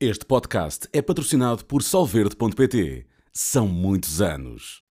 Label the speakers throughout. Speaker 1: Este podcast é patrocinado por Solverde.pt. São muitos anos.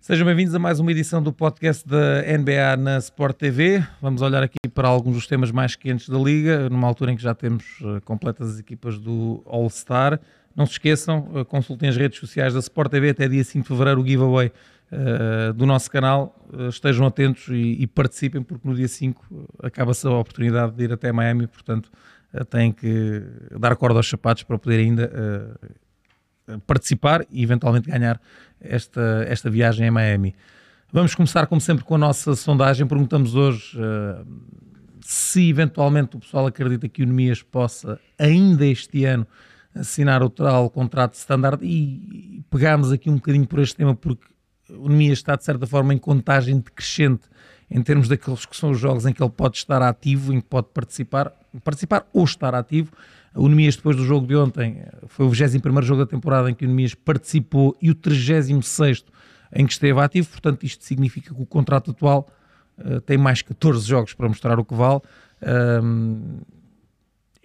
Speaker 2: Sejam bem-vindos a mais uma edição do podcast da NBA na Sport TV. Vamos olhar aqui para alguns dos temas mais quentes da Liga, numa altura em que já temos eh, completas as equipas do All-Star. Não se esqueçam, eh, consultem as redes sociais da Sport TV até dia 5 de fevereiro o giveaway eh, do nosso canal. Eh, Estejam atentos e, e participem, porque no dia 5 acaba-se a oportunidade de ir até Miami, portanto eh, têm que dar corda aos sapatos para poder ainda eh, participar e eventualmente ganhar esta, esta viagem a Miami. Vamos começar, como sempre, com a nossa sondagem. Perguntamos hoje eh, se eventualmente o pessoal acredita que o Nemias possa, ainda este ano, assinar o tal contrato standard e pegámos aqui um bocadinho por este tema porque o Nemias está, de certa forma, em contagem decrescente em termos daqueles que são os jogos em que ele pode estar ativo, em que pode participar, participar ou estar ativo. O Nemias, depois do jogo de ontem, foi o 21º jogo da temporada em que o Nemias participou e o 36º em que esteve ativo. Portanto, isto significa que o contrato atual eh, tem mais 14 jogos para mostrar o que vale. Ahm,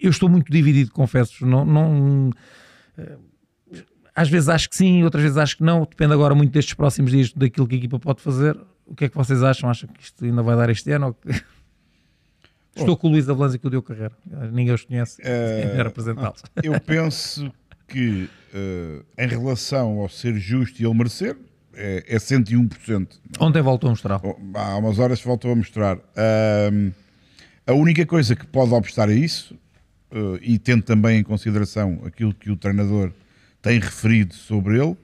Speaker 2: eu estou muito dividido, confesso. Não, não- eh, às vezes acho que sim, outras vezes acho que não. Depende agora muito destes próximos dias daquilo que a equipa pode fazer. O que é que vocês acham? Acham que isto ainda vai dar este ano? ou que- Estou com o Luís Avelanza e com o Diogo Carreira. Ninguém os conhece.
Speaker 3: Eh,
Speaker 2: É melhor apresentá-los.
Speaker 3: Eu penso que eh, em relação ao ser justo e ele merecer, é, é 101%.
Speaker 2: Ontem voltou um a mostrar.
Speaker 3: Bom, Há umas horas voltou a mostrar. Ahm, a única coisa que pode obstar a isso, eh, e tendo também em consideração aquilo que o treinador tem referido sobre ele,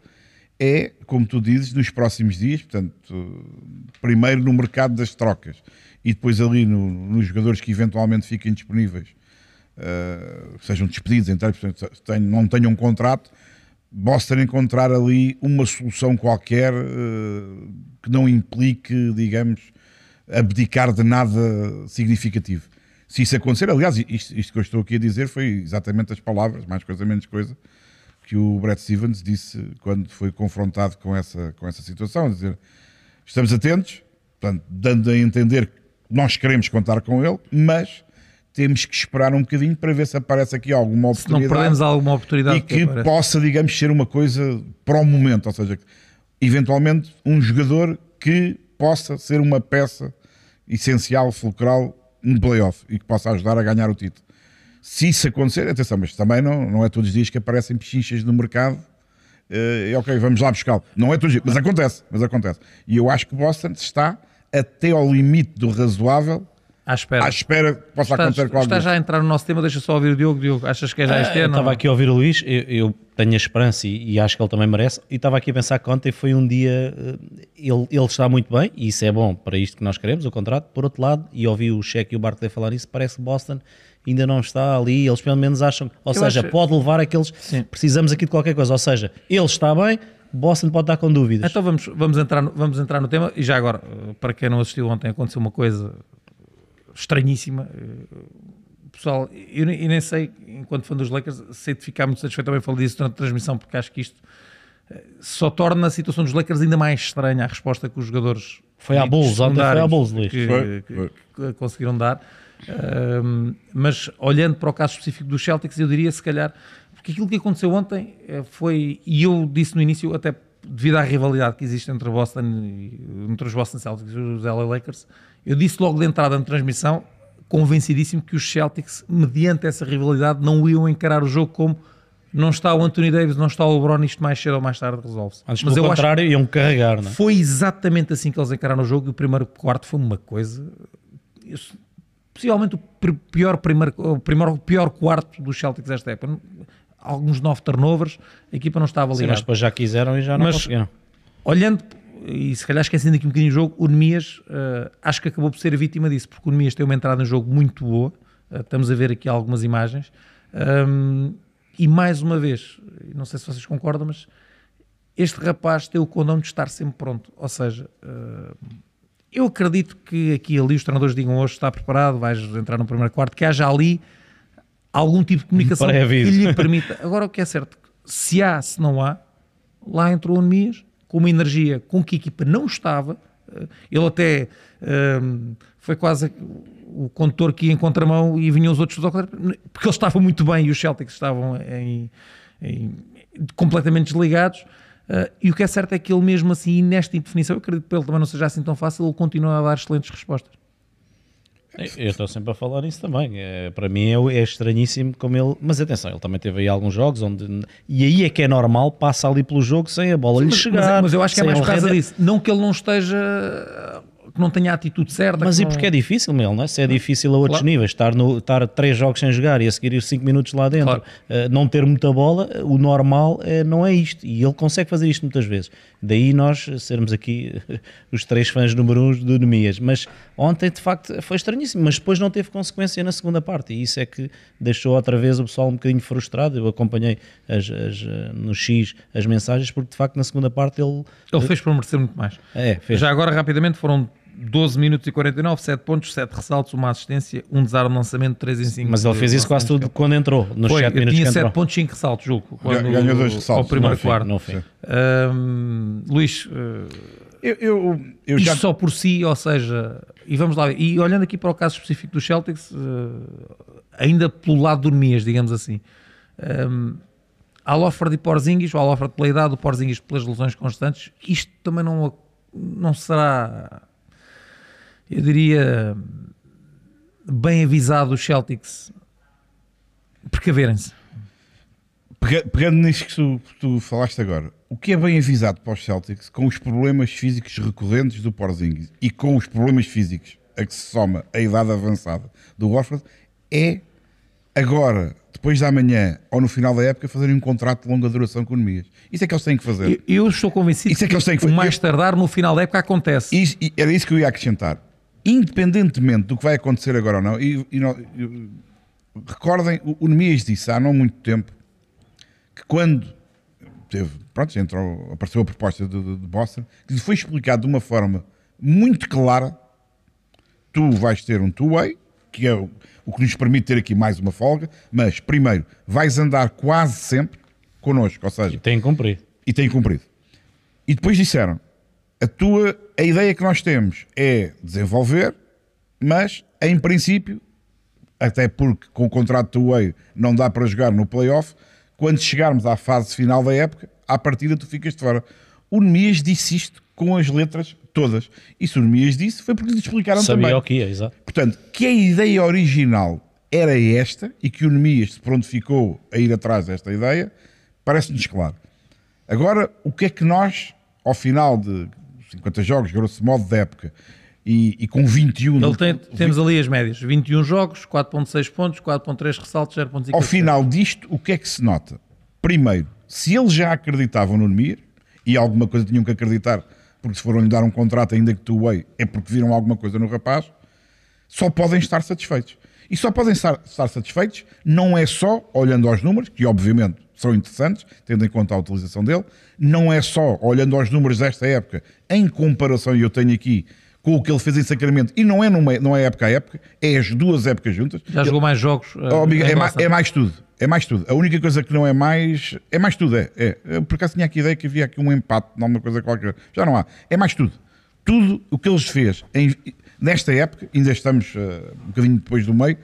Speaker 3: é, como tu dizes, nos próximos dias, portanto, eh, primeiro no mercado das trocas e depois ali no- nos jogadores que eventualmente fiquem disponíveis, eh, sejam despedidos, então, portanto, tenham- não tenham um contrato, Boston encontrar ali uma solução qualquer eh, que não implique, digamos, abdicar de nada significativo. Se isso acontecer, aliás, isto, isto que eu estou aqui a dizer foi exatamente as palavras, mais coisa, menos coisa, que o Brett Stevens disse quando foi confrontado com essa, com essa situação, a dizer, estamos atentos, portanto, dando a entender que nós queremos contar com ele, mas temos que esperar um bocadinho para ver se aparece aqui alguma
Speaker 2: Se não
Speaker 3: oportunidade
Speaker 2: perdemos alguma oportunidade
Speaker 3: e que
Speaker 2: aparece.
Speaker 3: possa, digamos, ser uma coisa para o momento, ou seja, eventualmente um jogador que possa ser uma peça essencial, fulcral, no playoff e que possa ajudar a ganhar o título. Se isso acontecer, atenção, mas também não, não é todos os dias que aparecem pechinchas no mercado. eh, e ok, vamos lá buscá-lo. Não é todos os dias, mas acontece, mas acontece. E eu acho que Boston está até ao limite do razoável
Speaker 2: à espera.
Speaker 3: à espera que possa
Speaker 2: Estás,
Speaker 3: acontecer com alguém.
Speaker 2: estás já a entrar no nosso tema, deixa só ouvir o Diogo. Diogo, achas que é já
Speaker 4: Ah,
Speaker 2: este
Speaker 3: então
Speaker 4: eu
Speaker 2: ano?
Speaker 4: estava aqui a ouvir o Luís, eu, eu tenho a esperança e, e acho que ele também merece. E estava aqui a pensar que ontem foi um dia. eh, Ele, ele está muito bem e isso é bom para isto que nós queremos, o contrato. Por outro lado, e ouvi o Cheque e o Bartley falar isso, parece que Boston ainda não está ali. Eles pelo menos acham. Ou
Speaker 2: Eu
Speaker 4: seja,
Speaker 2: acho-
Speaker 4: pode levar aqueles.
Speaker 2: Sim.
Speaker 4: Precisamos aqui de qualquer coisa. Ou seja, ele está bem, Boston pode estar com dúvidas.
Speaker 2: Então vamos, vamos, entrar, no- vamos entrar no tema. E já agora, eh, para quem não assistiu ontem, aconteceu uma coisa estranhíssima. Eh, Pessoal, eu, nem- eu nem sei, enquanto fã dos Lakers, sei de ficar muito satisfeito. Também falei disso durante a transmissão, porque acho que isto eh, só torna a situação dos Lakers ainda mais estranha a resposta que os jogadores.
Speaker 4: Foi à Bulls, ontem foi à Bulls, Luís.
Speaker 2: que-
Speaker 3: Foi,
Speaker 2: que-
Speaker 3: foi.
Speaker 2: que conseguiram dar. Ahm, mas olhando para o caso específico dos Celtics, eu diria se calhar, porque aquilo que aconteceu ontem eh, foi, e eu disse no início, até devido à rivalidade que existe entre, Boston, e- entre os Boston Celtics e os LA Lakers, eu disse logo de entrada na transmissão, convencidíssimo, que os Celtics, mediante essa rivalidade, não iam encarar o jogo como não está o Anthony Davis, não está o LeBron, isto mais cedo ou mais tarde resolve-se.
Speaker 4: Antes,
Speaker 2: Mas
Speaker 4: pelo
Speaker 2: eu acho
Speaker 4: contrário, iam carregar, não é?
Speaker 2: foi exatamente assim que eles encararam o jogo e o primeiro quarto foi uma coisa. isso- possivelmente o pri- pior, primeiro, o primeiro, o pior quarto dos Celtics esta época. Alguns nove turnovers, a equipa não estava
Speaker 4: Sim, mas
Speaker 2: ligada.
Speaker 4: depois já quiseram e já não
Speaker 2: Mas-
Speaker 4: conseguiram.
Speaker 2: Olhando, e se calhar esquecendo aqui um bocadinho o jogo, o Nemias eh, acho que acabou por ser vítima disso, porque o Nemias tem uma entrada no jogo muito boa. Eh, estamos a ver aqui algumas imagens. Ahm, e mais uma vez, não sei se vocês concordam, mas este rapaz tem o condão de estar sempre pronto. Ou seja, eh, eu acredito que aqui e ali os treinadores digam hoje está preparado, vais entrar no primeiro quarto, que haja ali algum tipo de comunicação que
Speaker 4: Pré-aviso.
Speaker 2: lhe permita. Agora o que é certo, se há, se não há, lá entrou o Nemias com uma energia com que a equipa não estava. Eh, Ele até hum, foi quase o condutor que ia em contramão e vinham os outros todos ao contrário, porque eles estavam muito bem e os Celtics estavam em- em- completamente desligados. Uh, e o que é certo é que ele, mesmo assim, e nesta indefinição, eu acredito que ele também não seja assim tão fácil, ele continua a dar excelentes respostas.
Speaker 4: É, Eu estou sempre a falar nisso também. É, para mim é, é estranhíssimo como ele. Mas atenção, ele também teve aí alguns jogos onde. E aí é que é normal, passa ali pelo jogo sem a bola lhe
Speaker 2: mas, mas-
Speaker 4: chegar.
Speaker 2: mas eu acho que é
Speaker 4: sem
Speaker 2: mais
Speaker 4: ele
Speaker 2: por causa
Speaker 4: render.
Speaker 2: disso. Não que ele não esteja. que não tenha a atitude certa.
Speaker 4: Mas
Speaker 2: que
Speaker 4: e
Speaker 2: não-
Speaker 4: porque é difícil, Mel, não é? Se é difícil a outros
Speaker 2: Tá Claro.
Speaker 4: níveis, estar, no, estar três jogos sem jogar e a seguir ir cinco minutos lá dentro,
Speaker 2: Claro.
Speaker 4: eh, não ter muita bola, eh, o normal eh, não é isto. E ele consegue fazer isto muitas vezes. Daí nós eh, sermos aqui os três fãs número um do Nemias. Mas ontem, de facto, foi estranhíssimo. Mas depois não teve consequência na segunda parte. E isso é que deixou outra vez o pessoal um bocadinho frustrado. Eu acompanhei as- as, eh, no X as mensagens, porque de facto na segunda parte ele.
Speaker 2: Ele fez por merecer muito mais.
Speaker 4: É, fez.
Speaker 2: Já agora, rapidamente, foram 12 minutos e 49, 7 pontos, 7 ressaltos, uma assistência, um desarme lançamento, 3 em 5.
Speaker 4: Mas ele fez isso quase tudo quando entrou, nos
Speaker 2: Foi,
Speaker 4: 7
Speaker 2: eu
Speaker 4: minutos que
Speaker 2: tinha
Speaker 4: entrou.
Speaker 2: 7 pontos, 5 ressaltos, julgo. quando-
Speaker 3: ganhou dois ressaltos,
Speaker 2: Ao primeiro
Speaker 4: no fim,
Speaker 2: quarto.
Speaker 4: no fim.
Speaker 2: Ahm, Luís, eh,
Speaker 3: Eu, eu, eu
Speaker 2: isto
Speaker 3: já.
Speaker 2: só por si, ou seja, e vamos lá, e olhando aqui para o caso específico do Celtics, eh, ainda pelo lado do Nemias, digamos assim, um, Alofred e Porzingis, o Alofred pela idade, o Porzingis pelas lesões constantes, isto também não, não será, eu diria, bem avisado os Celtics, precaverem-se.
Speaker 3: Pega- Pegando nisso que tu, que tu falaste agora, o que é bem avisado para os Celtics com os problemas físicos recorrentes do Porzingis e com os problemas físicos a que se soma a idade avançada do Warford é agora, depois da manhã ou no final da época, fazerem um contrato de longa duração com o Nemias. Isso é que eles têm que fazer.
Speaker 2: Eu, eu estou convencido
Speaker 3: Isso é que eles têm que
Speaker 2: o
Speaker 3: fa-
Speaker 2: mais tardar no final da época acontece.
Speaker 3: Isso- e era isso que eu ia acrescentar. Independentemente do que vai acontecer agora ou não, e, e não- e- recordem, o, o Nemias disse há não muito tempo que quando teve, pronto, entrou, apareceu a proposta do, do, do Boston, que lhe foi explicado de uma forma muito clara: tu vais ter um two-way, que é o, o que nos permite ter aqui mais uma folga, mas primeiro vais andar quase sempre connosco, ou seja,
Speaker 4: Tem que cumprir.
Speaker 3: e tem cumprido. E depois disseram: a tua a ideia que nós temos é desenvolver, mas em princípio, até porque com o contrato do Way não dá para jogar no playoff, quando chegarmos à fase final da época, à partida tu ficas de fora. O Nemias disse isto com as letras todas. E se o Nemias disse, foi porque lhe explicaram
Speaker 4: Sabia
Speaker 3: também.
Speaker 4: o que ia, exato.
Speaker 3: Portanto, que a ideia original era esta e que o Nemias se prontificou a ir atrás desta ideia, parece-nos claro. Agora, o que é que nós, ao final de 50 jogos, grosso modo, da época, e, e um com 21,
Speaker 2: Ele tem- temos ali as médias: 21 jogos, 4,6 pontos, 4,3 ressaltos, 0,5.
Speaker 3: ao final disto, o que é que se nota? Primeiro, se eles já acreditavam no Nemias, e alguma coisa tinham que acreditar, porque se foram-lhe dar um contrato ainda que tu way, é porque viram alguma coisa no rapaz, só podem estar satisfeitos. E só podem estar, estar satisfeitos não é só olhando aos números, que obviamente são interessantes, tendo em conta a utilização dele, não é só olhando aos números desta época, em comparação, e eu tenho aqui, com o que ele fez em Sacramento, e não é, numa, não é época a época, é as duas épocas juntas.
Speaker 2: Já jogou mais jogos. eh,
Speaker 3: Oh, amigo,
Speaker 2: em
Speaker 3: é, ma-
Speaker 2: relação-
Speaker 3: é mais tudo. É mais tudo. A única coisa que não é mais. É mais tudo, é. é. Eu, por acaso tinha aqui a ideia que havia aqui um empate, não uma coisa qualquer. Já não há. É mais tudo. Tudo o que eles fez em- nesta época, ainda estamos eh, um bocadinho depois do meio,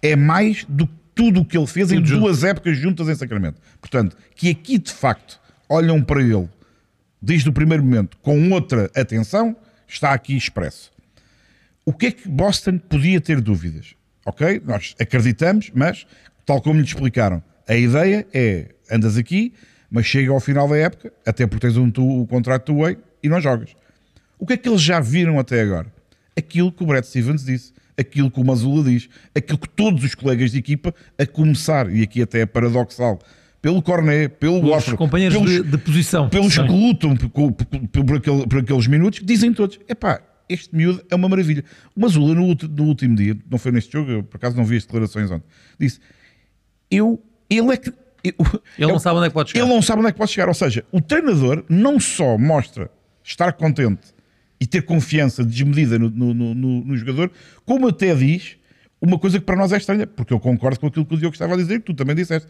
Speaker 3: é mais do que tudo o que ele fez em duas épocas juntas em Sacramento. Portanto, que aqui de facto olham para ele desde o primeiro momento com outra atenção, está aqui expresso. O que é que Boston podia ter dúvidas? Ok, nós acreditamos, mas, tal como lhe explicaram, a ideia é andas aqui, mas chega ao final da época, até porque tens um tu- o contrato do Way e não jogas. O que é que eles já viram até agora? Aquilo que o Brad Stevens disse, aquilo que o Mazula diz, aquilo que todos os colegas de equipa, a começar, e aqui até é paradoxal, pelo Cornet, pelo
Speaker 2: Pelos
Speaker 3: Watford,
Speaker 2: companheiros
Speaker 3: pelos-
Speaker 2: de, de posição.
Speaker 3: pelos
Speaker 2: Sim.
Speaker 3: que lutam por, por- por aquele- por aqueles minutos, dizem todos: epá, este miúdo é uma maravilha. O Mazula, no, ulti- no último dia, não foi neste jogo, eu por acaso não vi as declarações ontem, disse: eu, ele é que. eu-
Speaker 2: Ele não
Speaker 3: eu-
Speaker 2: sabe onde é que pode chegar.
Speaker 3: ele não sabe onde é que pode chegar. Ou seja, o treinador não só mostra estar contente e ter confiança desmedida no, no- no- no- no jogador, como até diz uma coisa que para nós é estranha, porque eu concordo com aquilo que o Diogo estava a dizer, que tu também disseste.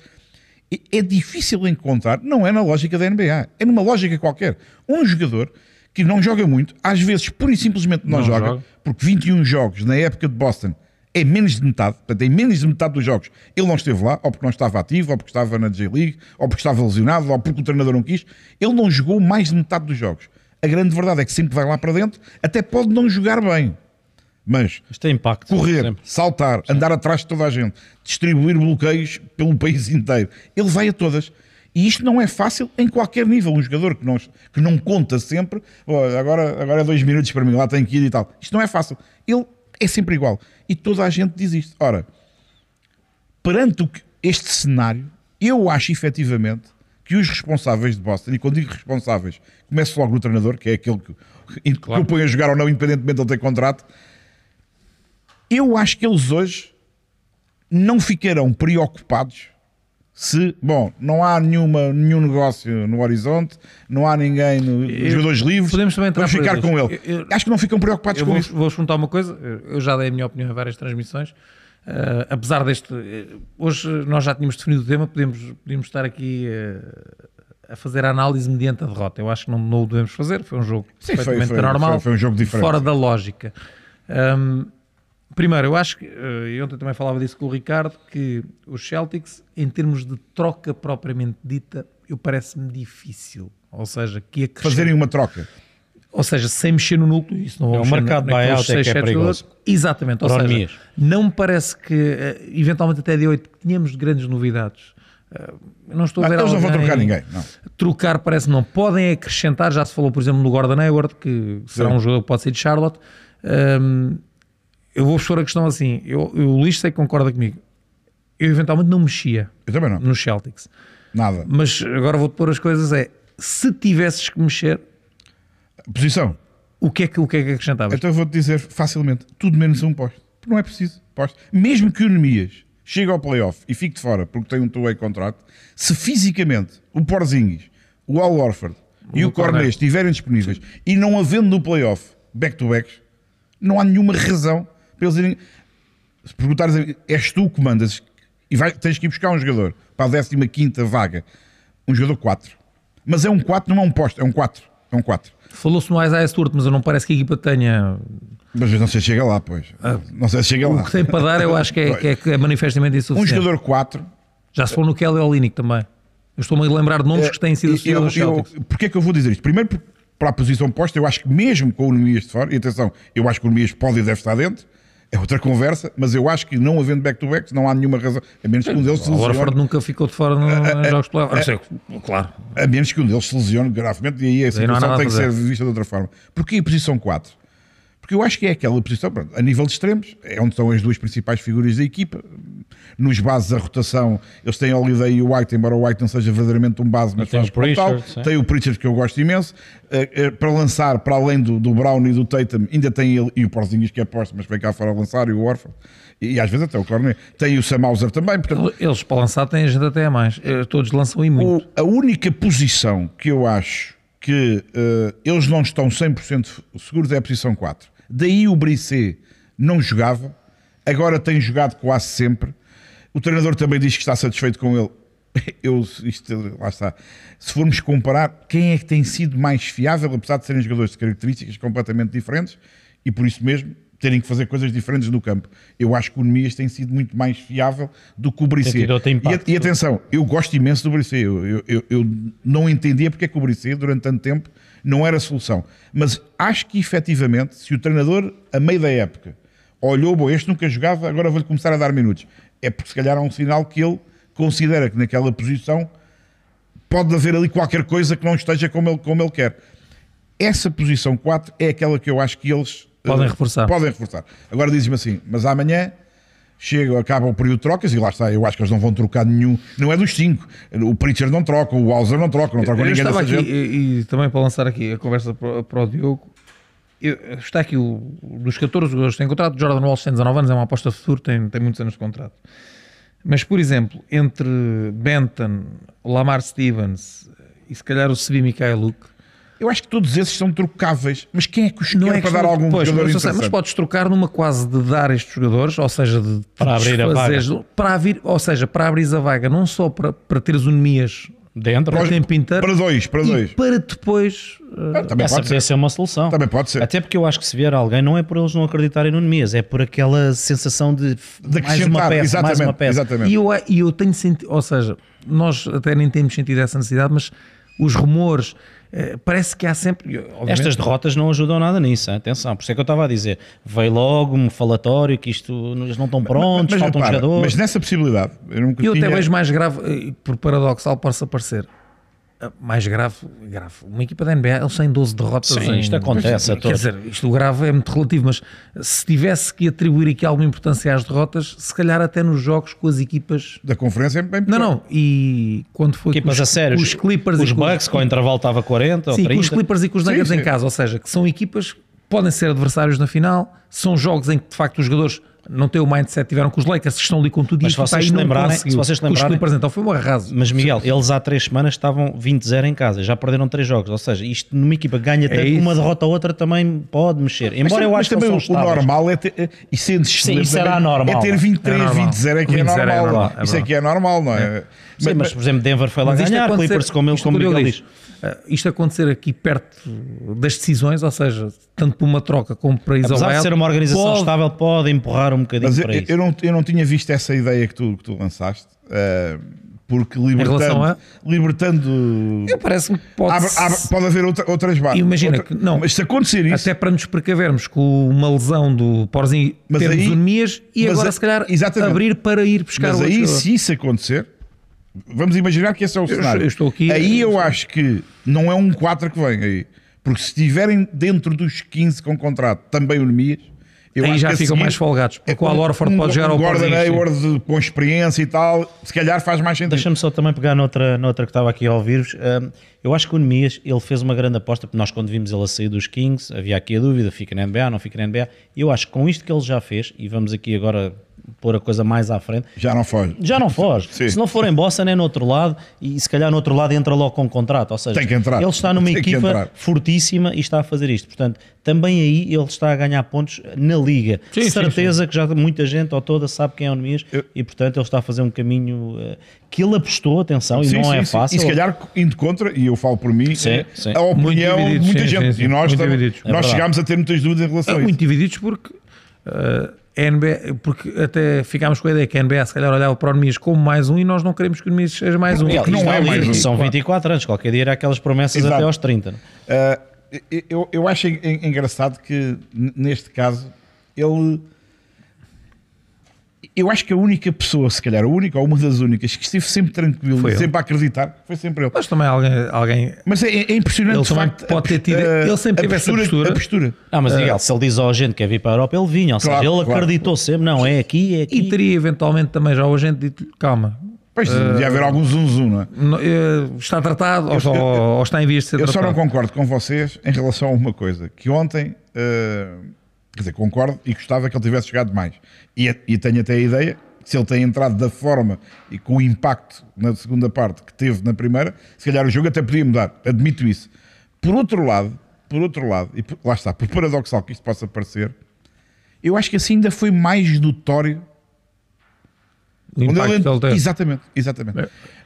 Speaker 3: E- É difícil encontrar, não é na lógica da NBA, é numa lógica qualquer. Um jogador que não joga muito, às vezes pura e simplesmente não,
Speaker 2: Não
Speaker 3: joga,
Speaker 2: joga.
Speaker 3: porque 21 jogos na época de Boston é menos de metade, portanto, em menos de metade dos jogos ele não esteve lá, ou porque não estava ativo, ou porque estava na J-League, ou porque estava lesionado, ou porque o treinador não quis. Ele não jogou mais de metade dos jogos. A grande verdade é que sempre vai lá para dentro, até pode não jogar bem, mas
Speaker 4: Mas tem impacto.
Speaker 3: correr,
Speaker 4: sempre.
Speaker 3: saltar, andar atrás de toda a gente, distribuir bloqueios pelo país inteiro. Ele vai a todas. E isto não é fácil em qualquer nível. Um jogador que não, que não conta sempre, "Oh, agora, agora é dois minutos para mim, lá tenho que ir e tal. Isto não é fácil. Ele é sempre igual. E toda a gente diz isto. Ora, perante o que- este cenário, eu acho efetivamente que os responsáveis de Boston, e quando digo responsáveis, começo logo no treinador, que é aquele que, que
Speaker 2: Claro.
Speaker 3: eu ponho a jogar ou não, independentemente de ele ter contrato, eu acho que eles hoje não ficarão preocupados se, bom, não há nenhuma, nenhum negócio no horizonte, não há ninguém no, nos
Speaker 2: Eu-
Speaker 3: jogadores livres,
Speaker 2: podemos também entrar
Speaker 3: vamos
Speaker 2: por
Speaker 3: ficar
Speaker 2: eles.
Speaker 3: com ele.
Speaker 2: Eu- eu-
Speaker 3: acho que não ficam preocupados
Speaker 2: Eu
Speaker 3: com
Speaker 2: vou-
Speaker 3: isso.
Speaker 2: vou-vos contar uma coisa, eu já dei a minha opinião em várias transmissões. eh, apesar deste. eh, hoje nós já tínhamos definido o tema, podemos, podíamos estar aqui eh, a fazer a análise mediante a derrota. Eu acho que não, não o devemos fazer, foi um jogo
Speaker 3: Sim, foi-
Speaker 2: perfeitamente
Speaker 3: foi-
Speaker 2: normal,
Speaker 3: foi- foi um jogo diferente.
Speaker 2: fora da lógica. Ahm, primeiro, eu acho que. eh, e ontem também falava disso com o Ricardo, que os Celtics, em termos de troca propriamente dita, eu parece-me difícil. Ou seja, que acrescentar
Speaker 3: Fazerem uma troca.
Speaker 2: ou seja, sem mexer no núcleo, isso não
Speaker 4: É,
Speaker 2: vai
Speaker 3: um
Speaker 4: o
Speaker 2: mexer
Speaker 4: mercado
Speaker 2: na- naqueles
Speaker 4: buyout é que
Speaker 2: seis,
Speaker 4: é
Speaker 2: sete
Speaker 4: perigoso.
Speaker 2: jogadores. Exatamente, ou
Speaker 4: Economias.
Speaker 2: seja, não me parece que, eh, eventualmente até de 8, tínhamos grandes novidades. Eh, Não estou a
Speaker 3: Ah,
Speaker 2: ver
Speaker 3: eles não vão
Speaker 2: alguém-
Speaker 3: trocar ninguém. Não.
Speaker 2: Trocar parece não. Podem acrescentar, já se falou, por exemplo, no Gordon Hayward, que será um jogador que pode sair de Charlotte. Ahm, eu vou-vos pôr a questão assim, eu, eu, o Luís sei que concorda comigo. Eu eventualmente não mexia
Speaker 3: Eu também não.
Speaker 2: nos Celtics.
Speaker 3: Nada.
Speaker 2: Mas agora vou-te pôr as coisas é, se tivesses que mexer,
Speaker 3: Posição.
Speaker 2: o que é que, o que, é que acrescentavas?
Speaker 3: Então eu vou-te dizer facilmente, tudo menos um posto. Porque Não é preciso posto. Mesmo que o Nemias chegue ao playoff e fique de fora porque tem um two-way contrato, se fisicamente o Porzingis, o Al Orford e
Speaker 2: O
Speaker 3: o, Cornet
Speaker 2: Cornet.
Speaker 3: estiverem disponíveis e não havendo no playoff back-to-backs, não há nenhuma razão para eles irem... Se perguntares, a- és tu que mandas e vai- tens que ir buscar um jogador para a 15ª vaga, um jogador 4. Mas é um 4, não é um posto, é um 4. É um 4.
Speaker 2: Falou-se no Isaiah Stewart, mas eu não parece que a equipa tenha.
Speaker 3: Mas não sei se chega lá, pois. não sei se chega lá.
Speaker 2: Ah. O que tem para dar, eu acho que é, que é, que é manifestamente
Speaker 3: Um
Speaker 2: insuficiente.
Speaker 3: jogador 4.
Speaker 2: Já se falou no Kelly Olinick também. Eu estou-me a lembrar de nomes
Speaker 3: É,
Speaker 2: que têm sido associados aos Celtics.
Speaker 3: Porquê é que eu vou dizer isto? Primeiro, porque para a posição posta, eu acho que mesmo com o Nemias de fora, e atenção, eu acho que o Nemias pode e deve estar dentro, é outra conversa, mas eu acho que não havendo back-to-back, não há nenhuma razão, a menos que um deles se
Speaker 2: O Orford
Speaker 3: lesione,
Speaker 2: nunca ficou de fora no- nos jogos de playoff.
Speaker 3: É,
Speaker 2: Não sei, Claro.
Speaker 3: a menos que um deles se lesione gravemente, e aí a
Speaker 2: Daí não há nada
Speaker 3: situação
Speaker 2: a
Speaker 3: tem que ser
Speaker 2: fazer.
Speaker 3: vista de outra forma. Porquê a posição 4? Porque eu acho que é aquela posição, pronto, a nível de extremos, é onde estão as duas principais figuras da equipa. Nos bases, a rotação, eles têm Holiday e o White, embora o White não seja verdadeiramente um base, mas
Speaker 4: tem
Speaker 3: faz
Speaker 4: o
Speaker 3: por tal.
Speaker 4: Pritchard, sim.
Speaker 3: Tem o Pritchard, que eu gosto imenso. Eh, eh, para lançar, para além do, do Brown e do Tatum, ainda tem ele e o Porzingis, que é posto, mas vem cá fora a lançar, e o Orford. E, e às vezes até o Cornet. Tem o Sam Hauser também, portanto,
Speaker 2: Eles para lançar têm gente até a mais. Eh, Todos lançam e
Speaker 3: o-
Speaker 2: muito.
Speaker 3: a única posição que eu acho que eh, eles não estão 100% seguros é a posição 4. Daí o Brissé não jogava, agora tem jogado quase sempre. O treinador também diz que está satisfeito com ele. Eu, isto, lá está. Se formos comparar, quem é que tem sido mais fiável, apesar de serem jogadores de características completamente diferentes e por isso mesmo terem que fazer coisas diferentes no campo? Eu acho que o Nemias tem sido muito mais fiável do que o Brissé.
Speaker 4: tido outro
Speaker 3: E a-
Speaker 4: impacto.
Speaker 3: e atenção, eu gosto imenso do Brissé. Eu, eu- eu- eu não entendia porque é que o Brissé, durante tanto tempo, não era a solução. Mas acho que, efetivamente, se o treinador, a meio da época, olhou, bom, este nunca jogava, agora vou-lhe começar a dar minutos, é porque, se calhar, há um sinal que ele considera que naquela posição pode haver ali qualquer coisa que não esteja como ele, como ele quer. Essa posição 4 é aquela que eu acho que eles
Speaker 2: Podem
Speaker 3: eh,
Speaker 2: reforçar.
Speaker 3: Podem reforçar. Agora dizes-me assim, mas amanhã chega, acaba o período de trocas e lá está. Eu acho que eles não vão trocar nenhum. Não é dos 5. O Pritchard não troca, o Hauser não troca, não troca
Speaker 2: Eu
Speaker 3: Tá ninguém
Speaker 2: estava
Speaker 3: dessa
Speaker 2: aqui,
Speaker 3: gente.
Speaker 2: e, e também para lançar aqui a conversa para, o- para o Diogo, eu- está aqui o, dos 14 jogadores que têm contrato, Jordan Walsh tem 19 anos, é uma aposta futuro, tem, tem muitos anos de contrato. Mas, por exemplo, entre Benton, Lamar Stevens e se calhar o Sebi Mikhailuk,
Speaker 3: Eu acho que todos esses são trocáveis. Mas quem é que os quer para
Speaker 2: questão
Speaker 3: dar
Speaker 2: de-
Speaker 3: algum
Speaker 2: pois,
Speaker 3: jogador
Speaker 2: mas, eu sei, mas
Speaker 3: interessante?
Speaker 2: podes trocar numa quase de dar estes jogadores, ou seja, de
Speaker 4: Para abrir a vaga.
Speaker 2: desfazeres- para abrir, ou seja, para abrir a vaga, não só para, para teres o Nemias
Speaker 4: Dentro.
Speaker 2: a tempo inteiro.
Speaker 3: Para dois, para dois.
Speaker 2: E para depois. eh,
Speaker 3: Ah, também,
Speaker 4: Essa
Speaker 3: pode
Speaker 4: podia
Speaker 3: ser.
Speaker 4: ser uma solução.
Speaker 3: também pode ser.
Speaker 4: Até porque eu acho que se vier alguém, não é por eles não acreditarem no Nemias, é por aquela sensação de, f-
Speaker 3: De
Speaker 4: mais uma
Speaker 3: acrescentar,
Speaker 4: peça, mais uma
Speaker 3: exatamente,
Speaker 4: peça.
Speaker 3: exatamente.
Speaker 2: E eu, e eu tenho sentido, ou seja, nós até nem temos sentido essa necessidade, mas os rumores, eh, parece que há sempre. eu, obviamente,
Speaker 4: Estas derrotas não ajudam nada nisso, hein? atenção. Por isso é que eu estava a dizer, veio logo um falatório que isto eles não estão prontos, falta um
Speaker 3: repara,
Speaker 4: jogador.
Speaker 3: mas nessa possibilidade, eu nunca
Speaker 2: eu até
Speaker 3: tinha-
Speaker 2: vejo mais grave, eh, por paradoxal possa parecer, eh, mais grave, grave. Uma equipa da NBA, eles têm 12 derrotas.
Speaker 4: Sim,
Speaker 2: em-
Speaker 4: isto acontece a
Speaker 2: Quer
Speaker 4: todos.
Speaker 2: dizer, isto o grave é muito relativo, mas se tivesse que atribuir aqui alguma importância às derrotas, se calhar até nos jogos com as equipas
Speaker 3: da conferência é bem
Speaker 2: Não, não. E quando
Speaker 3: é
Speaker 2: foi
Speaker 4: Equipas
Speaker 2: com
Speaker 4: a sério,
Speaker 2: os Clippers
Speaker 4: os
Speaker 2: e com
Speaker 4: Bucks com o intervalo estava
Speaker 2: Sim,
Speaker 4: 40 ou
Speaker 2: com
Speaker 4: 30.
Speaker 2: os Clippers e com os Nuggets
Speaker 3: sim.
Speaker 2: em casa, ou seja, que são equipas que podem ser adversários na final, são jogos em que de facto os jogadores não têm o mindset que tiveram com os Lakers, que estão ali com tudo
Speaker 4: Mas
Speaker 2: e
Speaker 4: se
Speaker 2: está
Speaker 4: vocês
Speaker 2: aí, não
Speaker 4: lembrarem-
Speaker 2: conseguiu.
Speaker 4: se vocês
Speaker 2: Com os
Speaker 4: lembrarem-
Speaker 2: Clippers então foi um arraso.
Speaker 4: Mas Miguel, eles há três semanas estavam 20-0 em casa, já perderam três jogos. Ou seja, isto numa equipa que ganha tanto,
Speaker 2: isso.
Speaker 4: uma derrota ou outra também pode mexer.
Speaker 3: Mas
Speaker 4: Embora
Speaker 3: tam-
Speaker 4: eu
Speaker 3: mas
Speaker 4: acho que
Speaker 3: também
Speaker 4: eles são
Speaker 3: o- o
Speaker 4: estáveis.
Speaker 3: normal é ter. eh, Isso é indescritível
Speaker 4: isso era
Speaker 3: também,
Speaker 4: anormal.
Speaker 3: É ter 23,
Speaker 2: Era normal.
Speaker 3: 20, 0 é que é
Speaker 2: 20,
Speaker 3: normal.
Speaker 2: era normal, é
Speaker 3: isso é que é normal, não é?
Speaker 4: Sim, mas, por exemplo, Denver foi lá
Speaker 2: Mas isto
Speaker 4: ganhar,
Speaker 2: acontecer-
Speaker 4: Clippers como eles,
Speaker 2: isto
Speaker 4: como
Speaker 2: que o
Speaker 4: Miguel
Speaker 2: Diogo
Speaker 4: diz.
Speaker 2: diz, ah, Isto acontecer aqui perto das decisões, ou seja, tanto por uma troca como para isolar.
Speaker 4: Apesar de ser uma organização
Speaker 2: pode-
Speaker 4: estável, pode empurrar um bocadinho
Speaker 3: Mas eu,
Speaker 4: para isso.
Speaker 3: eu não, eu não tinha visto essa ideia que tu, que tu lançaste, eh, porque
Speaker 2: relação
Speaker 3: libertando.
Speaker 2: a?
Speaker 3: libertando
Speaker 2: Eu Parece-me que pode
Speaker 3: abre- abre- pode haver outra- outras barras.
Speaker 2: Imagina que- não.
Speaker 3: Mas se acontecer isso.
Speaker 2: Até para nos precavermos com uma lesão do Porzinho,
Speaker 3: Mas
Speaker 2: termos
Speaker 3: aí-
Speaker 2: o Nemias e
Speaker 3: mas
Speaker 2: agora,
Speaker 3: a-
Speaker 2: se calhar,
Speaker 3: exatamente.
Speaker 2: abrir para ir buscar
Speaker 3: Mas
Speaker 2: o
Speaker 3: aí,
Speaker 2: outro.
Speaker 3: se isso acontecer, vamos imaginar que esse é o cenário.
Speaker 2: eu estou aqui-
Speaker 3: aí
Speaker 2: eu
Speaker 3: eu
Speaker 2: estou-
Speaker 3: acho que não é um 4 que vem aí. Porque se estiverem dentro dos 15 com contrato, também o Nemias, eu
Speaker 2: Aí
Speaker 3: acho
Speaker 2: já
Speaker 3: que a
Speaker 2: ficam
Speaker 3: seguir
Speaker 2: mais folgados, porque
Speaker 3: é
Speaker 2: o Al Horford pode jogar ao
Speaker 3: Gordon
Speaker 2: Porzinho, sim.
Speaker 3: Hayward com experiência e tal, se calhar faz mais sentido.
Speaker 4: Deixa-me só também pegar noutra, noutra que estava aqui a ouvir-vos. Hum, eu acho que o Nemias, ele fez uma grande aposta, porque nós quando vimos ele a sair dos Kings, havia aqui a dúvida, fica na NBA, não fica na NBA. Eu acho que com isto que ele já fez, e vamos aqui agora pôr a coisa mais à frente,
Speaker 3: Já não foge.
Speaker 4: já não foge.
Speaker 3: Sim.
Speaker 4: Se não for em Boston é no outro lado e se calhar no outro lado entra logo com contrato. Ou seja,
Speaker 3: Tem que entrar.
Speaker 4: ele está numa
Speaker 3: Tem que
Speaker 4: equipa
Speaker 3: entrar.
Speaker 4: fortíssima e está a fazer isto. Portanto, também aí ele está a ganhar pontos na liga.
Speaker 2: Sim, sim,
Speaker 4: Certeza que já muita gente ou toda sabe quem é o Nemias e portanto ele está a fazer um caminho eh, que ele apostou, atenção,
Speaker 3: Sim,
Speaker 4: e não
Speaker 3: sim,
Speaker 4: é
Speaker 3: sim.
Speaker 4: fácil.
Speaker 3: E se calhar indo contra, e eu falo por mim,
Speaker 4: Sim,
Speaker 3: é
Speaker 4: sim.
Speaker 3: a opinião de
Speaker 2: divididos,
Speaker 3: muita
Speaker 2: sim,
Speaker 3: gente.
Speaker 2: sim, sim.
Speaker 3: E nós,
Speaker 2: Muito
Speaker 3: também-
Speaker 2: divididos.
Speaker 4: É
Speaker 3: nós
Speaker 4: verdade.
Speaker 3: chegámos a ter muitas dúvidas em relação a isso.
Speaker 2: É Muito divididos porque ah, a NBA, porque até ficámos com a ideia que a NBA se calhar olhava para o Nemias como mais um e nós não queremos que o Nemias seja mais um.
Speaker 4: Miguel,
Speaker 3: Porque não
Speaker 4: isto
Speaker 3: é
Speaker 4: ali,
Speaker 3: mais um.
Speaker 4: São 24 anos, qualquer dia era aquelas promessas
Speaker 3: Exato.
Speaker 4: até aos 30. não? é?
Speaker 3: Uh, eu, eu acho en- en- engraçado que n- neste caso ele. Eu acho que a única pessoa, se calhar, a única ou uma das únicas que esteve sempre tranquilo,
Speaker 2: Foi ele.
Speaker 3: sempre a acreditar, foi sempre ele.
Speaker 2: Mas também alguém, alguém
Speaker 3: Mas é, é impressionante
Speaker 2: Ele
Speaker 3: de
Speaker 2: também
Speaker 3: facto,
Speaker 2: pode
Speaker 3: a
Speaker 2: ter tido-
Speaker 3: pos-
Speaker 2: ele sempre
Speaker 3: a
Speaker 2: teve essa
Speaker 3: A
Speaker 2: postura.
Speaker 3: postura.
Speaker 4: Ah, mas Miguel, se ele diz ao gente que quer vir para a Europa, ele vinha. Ou
Speaker 3: Claro,
Speaker 4: seja, ele
Speaker 3: claro.
Speaker 4: acreditou sempre, não, é aqui, é
Speaker 2: e
Speaker 4: aqui.
Speaker 2: teria eventualmente também já o agente dito calma,
Speaker 3: Pois,
Speaker 2: Ah.
Speaker 3: devia haver algum zoom zoom, não é?
Speaker 2: no- eh, está tratado ou,
Speaker 3: eu-
Speaker 2: ou está em vias de ser
Speaker 3: Eu só
Speaker 2: tratado.
Speaker 3: não concordo com vocês em relação a uma coisa, que ontem, eh, quer dizer, concordo e gostava que ele tivesse chegado mais. E, é, e tenho até a ideia que se ele tem entrado da forma e com o impacto na segunda parte que teve na primeira, se calhar o jogo até podia mudar, admito isso. Por outro lado, por outro lado, e por- lá está, por paradoxal que isto possa parecer, eu acho que assim ainda foi mais notório.
Speaker 2: O
Speaker 3: quando
Speaker 2: impacto
Speaker 3: ele-
Speaker 2: que ele teve.
Speaker 3: Exatamente, exatamente.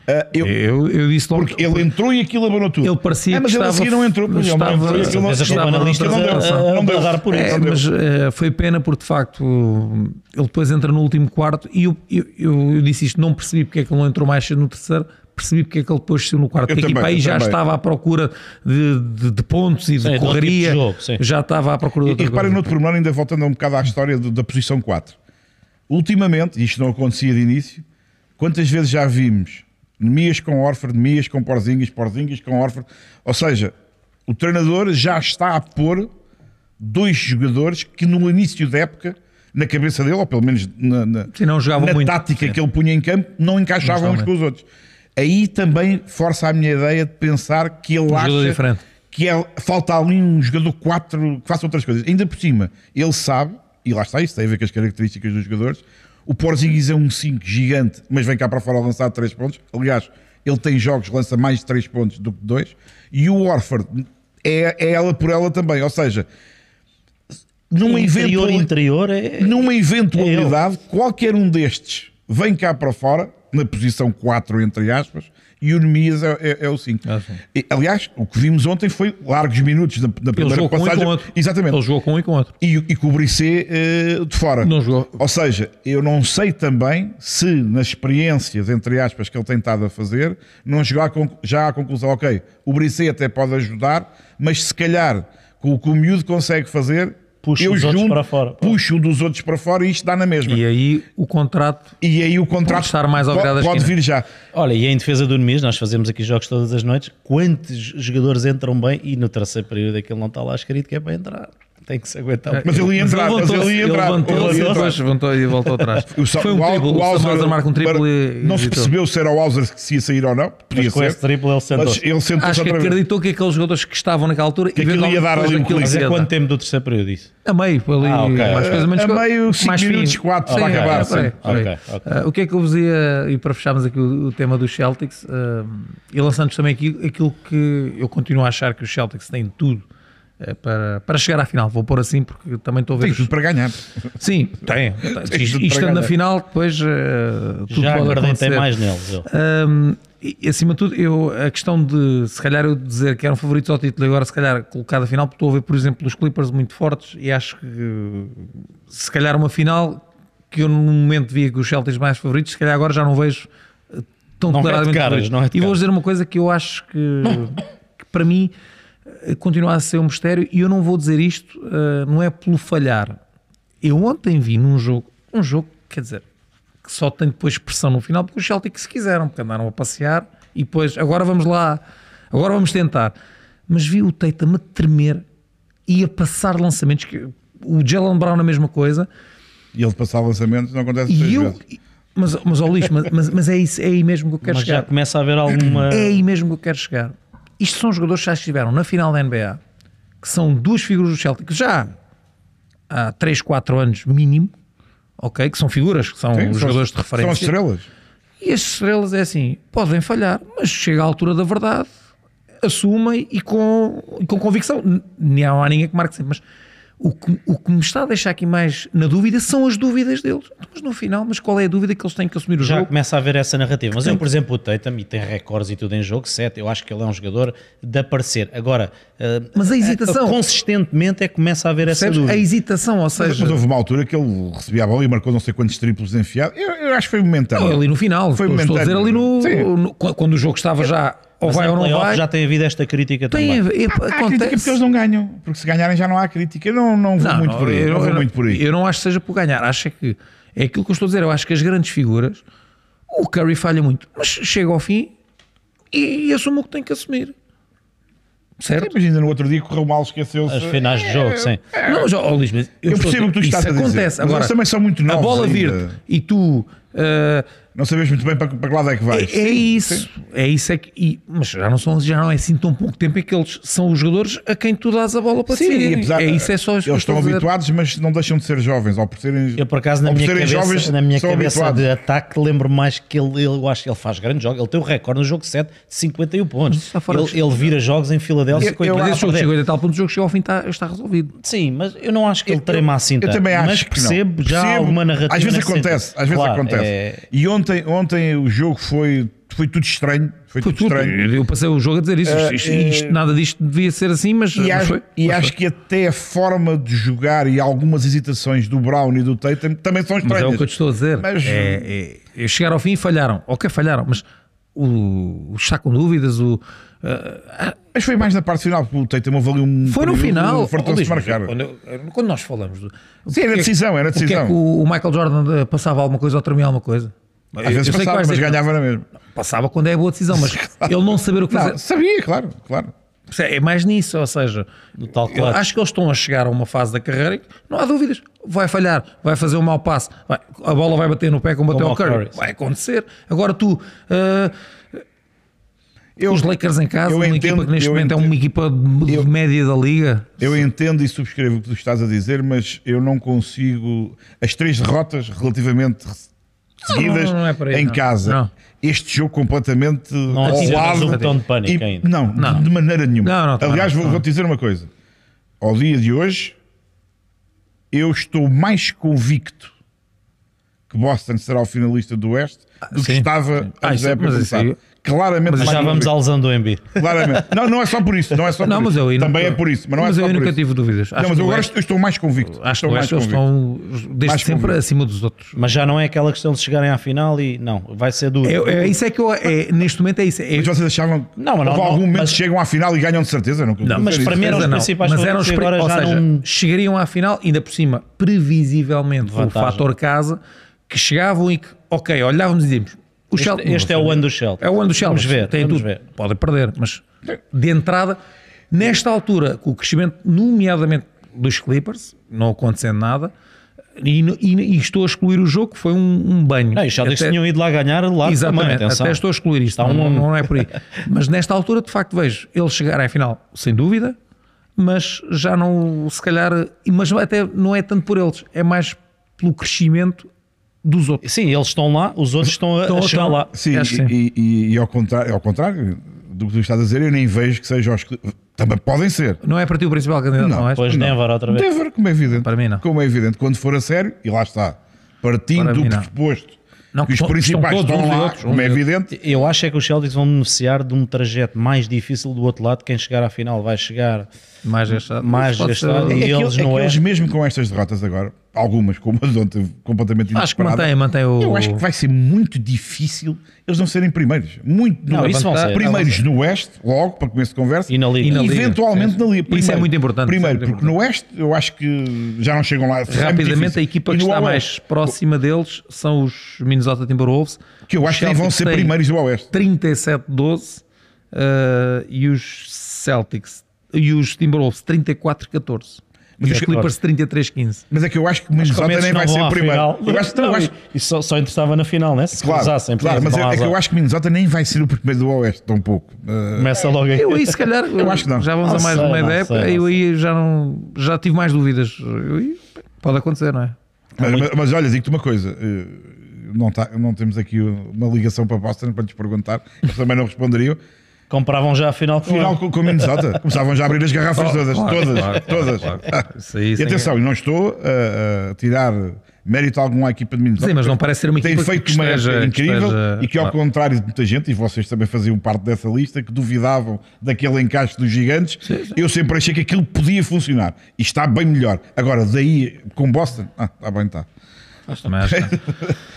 Speaker 3: Ah, eu-
Speaker 2: eu, eu disse logo
Speaker 3: porque ele entrou e aquilo abanou tudo.
Speaker 2: Ele parecia
Speaker 3: Ah, mas
Speaker 2: que
Speaker 3: ele a
Speaker 2: estava-
Speaker 3: seguir não entrou. mas ele não
Speaker 2: estava-
Speaker 3: entrou e aquilo não-
Speaker 4: Mas a
Speaker 2: Estava
Speaker 4: culpa
Speaker 2: na
Speaker 4: analista
Speaker 3: não deu,
Speaker 2: apresentação.
Speaker 4: a, a,
Speaker 3: não deu.
Speaker 4: dar por
Speaker 2: É,
Speaker 4: isso.
Speaker 2: mas eh, foi pena porque de facto ele depois entra no último quarto e eu, eu, eu- eu disse isto, não percebi porque é que ele não entrou mais cedo no terceiro, percebi porque é que ele depois saiu no quarto.
Speaker 3: Eu
Speaker 2: Porque a equipa
Speaker 3: também,
Speaker 2: aí
Speaker 3: eu
Speaker 2: já
Speaker 3: também.
Speaker 2: estava à procura de, de- de pontos e de
Speaker 4: Sim, de outro
Speaker 2: correria,
Speaker 4: tipo de jogo, sim.
Speaker 2: já estava à procura de
Speaker 3: E
Speaker 2: outra
Speaker 3: reparem
Speaker 2: coisa.
Speaker 3: no outro pormenor, ainda voltando um bocado à história do- da posição 4. Ultimamente, e isto não acontecia de início, quantas vezes já vimos Nemias com Orford, Nemias com Porzinhas, Porzinhas com Orford. Ou seja, o treinador já está a pôr dois jogadores que no início da época, na cabeça dele, ou pelo menos na, na-
Speaker 2: Sim, não jogavam
Speaker 3: na
Speaker 2: muito.
Speaker 3: tática que ele punha em campo, não encaixavam uns
Speaker 2: Justamente.
Speaker 3: com os outros. Aí também força a minha ideia de pensar que ele
Speaker 2: Um jogador
Speaker 3: acha
Speaker 2: diferente.
Speaker 3: que é, falta ali um jogador 4 que faça outras coisas. Ainda por cima, ele sabe, e lá está, isso tem a ver com as características dos jogadores. O Porzingis é um 5 gigante, mas vem cá para fora lançar 3 pontos. Aliás, ele tem jogos, que lança mais de 3 pontos do que 2. E o Orford é, é ela por ela também. Ou seja, num
Speaker 4: interior,
Speaker 3: eventual-
Speaker 4: interior é.
Speaker 3: numa eventualidade, qualquer um destes vem cá para fora, na posição 4, entre aspas, e o Nemias é, é- é o 5.
Speaker 2: Ah, sim.
Speaker 3: E, aliás, o que vimos ontem foi largos minutos na, na
Speaker 2: Ele
Speaker 3: primeira
Speaker 2: jogou com um e
Speaker 3: passagem.
Speaker 2: com outro.
Speaker 3: Exatamente.
Speaker 2: Ele jogou com um e com outro.
Speaker 3: E, e com o Brissé eh, de fora.
Speaker 2: Não jogou.
Speaker 3: Ou seja, eu não sei também se nas experiências, entre aspas, que ele tem estado a fazer, não chegou à conc- já à conclusão, ok, o Brissé até pode ajudar, mas se calhar com o que o miúdo consegue fazer,
Speaker 4: Puxa
Speaker 3: eu
Speaker 4: os
Speaker 3: junto,
Speaker 4: outros para fora.
Speaker 3: puxo um dos outros para fora e isto dá na mesma.
Speaker 2: E aí o contrato.
Speaker 3: E aí o contrato
Speaker 2: Pode estar mais ao
Speaker 3: po-
Speaker 2: grado da
Speaker 3: pode
Speaker 2: esquina.
Speaker 3: vir já.
Speaker 4: Olha, e em defesa do Nemias, nós fazemos aqui jogos todas as noites. Quantos jogadores entram bem e no terceiro período aquilo não está lá escrito que é para entrar? Tem que se
Speaker 2: É,
Speaker 4: aguentar. um
Speaker 3: Mas ele ia entrar, mas
Speaker 2: levantou-se,
Speaker 3: ele ia entrar.
Speaker 2: levantou-se,
Speaker 3: Ele ia entrar.
Speaker 2: depois levantou e voltou atrás.
Speaker 3: O Sa-
Speaker 2: Foi um
Speaker 3: o Al-
Speaker 2: triplo.
Speaker 3: o
Speaker 2: O
Speaker 3: Alzer-
Speaker 2: Alzer marca um triplo e.
Speaker 3: Não se
Speaker 2: evitou.
Speaker 3: percebeu se era o Alzer que se ia sair ou não. Podia
Speaker 4: Mas com
Speaker 3: ser.
Speaker 4: esse triplo ele
Speaker 3: mas
Speaker 4: sentou-se.
Speaker 3: ele sentou-se
Speaker 2: Acho que
Speaker 3: outra vez.
Speaker 2: acreditou que aqueles jogadores que estavam naquela altura.
Speaker 3: aquilo ia
Speaker 2: eventualmente,
Speaker 3: dar ali
Speaker 2: depois
Speaker 3: um
Speaker 2: daquilo,
Speaker 3: clique.
Speaker 4: Mas
Speaker 2: ia
Speaker 4: é
Speaker 2: dar.
Speaker 4: quanto tempo do terceiro período isso?
Speaker 2: A meio, foi ali
Speaker 4: Ah, ok.
Speaker 2: mais coisa, menos
Speaker 3: A
Speaker 2: co-
Speaker 3: meio, cinco
Speaker 2: mais
Speaker 3: minutos,
Speaker 2: fino.
Speaker 3: quatro
Speaker 2: Sim,
Speaker 3: para
Speaker 2: é,
Speaker 3: acabar,
Speaker 2: é por aí,
Speaker 3: sim.
Speaker 2: por aí.
Speaker 4: Ok, ok.
Speaker 2: Ah, o que é que eu vos ia, e para fecharmos aqui o, o tema dos Celtics, ah, e lançando-vos também aqui aquilo que eu continuo a achar que os Celtics têm tudo eh, para, para chegar à final, vou pôr assim porque também estou a ver.
Speaker 3: Tem
Speaker 2: os-
Speaker 3: tudo para ganhar.
Speaker 2: Sim, tem. E-
Speaker 3: Tem
Speaker 2: E
Speaker 3: tudo para
Speaker 2: estando na
Speaker 3: ganhar.
Speaker 2: final, depois eh, tudo
Speaker 4: Já
Speaker 2: pode
Speaker 4: acreditei
Speaker 2: acontecer.
Speaker 4: mais neles. eu.
Speaker 2: Hum, e, e acima de tudo, eu, a questão de se calhar eu dizer que eram favoritos ao título e agora se calhar colocado a final, porque estou a ver, por exemplo, os Clippers muito fortes e acho que se calhar uma final que eu no momento via que os Celtics mais favoritos, se calhar agora já não vejo eh, tão
Speaker 4: Não é de
Speaker 2: claramente
Speaker 4: caras,
Speaker 2: favoritos.
Speaker 4: não é de
Speaker 2: E vou
Speaker 4: caras.
Speaker 2: dizer uma coisa que eu acho que, que para mim eh, continua a ser um mistério e eu não vou dizer isto, eh, não é pelo falhar. Eu ontem vi num jogo, um jogo, quer dizer, que só tem depois pressão no final, porque os Celtics quiseram, porque andaram a passear e depois, agora vamos lá, agora vamos tentar. Mas vi o Tatum a tremer e a passar lançamentos, que o Jalen Brown a mesma coisa,
Speaker 3: E ele passar lançamentos não acontece três
Speaker 2: e
Speaker 4: é.
Speaker 2: eu...
Speaker 3: vezes.
Speaker 2: Mas, mas ó lixo, mas, mas, mas é, isso, é aí mesmo que eu quero
Speaker 4: Mas já
Speaker 2: chegar.
Speaker 4: começa a haver alguma.
Speaker 2: É aí mesmo que eu quero chegar. Isto são jogadores que já estiveram na final da NBA, que são duas figuras do Celtic, que já há 3, 4 anos mínimo, ok? Que são figuras, que são
Speaker 3: Sim,
Speaker 2: os
Speaker 3: são-
Speaker 2: jogadores de referência.
Speaker 3: São as estrelas.
Speaker 2: E as estrelas é assim, podem falhar, mas chega à altura da verdade, assumem e com, e com convicção. N- Não há ninguém que marque sempre, mas o que, o que me está a deixar aqui mais na dúvida são as dúvidas deles. Então, Mas no final, mas qual é a dúvida que eles têm que assumir o
Speaker 4: já
Speaker 2: jogo?
Speaker 4: começa a haver essa narrativa. Mas eu, por exemplo, o Tatum, e tem recordes e tudo em jogo, 7, eu acho que ele é um jogador de aparecer. Agora, eh,
Speaker 2: Mas a hesitação.
Speaker 4: consistentemente é que começa a haver essa
Speaker 2: Percebes?
Speaker 4: dúvida.
Speaker 2: A hesitação, ou
Speaker 3: Mas
Speaker 2: seja,
Speaker 3: houve uma altura que ele recebia a bola e marcou não sei quantos triplos enfiados. Eu, eu acho que foi momentâneo.
Speaker 2: não, ali no final,
Speaker 3: Foi
Speaker 2: estou estou a dizer ali no,
Speaker 3: momentâneo.
Speaker 2: no- quando o jogo estava já ou
Speaker 4: Mas
Speaker 2: vai
Speaker 4: em
Speaker 2: ou não
Speaker 4: playoff
Speaker 2: vai.
Speaker 4: já tem havido esta crítica
Speaker 2: Tem
Speaker 4: também.
Speaker 2: a ver-
Speaker 3: Há crítica porque eles não ganham. Porque se ganharem já não há crítica. Eu não, não vou muito por aí.
Speaker 2: eu
Speaker 3: não
Speaker 2: não-
Speaker 3: vou
Speaker 2: eu não-
Speaker 3: muito por aí.
Speaker 2: Eu não acho que seja por ganhar. Acho é que é aquilo que eu estou a dizer. Eu acho que as grandes figuras, o Curry falha muito, mas chega ao fim e, e assume o que tem que assumir.
Speaker 3: Sim,
Speaker 2: Certo?
Speaker 3: mas ainda no outro dia correu mal, esqueceu-se.
Speaker 4: As finais de
Speaker 2: É.
Speaker 4: jogo, sim.
Speaker 2: Não, mas, ó, Luís, mas
Speaker 3: Eu
Speaker 2: estou
Speaker 3: percebo o
Speaker 2: a
Speaker 3: que tu
Speaker 2: dizer,
Speaker 3: estás
Speaker 2: isso
Speaker 3: a dizer,
Speaker 2: acontece.
Speaker 3: mas
Speaker 2: Agora,
Speaker 3: eles também são muito
Speaker 2: a
Speaker 3: novos
Speaker 2: bola
Speaker 3: ainda.
Speaker 2: vir-te e tu. ah,
Speaker 3: Não sabes muito bem para, que- para que lado é que vais.
Speaker 2: É, é isso, é isso é que, e- mas já não, são, já não é assim tão pouco tempo é que eles são os jogadores a quem tu dás a bola para
Speaker 3: Sim,
Speaker 2: decidir.
Speaker 3: e apesar-
Speaker 2: é isso, é só isso que eu
Speaker 3: Eles estão
Speaker 2: a dizer.
Speaker 3: habituados, mas não deixam de ser jovens. Ou por serem,
Speaker 4: Eu, por acaso, na
Speaker 3: ou por
Speaker 4: minha
Speaker 3: serem
Speaker 4: cabeça,
Speaker 3: jovens,
Speaker 4: na minha
Speaker 3: são
Speaker 4: cabeça
Speaker 3: habituados.
Speaker 4: de ataque, lembro mais que ele, ele- eu acho que ele faz grande jogo. Ele tem o recorde no jogo 7 de 51 pontos.
Speaker 2: está fora de-
Speaker 4: Ele, ele vira jogos em Filadélfia
Speaker 3: Eu-
Speaker 4: com
Speaker 3: eu
Speaker 2: Mas esse
Speaker 4: 80 a
Speaker 2: jogo
Speaker 4: perder.
Speaker 2: chegou a tal ponto, o jogo chegou ao fim está, está resolvido.
Speaker 4: Sim, mas eu não acho que ele
Speaker 3: Eu-
Speaker 4: trema assim
Speaker 3: Eu
Speaker 4: tanto.
Speaker 3: também acho
Speaker 4: Mas
Speaker 3: que não.
Speaker 4: percebo já
Speaker 3: Percebo.
Speaker 4: alguma narrativa.
Speaker 3: Às vezes
Speaker 4: nesse
Speaker 3: acontece,
Speaker 4: sentido.
Speaker 3: às vezes
Speaker 4: Claro,
Speaker 3: acontece.
Speaker 4: é-
Speaker 3: E ontem, ontem o jogo foi, foi tudo estranho. Foi,
Speaker 2: Foi
Speaker 3: tudo,
Speaker 2: tudo.
Speaker 3: estranho.
Speaker 2: Eu passei o jogo a dizer isso. Isto- isto- isto- nada disto devia ser assim, mas,
Speaker 3: E,
Speaker 2: mas
Speaker 3: acho,
Speaker 2: foi.
Speaker 3: e
Speaker 2: Mas
Speaker 3: acho
Speaker 2: foi.
Speaker 3: que até a forma de jogar e algumas hesitações do Brown e do Tatum também são
Speaker 2: Mas é
Speaker 3: estranhas.
Speaker 2: o que eu te estou a dizer.
Speaker 3: Mas-
Speaker 2: É, é, é, chegaram ao fim e falharam. Ok, falharam, mas o, o está com dúvidas, o,
Speaker 3: Mas foi mais na parte final, porque o Tatum avaliou um
Speaker 2: Foi no
Speaker 3: período,
Speaker 2: final.
Speaker 3: fartou-se de
Speaker 2: Oh, Luís,
Speaker 3: marcar.
Speaker 2: mas Quando, quando nós falamos. do-
Speaker 3: Sim, era
Speaker 2: porque-
Speaker 3: decisão, era
Speaker 2: porque é
Speaker 3: decisão.
Speaker 2: que o, o Michael Jordan eh, passava alguma coisa ou tremia alguma coisa?
Speaker 3: Às vezes
Speaker 2: sei que
Speaker 3: passava,
Speaker 2: vais
Speaker 3: mas
Speaker 2: dizer que
Speaker 3: ganhava na mesma.
Speaker 2: não. Passava quando é boa decisão, mas ele não saber o que
Speaker 3: Não,
Speaker 2: fazer.
Speaker 3: sabia, claro, claro.
Speaker 2: Percebe? É mais nisso, ou seja,
Speaker 4: No tal
Speaker 2: eu
Speaker 4: clutch.
Speaker 2: acho que eles estão a chegar a uma fase da carreira em que não há dúvidas. Vai falhar, vai fazer um mau passo, vai- a bola vai bater no pé como bateu ao
Speaker 4: Como ao
Speaker 2: Curry.
Speaker 4: Curry, sim.
Speaker 2: Vai acontecer. Agora tu, ah,
Speaker 3: Eu,
Speaker 2: os Lakers em casa,
Speaker 3: eu
Speaker 2: uma equipa
Speaker 3: entendo-
Speaker 2: que neste
Speaker 3: eu
Speaker 2: momento é
Speaker 3: entendo-
Speaker 2: uma equipa de de
Speaker 3: eu-
Speaker 2: média da liga.
Speaker 3: eu entendo e subscrevo o que tu estás a dizer, mas eu não consigo. As três derrotas relativamente re- seguidas
Speaker 2: não, não é por aí,
Speaker 3: em
Speaker 2: não.
Speaker 3: casa.
Speaker 2: Não.
Speaker 3: Assim, Não ao completamente ao
Speaker 4: atingimos
Speaker 3: lado.
Speaker 4: o botão de pânico
Speaker 3: e-
Speaker 4: ainda.
Speaker 3: Não, de-
Speaker 2: Não.
Speaker 3: de maneira nenhuma.
Speaker 2: Não, tá não, também
Speaker 3: Aliás,
Speaker 2: não,
Speaker 3: vou, vou-te dizer uma coisa. Ao dia de hoje, eu estou mais convicto que Boston será o finalista do Oeste do que
Speaker 2: sim,
Speaker 3: estava
Speaker 2: sim.
Speaker 3: a
Speaker 2: Ah, isso-
Speaker 3: José
Speaker 2: mas
Speaker 3: para
Speaker 2: isso
Speaker 3: pensar.
Speaker 2: aí-
Speaker 3: Claramente,
Speaker 2: mas
Speaker 3: mais
Speaker 4: já
Speaker 3: do
Speaker 4: vamos
Speaker 3: que-
Speaker 4: ao Zandoembi.
Speaker 3: claramente. Não, não é só por isso. Não é só
Speaker 2: Não,
Speaker 3: por
Speaker 2: mas
Speaker 3: isso.
Speaker 2: eu aí
Speaker 3: Também
Speaker 2: nunca-
Speaker 3: é por isso, mas não é
Speaker 2: mas
Speaker 3: só
Speaker 2: eu aí
Speaker 3: por
Speaker 2: nunca
Speaker 3: isso.
Speaker 2: tive dúvidas.
Speaker 3: Não,
Speaker 2: Acho que
Speaker 3: mas eu
Speaker 2: o
Speaker 3: agora
Speaker 2: Oeste-
Speaker 3: estou- estou mais convicto.
Speaker 2: Acho que
Speaker 3: Estou
Speaker 2: o
Speaker 3: mais
Speaker 2: Oeste eles
Speaker 3: convicto.
Speaker 2: estão desde
Speaker 3: Mais
Speaker 2: sempre
Speaker 3: convicto.
Speaker 2: acima dos outros.
Speaker 4: Mas já não é aquela questão de chegarem à final e não, vai ser duro.
Speaker 2: É, é isso é que eu. É, neste momento é isso. É-
Speaker 3: Mas vocês achavam que
Speaker 4: Não, mas não-
Speaker 3: houve
Speaker 4: não,
Speaker 3: algum momento
Speaker 4: mas-
Speaker 3: que chegam à final e ganham de certeza? Não,
Speaker 2: Não,
Speaker 4: mas
Speaker 3: isso.
Speaker 4: para mim eram os principais
Speaker 2: mas eram
Speaker 4: favoritos
Speaker 2: os
Speaker 4: e
Speaker 2: pri-
Speaker 4: agora
Speaker 2: ou
Speaker 4: já
Speaker 2: seja,
Speaker 4: não-
Speaker 2: chegariam à final, ainda por cima, previsivelmente, com o
Speaker 4: Vantagem.
Speaker 2: fator casa, que chegavam e que, ok, olhávamos e dizíamos, o
Speaker 4: Este,
Speaker 2: Chelsea-
Speaker 4: este é o ano do Shelton.
Speaker 2: É o ano do Chelsea.
Speaker 4: Vamos ver,
Speaker 2: Tem
Speaker 4: vamos
Speaker 2: tudo.
Speaker 4: ver.
Speaker 2: Podem perder, mas de entrada, nesta altura, com o crescimento, nomeadamente dos Clippers, não acontecendo nada, e, e- e estou a excluir o jogo, que foi um, um banho.
Speaker 4: Não, e os Celtics
Speaker 2: Até-
Speaker 4: tinham ido lá ganhar lá
Speaker 2: Exatamente,
Speaker 4: também, atenção.
Speaker 2: até estou a excluir isto,
Speaker 4: Está um
Speaker 2: não,
Speaker 4: a um.
Speaker 2: não é por aí. Mas nesta altura, de facto, vejo eles chegarem à final, sem dúvida, mas já não, se calhar, mas até não é tanto por eles, é mais pelo crescimento dos outros.
Speaker 4: Sim, eles estão lá, os outros estão a,
Speaker 2: Estão-
Speaker 4: a chegar
Speaker 2: estão-
Speaker 4: lá.
Speaker 3: Sim,
Speaker 2: Acho que
Speaker 3: e-
Speaker 2: sim.
Speaker 3: E, e- e ao, contrário, ao contrário do que tu estás a dizer, eu nem vejo que seja os que. Também podem ser.
Speaker 2: Não é para ti o principal candidato, não,
Speaker 3: Não,
Speaker 2: és?
Speaker 4: Depois Denver outra vez.
Speaker 3: Denver, como é evidente.
Speaker 2: Para mim, não.
Speaker 3: Como é evidente. Quando for a sério, e lá está. Partindo
Speaker 2: Para
Speaker 3: do
Speaker 2: mim, não.
Speaker 3: pressuposto
Speaker 2: Não,
Speaker 3: que os
Speaker 2: estão-
Speaker 3: principais
Speaker 2: estão
Speaker 3: estão,
Speaker 2: todos uns e
Speaker 3: lá,
Speaker 2: outros, uns
Speaker 3: como é
Speaker 2: e outros.
Speaker 3: evidente.
Speaker 4: Eu acho é que os Celtics vão beneficiar de um trajeto mais difícil do outro lado. Quem chegar à final vai chegar.
Speaker 2: mais gastado.
Speaker 4: Mais
Speaker 2: Pode ser-
Speaker 4: gastado.
Speaker 3: É que,
Speaker 4: E eles
Speaker 3: é que
Speaker 4: não é.
Speaker 3: eles mesmo com estas derrotas agora, algumas como as de ontem, completamente
Speaker 2: Acho que
Speaker 3: inesperadas,
Speaker 2: mantém, mantém o.
Speaker 3: Eu acho que vai ser muito difícil eles não serem primeiros. Muito
Speaker 4: Não, isso vão ser.
Speaker 3: Primeiros no Oeste, logo, para começo de conversa.
Speaker 4: E na Liga.
Speaker 2: E na Liga.
Speaker 3: Eventualmente na Liga.
Speaker 2: Isso é muito importante,
Speaker 3: Primeiro,
Speaker 2: isso é muito
Speaker 3: porque no Oeste eu acho que já não chegam lá. É muito
Speaker 2: Rapidamente,
Speaker 3: difícil.
Speaker 2: a equipa
Speaker 3: E um.
Speaker 2: que
Speaker 3: no
Speaker 2: está
Speaker 3: Oeste,
Speaker 2: mais próxima deles são os Minnesota Timberwolves.
Speaker 3: Que eu acho que
Speaker 2: Os
Speaker 3: nem vão
Speaker 2: Celtics
Speaker 3: ser
Speaker 2: têm
Speaker 3: primeiros do Oeste.
Speaker 2: 37-12 eh, e os Celtics e os Timberwolves 34-14. E os
Speaker 4: é que-
Speaker 2: Clippers 33-15.
Speaker 3: Mas é que eu acho que o
Speaker 4: Como
Speaker 3: Minnesota
Speaker 4: eles
Speaker 3: nem
Speaker 4: não
Speaker 3: vai
Speaker 4: vão
Speaker 3: ser
Speaker 4: à
Speaker 3: primeiro.
Speaker 4: final-
Speaker 3: Eu acho,
Speaker 4: Não,
Speaker 3: eu acho-
Speaker 4: e só, só interessava na final, né? Se cruzassem,
Speaker 3: claro, claro, mas
Speaker 4: portanto,
Speaker 3: é,
Speaker 4: vão
Speaker 3: é que eu
Speaker 4: azar.
Speaker 3: acho que Minnesota nem vai ser o primeiro do Oeste, tão pouco. Uh,
Speaker 4: Começa logo aí.
Speaker 2: Eu aí, se calhar,
Speaker 3: Eu acho que não.
Speaker 2: já vamos
Speaker 4: Não
Speaker 2: a mais
Speaker 4: sei,
Speaker 2: uma
Speaker 4: não
Speaker 2: ideia.
Speaker 4: sei, não
Speaker 2: eu aí já, não, já tive mais dúvidas. Eu aí- pode acontecer, não é?
Speaker 3: mas, mas- mas olha, digo-te uma coisa. uh, não, tá- não temos aqui uma ligação para Boston para lhes perguntar. Eles também não responderiam.
Speaker 4: Compravam já a final com
Speaker 3: Final com, com Minnesota. Começavam já a abrir as garrafas todas.
Speaker 2: claro,
Speaker 3: todas.
Speaker 2: claro,
Speaker 3: todas. Ah,
Speaker 2: Isso é aí,
Speaker 3: E
Speaker 2: sem-
Speaker 3: atenção, eu não estou a, a tirar mérito algum à equipa de Minnesota.
Speaker 2: Sim, mas não parece ser uma
Speaker 3: Tem
Speaker 2: equipa
Speaker 3: feito
Speaker 2: que
Speaker 3: uma
Speaker 2: esteja-
Speaker 3: época incrível
Speaker 2: esteja-
Speaker 3: e que, ao
Speaker 2: claro.
Speaker 3: contrário de muita gente, e vocês também faziam parte dessa lista, que duvidavam daquele encaixe dos gigantes, eu sempre achei que aquilo podia funcionar. E está bem melhor. Agora, daí, com Boston, ah, está bem, está.
Speaker 2: Também acho que não.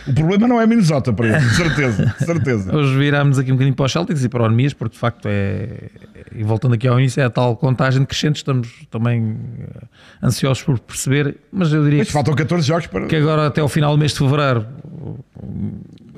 Speaker 3: O problema não é Minnesota para eles, de certeza, de certeza.
Speaker 2: Hoje virámos aqui um bocadinho para os Celtics e para o Anemias, porque de facto é. E voltando aqui ao início, é a tal contagem decrescente, estamos também eh, ansiosos por perceber, mas eu diria
Speaker 3: Mas
Speaker 2: que,
Speaker 3: faltam 14 jogos para.
Speaker 2: que agora até ao final do mês de fevereiro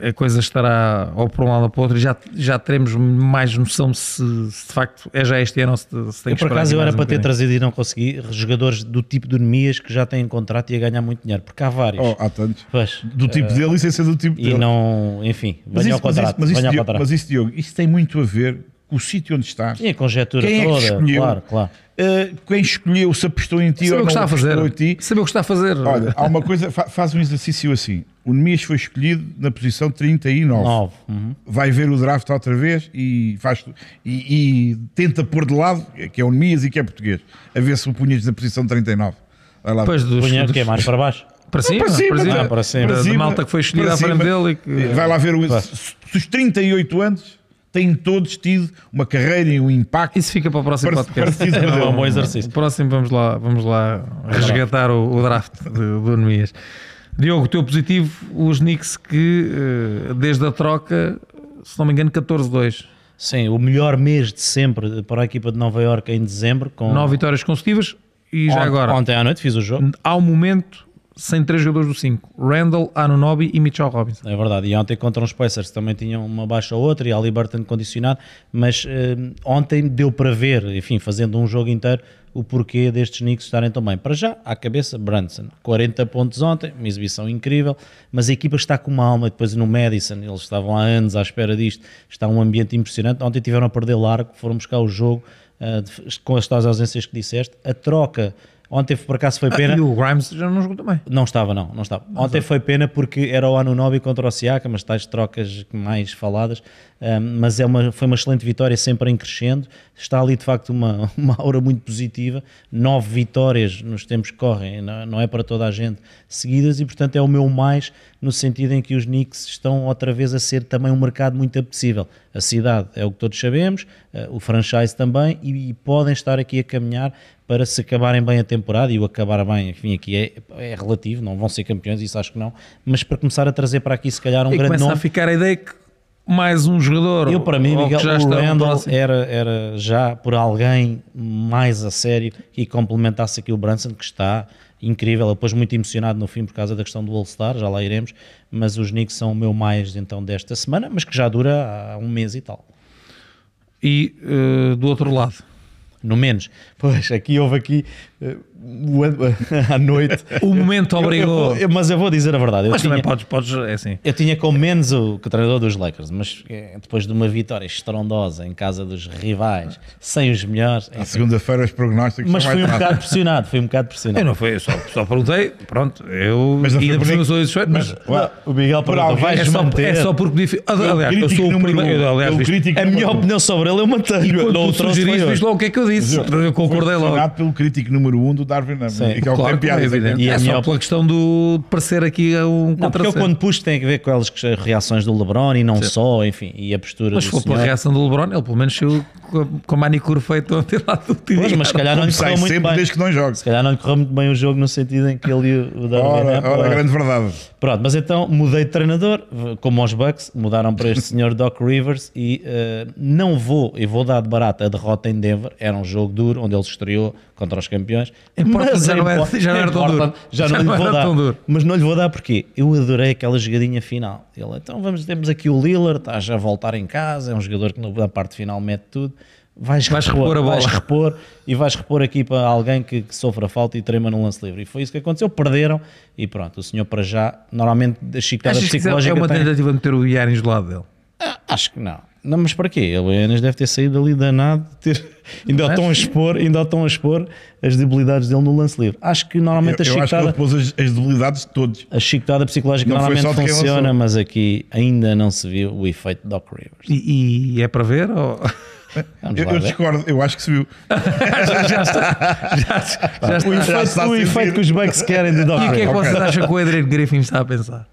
Speaker 2: eh, a coisa estará ou por um lado ou para o outro e já, já teremos mais noção se, se de facto é já este ano ou se, se tem
Speaker 4: Eu,
Speaker 2: que
Speaker 4: por
Speaker 2: esperar
Speaker 4: acaso,
Speaker 2: aqui
Speaker 4: eu era
Speaker 2: mais um
Speaker 4: para ter
Speaker 2: bocadinho.
Speaker 4: trazido e não consegui jogadores do tipo de Nemias que já têm contrato e a ganhar muito dinheiro, porque há vários.
Speaker 3: Oh, há tantos.
Speaker 4: Pois.
Speaker 3: Do tipo dele e sem ser do tipo
Speaker 4: E
Speaker 3: dele.
Speaker 4: não, enfim, venha ao contrato.
Speaker 3: mas, isso,
Speaker 4: venha ao
Speaker 3: Diogo,
Speaker 4: contrato.
Speaker 3: mas isso, Diogo, isso tem muito a ver com o sítio onde estás.
Speaker 4: E a conjetura
Speaker 3: Quem é que
Speaker 4: toda,
Speaker 3: escolheu?
Speaker 4: claro, claro.
Speaker 3: Eh, quem escolheu se apostou em ti
Speaker 2: Saber
Speaker 3: ou
Speaker 2: o que está
Speaker 3: não
Speaker 4: um
Speaker 2: a
Speaker 3: apostou em ti.
Speaker 2: fazer. Saber o que está a fazer.
Speaker 3: Olha,
Speaker 4: ah,
Speaker 3: há uma coisa, fa- faz um exercício assim. O Nemias foi escolhido na posição 39.
Speaker 4: Nove. Uhum.
Speaker 3: Vai ver o draft outra vez e, faz, e, e tenta pôr de lado, que é o Nemias e que é português, a ver se o punhas na posição 39. Vai lá.
Speaker 2: depois dos,
Speaker 4: Punha o
Speaker 2: dos-
Speaker 4: quê? Mais para baixo?
Speaker 2: para cima,
Speaker 3: para cima,
Speaker 4: Ah, é para cima.
Speaker 2: Da- da malta que foi escolhida
Speaker 3: para
Speaker 2: à frente
Speaker 3: cima.
Speaker 2: dele e que-
Speaker 3: Vai lá ver o, se- dos 38 anos, têm todos tido uma carreira e um impacto
Speaker 2: Isso fica para o próximo
Speaker 3: parecido
Speaker 2: podcast.
Speaker 3: parecido com o
Speaker 4: É
Speaker 3: dele.
Speaker 4: um bom exercício.
Speaker 2: O próximo vamos lá, vamos lá resgatar o, o draft do, do Nemias. Diogo, o teu positivo, os Knicks que eh, desde a troca, se não me engano, 14-2.
Speaker 4: Sim, o melhor mês de sempre para a equipa de Nova Iorque em dezembro. Com
Speaker 2: nove vitórias consecutivas e já
Speaker 4: Ont-
Speaker 2: agora,
Speaker 4: Ontem à noite fiz o jogo.
Speaker 2: ao momento, sem três jogadores do 5. Randall, Anunobi e Mitchell Robinson.
Speaker 4: É verdade, e ontem contra os Pacers também tinham uma baixa ou outra e a Liberton condicionado, mas eh, ontem deu para ver, enfim, fazendo um jogo inteiro, o porquê destes Knicks estarem tão bem. Para já, à cabeça, Brunson, 40 pontos ontem, uma exibição incrível, mas a equipa está com uma alma, e depois no Madison, eles estavam há anos à espera disto, está um ambiente impressionante, ontem tiveram a perder largo, foram buscar o jogo, eh, de- com as tais ausências que disseste, a troca Ontem, por acaso, foi pena.
Speaker 2: E o Grimes já não jogou também.
Speaker 4: Não estava, não, não estava. Ontem foi pena porque era o Anunobi contra o Siakam, as tais trocas mais faladas, ahm, mas é uma, foi uma excelente vitória, sempre em crescendo. Está ali de facto uma, uma aura muito positiva. Nove vitórias nos tempos que correm, não, não é para toda a gente, seguidas, e portanto é o meu mais no sentido em que os Knicks estão outra vez a ser também um mercado muito apetecível. A cidade é o que todos sabemos, eh, o franchise também, e, e podem estar aqui a caminhar para se acabarem bem a temporada, e o acabar bem, enfim, aqui é, é relativo, não vão ser campeões, isso acho que não, mas para começar a trazer para aqui se calhar um
Speaker 2: e
Speaker 4: grande
Speaker 2: começa
Speaker 4: nome.
Speaker 2: a ficar a ideia que mais um jogador.
Speaker 4: Eu, para mim,
Speaker 2: ou que
Speaker 4: Miguel,
Speaker 2: já
Speaker 4: o
Speaker 2: está
Speaker 4: Randall é-
Speaker 2: próximo.
Speaker 4: era, era já por alguém mais a sério e complementasse aqui o Branson, que está incrível. Ele pôs muito emocionado no fim por causa da questão do All-Star, já lá iremos. Mas os Knicks são o meu mais, então, desta semana, mas que já dura há um mês e tal.
Speaker 2: E eh, do outro lado,
Speaker 4: No menos. Pois, aqui houve aqui eh, o ano- à noite.
Speaker 2: o momento
Speaker 4: Eu- eu
Speaker 2: obrigou.
Speaker 4: vou- eu- mas eu vou dizer a verdade. Eu
Speaker 2: Mas também
Speaker 4: tinha-
Speaker 2: podes, podes, é assim.
Speaker 4: Eu tinha com menos o, que o treinador dos Lakers, mas eh, depois de uma vitória estrondosa em casa dos rivais, sem os melhores,
Speaker 2: Ah,
Speaker 3: À segunda-feira os prognósticos
Speaker 4: mas
Speaker 3: são
Speaker 4: fui
Speaker 3: mais
Speaker 4: um
Speaker 3: rápidos.
Speaker 4: bocado pressionado, fui um
Speaker 2: é
Speaker 4: bocado
Speaker 2: Eu
Speaker 4: pressionado.
Speaker 2: não fui, eu só, só perguntei, pronto, eu
Speaker 3: Mas não
Speaker 2: ainda por
Speaker 3: foi por
Speaker 2: cima
Speaker 3: aí-
Speaker 2: sou insuspeito, mas
Speaker 3: Ué,
Speaker 4: O Miguel perguntou,
Speaker 3: alguém
Speaker 4: vais
Speaker 2: é só,
Speaker 4: manter?
Speaker 2: é só porque difícil. Aliás, eu
Speaker 3: crítico
Speaker 2: sou o
Speaker 3: número
Speaker 2: primeiro.
Speaker 3: um.
Speaker 2: aliás,
Speaker 3: É o
Speaker 2: viste-
Speaker 3: crítico
Speaker 4: A minha
Speaker 3: número um.
Speaker 4: opinião sobre ele eu
Speaker 2: tipo e
Speaker 4: mantenho,
Speaker 2: quando
Speaker 4: não o
Speaker 2: tu
Speaker 4: trouxe para
Speaker 2: sugeriste,
Speaker 4: aí
Speaker 2: viste
Speaker 4: hoje.
Speaker 2: logo o que é que eu disse. Portanto, eu concordei
Speaker 3: Foi
Speaker 2: logo.
Speaker 3: pressionado pelo crítico número um do Darwin Nunes.
Speaker 4: Sim,
Speaker 3: E que é o
Speaker 2: Claro,
Speaker 3: que tem
Speaker 2: que não
Speaker 3: piada.
Speaker 2: é
Speaker 3: exatamente.
Speaker 2: evidente.
Speaker 4: E
Speaker 2: É
Speaker 4: a minha
Speaker 2: só
Speaker 4: op-
Speaker 2: pela questão do, de parecer aqui um
Speaker 4: Não, porque eu
Speaker 2: contrassenso.
Speaker 4: quando puxo tem a ver com elas, que as reações do LeBron e não só, enfim, e a postura
Speaker 2: Mas se
Speaker 4: do
Speaker 2: for pela
Speaker 4: senhor.
Speaker 2: reação do LeBron, ele pelo menos saiu com a- com a manicure feita ontem lá do tiro.
Speaker 4: Pois, mas se calhar não lhe
Speaker 3: Sai
Speaker 4: correu muito
Speaker 3: sempre
Speaker 4: bem.
Speaker 3: desde que não jogue.
Speaker 4: Se calhar não lhe correu muito bem o jogo no sentido em que ele e o Darwin...
Speaker 3: Ora,
Speaker 4: Ham-
Speaker 2: é,
Speaker 3: ora, a grande verdade.
Speaker 4: Pronto, mas então mudei de treinador, como aos Bucks, mudaram para este senhor Doc Rivers e eh, não vou, e vou dar de barata a derrota em Denver, era um jogo duro, onde ele se estreou contra os campeões.
Speaker 2: Em Portland
Speaker 4: Mas
Speaker 2: já
Speaker 4: em
Speaker 2: não era-
Speaker 4: Port-
Speaker 2: já não
Speaker 4: em
Speaker 2: era tão
Speaker 4: Portland
Speaker 2: duro.
Speaker 4: Já
Speaker 2: Já
Speaker 4: não lhe
Speaker 2: não
Speaker 4: vou
Speaker 2: era tão
Speaker 4: dar,
Speaker 2: duro.
Speaker 4: mas não lhe vou dar porque eu adorei aquela jogadinha final. Ele, então vamos, temos aqui o Lillard, está já a voltar em casa, é um jogador que na parte final mete tudo. Vais,
Speaker 2: Vais repor a
Speaker 4: Vais
Speaker 2: bola.
Speaker 4: repor e vais repor aqui para alguém que, que sofra falta e trema no lance livre. E foi isso que aconteceu, perderam e pronto, o senhor para já, normalmente a chicotada
Speaker 2: Achas que isso é
Speaker 4: psicológica
Speaker 2: uma
Speaker 4: tem-
Speaker 2: tentativa de meter o Ianes do lado dele?
Speaker 4: Ah, acho que não. Não, mas para quê? Ele Enes deve ter saído ali danado, ter... ainda,
Speaker 2: é?
Speaker 4: o estão a expor, ainda o estão a expor as debilidades dele no lance livre. Acho que normalmente
Speaker 3: Eu, eu
Speaker 4: a
Speaker 3: acho que
Speaker 4: chicotada
Speaker 3: ele pôs as, as debilidades de todos.
Speaker 4: a chicotada psicológica
Speaker 3: Não foi
Speaker 4: normalmente
Speaker 3: só de quem lançou.
Speaker 4: funciona, mas aqui ainda não se viu o efeito Doc Rivers.
Speaker 2: E, e é para ver? Ou...
Speaker 4: Vamos
Speaker 3: Eu,
Speaker 4: lá
Speaker 3: eu
Speaker 4: ver.
Speaker 3: discordo, eu acho que se viu. Ah,
Speaker 2: Já está.
Speaker 4: O
Speaker 3: Já está a
Speaker 4: efeito, o
Speaker 3: sentir.
Speaker 4: efeito que os Bucks querem de Doc
Speaker 2: E o que é que
Speaker 4: Rivers.
Speaker 2: vocês acham que o Adrian Griffin está a pensar?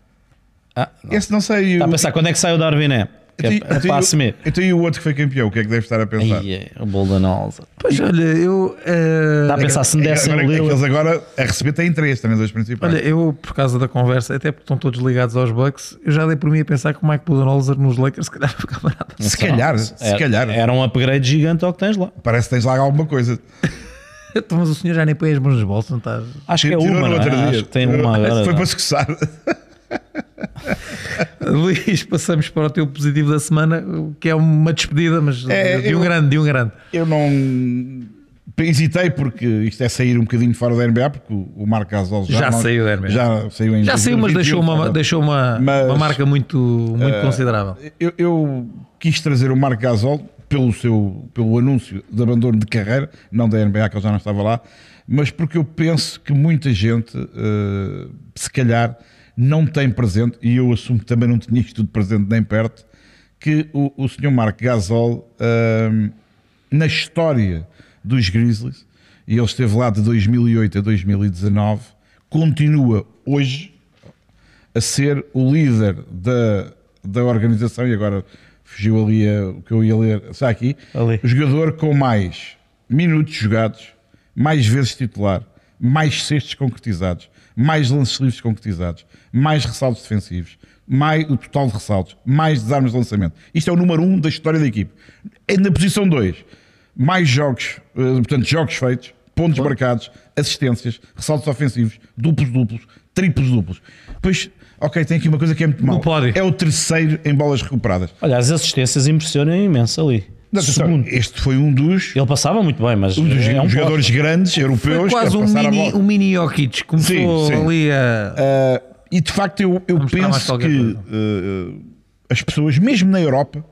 Speaker 4: Ah, não.
Speaker 3: Esse não sei.
Speaker 4: Está
Speaker 2: Tá
Speaker 4: a
Speaker 3: o-
Speaker 4: pensar, quando é que sai o Darwin é? Que é,
Speaker 3: Então,
Speaker 4: é
Speaker 3: então,
Speaker 4: para assumir.
Speaker 3: Então e o outro que foi campeão, o que é que deve estar a pensar?
Speaker 4: Ai, é, o Bolden Alza.
Speaker 2: Pois olha, eu. eh,
Speaker 4: Está a pensar se me um
Speaker 3: É que
Speaker 4: dessem o
Speaker 3: agora, é que eles
Speaker 4: Lillard.
Speaker 3: agora a receber têm três treinadores principais.
Speaker 2: Olha, eu, por causa da conversa, até porque estão todos ligados aos Bucks, eu já dei por mim a pensar que o Mike Budenholzer nos Lakers, se calhar, ficava nada.
Speaker 3: se calhar, se
Speaker 4: Era-
Speaker 3: calhar.
Speaker 4: Era um upgrade gigante ao que tens lá.
Speaker 3: É, Parece que tens lá alguma coisa.
Speaker 2: Então, Mas o senhor já nem põe as mãos nos bolsos, não estás?
Speaker 4: Acho que é
Speaker 3: Tirou no
Speaker 4: uma, não é?
Speaker 3: outro dia.
Speaker 4: Acho que tem
Speaker 3: Tirou-
Speaker 4: uma agora. né?
Speaker 3: Foi
Speaker 4: não. é?
Speaker 3: para se coçar.
Speaker 2: Luís, passamos para o teu positivo da semana, que é uma despedida, mas
Speaker 3: É,
Speaker 2: de um
Speaker 3: eu-
Speaker 2: grande, de um grande.
Speaker 3: Eu não hesitei porque isto é sair um bocadinho fora da NBA, porque o o Marco Gasol já,
Speaker 2: Já
Speaker 3: não-
Speaker 2: saiu da NBA.
Speaker 3: Já saiu em
Speaker 2: Já saiu, mas
Speaker 3: 2021,
Speaker 2: deixou uma,
Speaker 3: fora.
Speaker 2: deixou uma,
Speaker 3: Mas- eh,
Speaker 2: uma marca muito, muito considerável.
Speaker 3: Eu, eu quis trazer o Marco Gasol pelo seu pelo anúncio de abandono de carreira, não da NBA, que ele já não estava lá, mas porque eu penso que muita gente, eh, se calhar, não tem presente, e eu assumo que também não tinha isto tudo presente nem perto, que o, o senhor Marco Gasol, eh, na história dos Grizzlies, e ele esteve lá de 2008 a 2019, continua hoje, a ser o líder da, da organização, e agora fugiu ali a- o que eu ia ler, está aqui,
Speaker 4: Ali.
Speaker 3: o jogador com mais minutos jogados, mais vezes titular, mais cestos concretizados, mais lances livres concretizados, mais ressaltos defensivos, mais o total de ressaltos, mais desarmes de lançamento. Isto é o número um da história da equipe. É na posição 2, mais jogos, eh, portanto, jogos feitos, pontos marcados, assistências, ressaltos ofensivos, duplos duplos, triplos duplos. Pois, ok, tem aqui uma coisa que é muito mau.
Speaker 2: pódio.
Speaker 3: É o terceiro em bolas recuperadas.
Speaker 4: Olha, as assistências impressionam imenso ali.
Speaker 3: Não, atenção,
Speaker 4: Segundo.
Speaker 3: Este foi um dos
Speaker 4: Ele passava muito bem, mas
Speaker 3: um dos
Speaker 4: é um
Speaker 3: jogadores grandes europeus
Speaker 2: Foi
Speaker 3: que
Speaker 2: quase
Speaker 3: a
Speaker 2: um
Speaker 3: passar a
Speaker 2: mini,
Speaker 3: bola.
Speaker 2: um mini Jokic, começou
Speaker 3: Sim, sim.
Speaker 2: ali a.
Speaker 3: Ah, e de facto eu, eu
Speaker 2: Vamos buscar mais
Speaker 3: penso
Speaker 2: qualquer
Speaker 3: que
Speaker 2: coisa.
Speaker 3: ah, as pessoas, mesmo na Europa,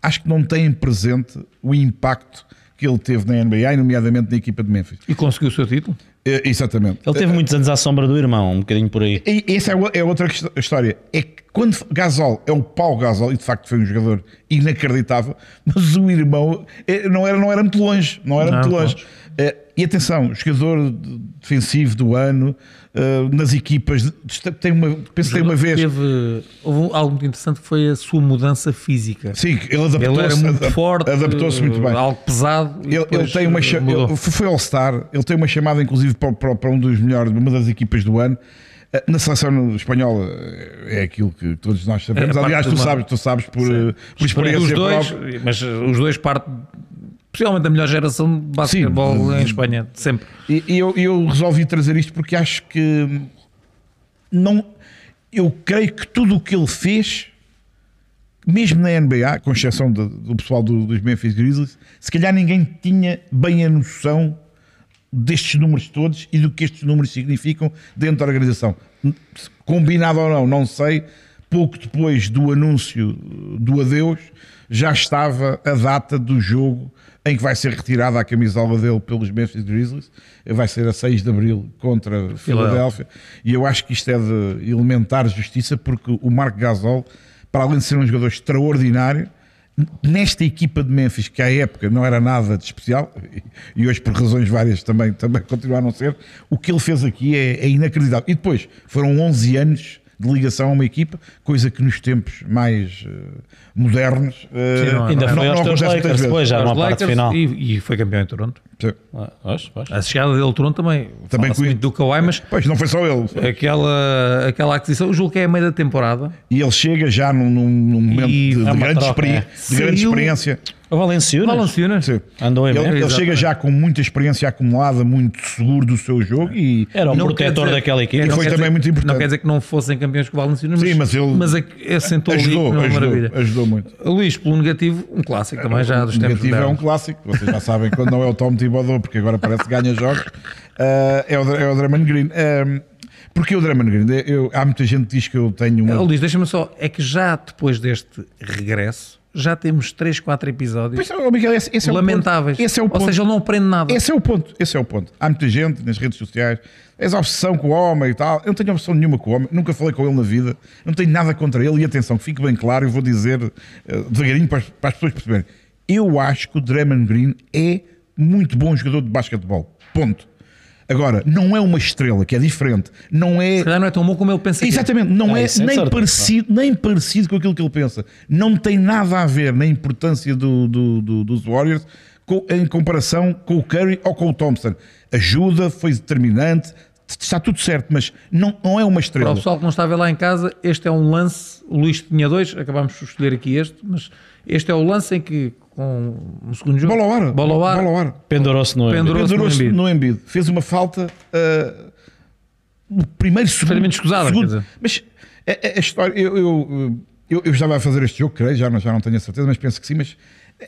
Speaker 3: acho que não têm presente o impacto que ele teve na NBA, e nomeadamente na equipa de Memphis.
Speaker 2: E conseguiu o seu título?
Speaker 3: Eh, É, exatamente.
Speaker 4: Ele teve muitos anos à sombra do irmão, um bocadinho por aí.
Speaker 3: E essa é, o- é outra quest- história. É que quando Gasol é o pau Gasol, e de facto foi um jogador inacreditável, mas o irmão eh, não era, não era muito longe. Não era
Speaker 2: Não,
Speaker 3: muito longe. Eh, e atenção, jogador de- defensivo do ano, eh, nas equipas, de- de- tem uma, penso que tem uma vez.
Speaker 2: Teve, houve um, algo muito interessante que foi a sua mudança física.
Speaker 3: Sim,
Speaker 2: Ele
Speaker 3: ele
Speaker 2: era
Speaker 3: adaptou-se
Speaker 2: muito
Speaker 3: adap-
Speaker 2: forte,
Speaker 3: adaptou-se muito bem.
Speaker 2: algo pesado. e
Speaker 3: Ele, ele
Speaker 2: depois,
Speaker 3: tem uma
Speaker 2: eh,
Speaker 3: cha-
Speaker 2: mudou.
Speaker 3: ele foi All-Star, ele tem uma chamada, inclusive, para, para- para um dos melhores, uma das equipas do ano. Eh, Na seleção espanhola eh, é aquilo que todos nós sabemos.
Speaker 2: É a
Speaker 3: Aliás,
Speaker 2: parte
Speaker 3: tu
Speaker 2: do
Speaker 3: sabes, tu sabes por, eh, por experiência
Speaker 2: os dois,
Speaker 3: própria.
Speaker 2: mas os dois partem, especialmente da melhor geração de basquetebol
Speaker 3: Sim, de-
Speaker 2: em Espanha, de sempre.
Speaker 3: E e eu, eu resolvi trazer isto porque acho que hum, não. Eu creio que tudo o que ele fez, mesmo na NBA, com exceção do, do pessoal do- dos Memphis Grizzlies, se calhar ninguém tinha bem a noção destes números todos e do que estes números significam dentro da organização. Combinado ou não, não sei. Pouco depois do anúncio do adeus, já estava a data do jogo em que vai ser retirada a camisola dele pelos Memphis Grizzlies. Vai ser a 6 de abril contra Filadélfia. E eu acho que isto é de elementar justiça, porque o Marco Gasol, para além de ser um jogador extraordinário, nesta equipa de Memphis, que à época não era nada de especial, e hoje por razões várias também, também continua a não ser, o que ele fez aqui é, é inacreditável. E depois, foram 11 anos de ligação a uma equipa, coisa que nos tempos mais eh, modernos eh,
Speaker 2: Sim, não é?
Speaker 4: Ainda
Speaker 2: Não,
Speaker 4: foi aos teus
Speaker 3: acontece muitas
Speaker 4: Lakers depois, já
Speaker 2: Aos
Speaker 4: numa parte
Speaker 2: Lakers
Speaker 4: final.
Speaker 2: E, e foi campeão em Toronto.
Speaker 3: vezes.
Speaker 4: Ah, pois, pois.
Speaker 2: A chegada dele a Toronto também,
Speaker 3: Também
Speaker 2: também
Speaker 3: com-
Speaker 2: muito do Kawhi, mas
Speaker 3: Pois, não foi só ele.
Speaker 2: aquela, aquela aquisição, eu julgo que é a meio da temporada.
Speaker 3: E ele chega já num, num- num momento
Speaker 2: E
Speaker 3: de, de
Speaker 4: é uma
Speaker 3: grande,
Speaker 4: troca,
Speaker 3: experi-
Speaker 4: é.
Speaker 3: de grande
Speaker 2: Saiu-
Speaker 3: experiência.
Speaker 4: O Valenciunas
Speaker 2: Valanciunas.
Speaker 3: Sim.
Speaker 4: andou em
Speaker 3: Ele,
Speaker 4: Memphis.
Speaker 3: ele
Speaker 2: Exatamente.
Speaker 3: chega já com muita experiência acumulada, muito seguro do seu jogo e
Speaker 4: Era o
Speaker 2: Não quer
Speaker 4: É um protetor
Speaker 2: dizer-
Speaker 4: daquela equipa.
Speaker 2: não
Speaker 3: E foi
Speaker 2: quer
Speaker 3: também
Speaker 2: dizer-
Speaker 3: muito importante.
Speaker 2: Não quer dizer que não fossem campeões com o Valanciunas,
Speaker 3: Sim, mas ele-
Speaker 2: mas a- assentou ali
Speaker 3: ajudou,
Speaker 2: numa
Speaker 3: ajudou,
Speaker 2: maravilha.
Speaker 3: ajudou muito.
Speaker 2: Luís, pelo negativo, um clássico também já dos
Speaker 3: O
Speaker 2: tempos
Speaker 3: negativo é um
Speaker 2: modernos.
Speaker 3: clássico, vocês já sabem quando não é o Tom Thibodeau, porque agora parece que ganha jogos, ah, é, o, Dra- é o Draymond Green. Ah, porque o Draymond Green, Eu- há muita gente que diz que eu tenho um
Speaker 2: Ah,
Speaker 3: uma.
Speaker 2: Luís, deixa-me só, é que já depois deste regresso, já temos 3, 4 episódios
Speaker 3: Pois, oh, Miguel, esse, esse é o ponto.
Speaker 2: lamentáveis.
Speaker 3: Esse é o
Speaker 2: Ou
Speaker 3: ponto.
Speaker 2: seja, ele não aprende nada.
Speaker 3: Esse é o ponto, esse é o ponto. Há muita gente nas redes sociais, és obsessão com o homem e tal. Eu não tenho obsessão nenhuma com o homem, nunca falei com ele na vida, não tenho nada contra ele. E atenção, que fique bem claro, eu vou dizer eh, devagarinho para as, para as pessoas perceberem. Eu acho que o Draymond Green é muito bom jogador de basquetebol. Ponto. Agora, não é uma estrela, que é diferente. Não é.
Speaker 2: Se calhar não é tão bom como ele pensa que é.
Speaker 3: Exatamente, não
Speaker 4: Ah,
Speaker 3: é,
Speaker 4: isso é
Speaker 3: nem,
Speaker 4: certo,
Speaker 3: parecido, nem parecido com aquilo que ele pensa. Não tem nada a ver na importância do, do- do- dos Warriors co- em comparação com o Curry ou com o Thompson. Ajuda, foi determinante, está tudo certo, mas não, não é uma
Speaker 2: Para o
Speaker 3: estrela.
Speaker 2: pessoal que não estava lá em casa, este é um lance. O Luís tinha dois, acabámos de escolher aqui este, mas este é o lance em que, com um segundo jogo,
Speaker 3: Bola ao ar.
Speaker 2: bola ao ar,
Speaker 3: Bola ao ar.
Speaker 4: Pendurou-se no
Speaker 2: Pendurou-
Speaker 4: Pendurou
Speaker 2: Pendurou-se no
Speaker 3: pendurou-se
Speaker 2: Embiid.
Speaker 3: no Embiid. Fez uma falta ah, no primeiro segundo.
Speaker 2: Extremamente escusada,
Speaker 3: segundo.
Speaker 2: quer dizer.
Speaker 3: Mas a, a- a história. Eu, eu, eu, eu estava a fazer este jogo, creio, já, não- já não tenho a certeza, mas penso que sim. Mas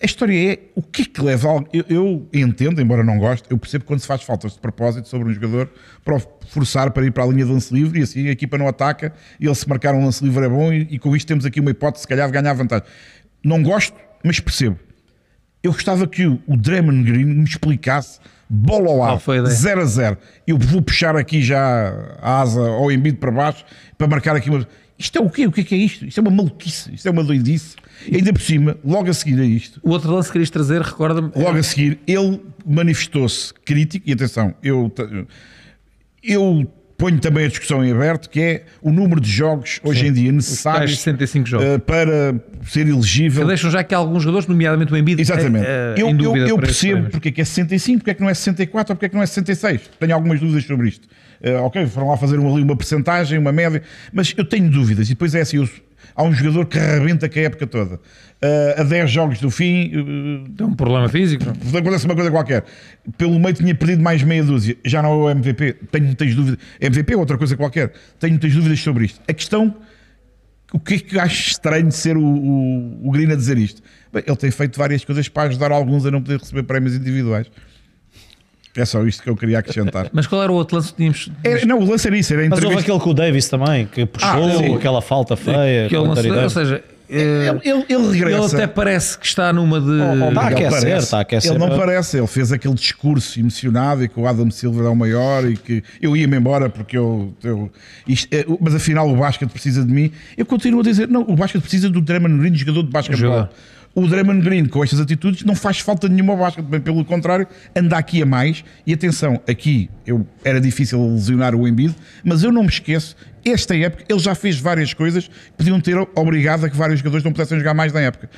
Speaker 3: a história é o que é que leva algo. Eu, eu entendo, embora não goste, eu percebo quando se faz faltas de propósito sobre um jogador para o forçar para ir para a linha de lance livre e assim a equipa não ataca e ele se marcar um lance livre é bom e, e com isto temos aqui uma hipótese, se calhar, de ganhar vantagem. Não gosto, mas percebo. Eu gostava que o, o Draymond Green me explicasse bola ao ar,
Speaker 2: Qual foi a ideia?
Speaker 3: 0 a 0. Eu vou puxar aqui já a asa ao Embiid para baixo para marcar aqui uma. Isto é o quê? O que é que é isto? Isto é uma maluquice, isto é uma doidice. E ainda por cima, logo a seguir a isto,
Speaker 2: O outro lance que querias trazer, recorda-me.
Speaker 3: logo a seguir, ele manifestou-se crítico, e atenção, eu, te- eu ponho também a discussão em aberto, que é o número de jogos hoje em dia
Speaker 2: Tais
Speaker 3: necessários
Speaker 2: 65 jogos.
Speaker 3: eh, para ser
Speaker 2: Que
Speaker 3: elegível
Speaker 2: deixam já que alguns jogadores, nomeadamente o Embiid,
Speaker 3: Exatamente.
Speaker 2: é, é,
Speaker 3: eu
Speaker 2: em
Speaker 3: eu,
Speaker 2: dúvida
Speaker 3: eu
Speaker 2: para estes
Speaker 3: percebo
Speaker 2: prémios.
Speaker 3: porque é que é 65, porque é que não é 64 ou porque é que não é 66. Tenho algumas dúvidas sobre isto. Eh, ok, foram lá fazer um- ali uma percentagem, uma média, mas eu tenho dúvidas. E depois é assim: eu- há um jogador que arrebenta com a época toda. Eh, a 10 jogos do fim,
Speaker 2: Tem um problema físico.
Speaker 3: eh, acontece uma coisa qualquer. Pelo meio tinha perdido mais meia dúzia. Já não é o MVP. Tenho muitas dúvidas. MVP é outra coisa qualquer. Tenho muitas dúvidas sobre isto. A questão o que é que eu acho estranho de ser o, o, o Green a dizer isto? Bem, ele tem feito várias coisas para ajudar alguns a não poder receber prémios individuais. É só isto que eu queria acrescentar.
Speaker 2: Mas qual era o outro lance que tínhamos?
Speaker 3: Era- não, o lance era isso, era a
Speaker 4: Mas houve
Speaker 3: entrevista.
Speaker 4: aquele com o Davis também, que puxou
Speaker 3: sim.
Speaker 4: aquela falta feia.
Speaker 2: Ah, Que
Speaker 4: com
Speaker 2: ele
Speaker 4: o
Speaker 2: não se-
Speaker 4: Anthony
Speaker 2: ou
Speaker 4: Davis.
Speaker 2: seja, eh,
Speaker 3: Ele, ele
Speaker 2: ele
Speaker 3: regressa.
Speaker 2: até parece que está numa de.
Speaker 4: Está Tá a
Speaker 3: Ele
Speaker 4: aquecer,
Speaker 3: parece.
Speaker 4: está a aquecer.
Speaker 3: Ele não parece, ele fez aquele discurso emocionado e que o Adam Silver é o maior e que eu ia-me embora porque eu. eu- isto é- mas afinal o basquete precisa de mim. Eu continuo a dizer: não, o basquete precisa do Draymond Green, jogador de basquetebol.
Speaker 2: Jogador.
Speaker 3: O Draymond Green, com estas atitudes, não faz falta nenhuma ao basquete, bem pelo contrário, anda aqui a mais. E atenção, aqui eu, era difícil lesionar o Embiid, mas eu não me esqueço, esta época ele já fez várias coisas que podiam ter obrigado a que vários jogadores não pudessem jogar mais na época.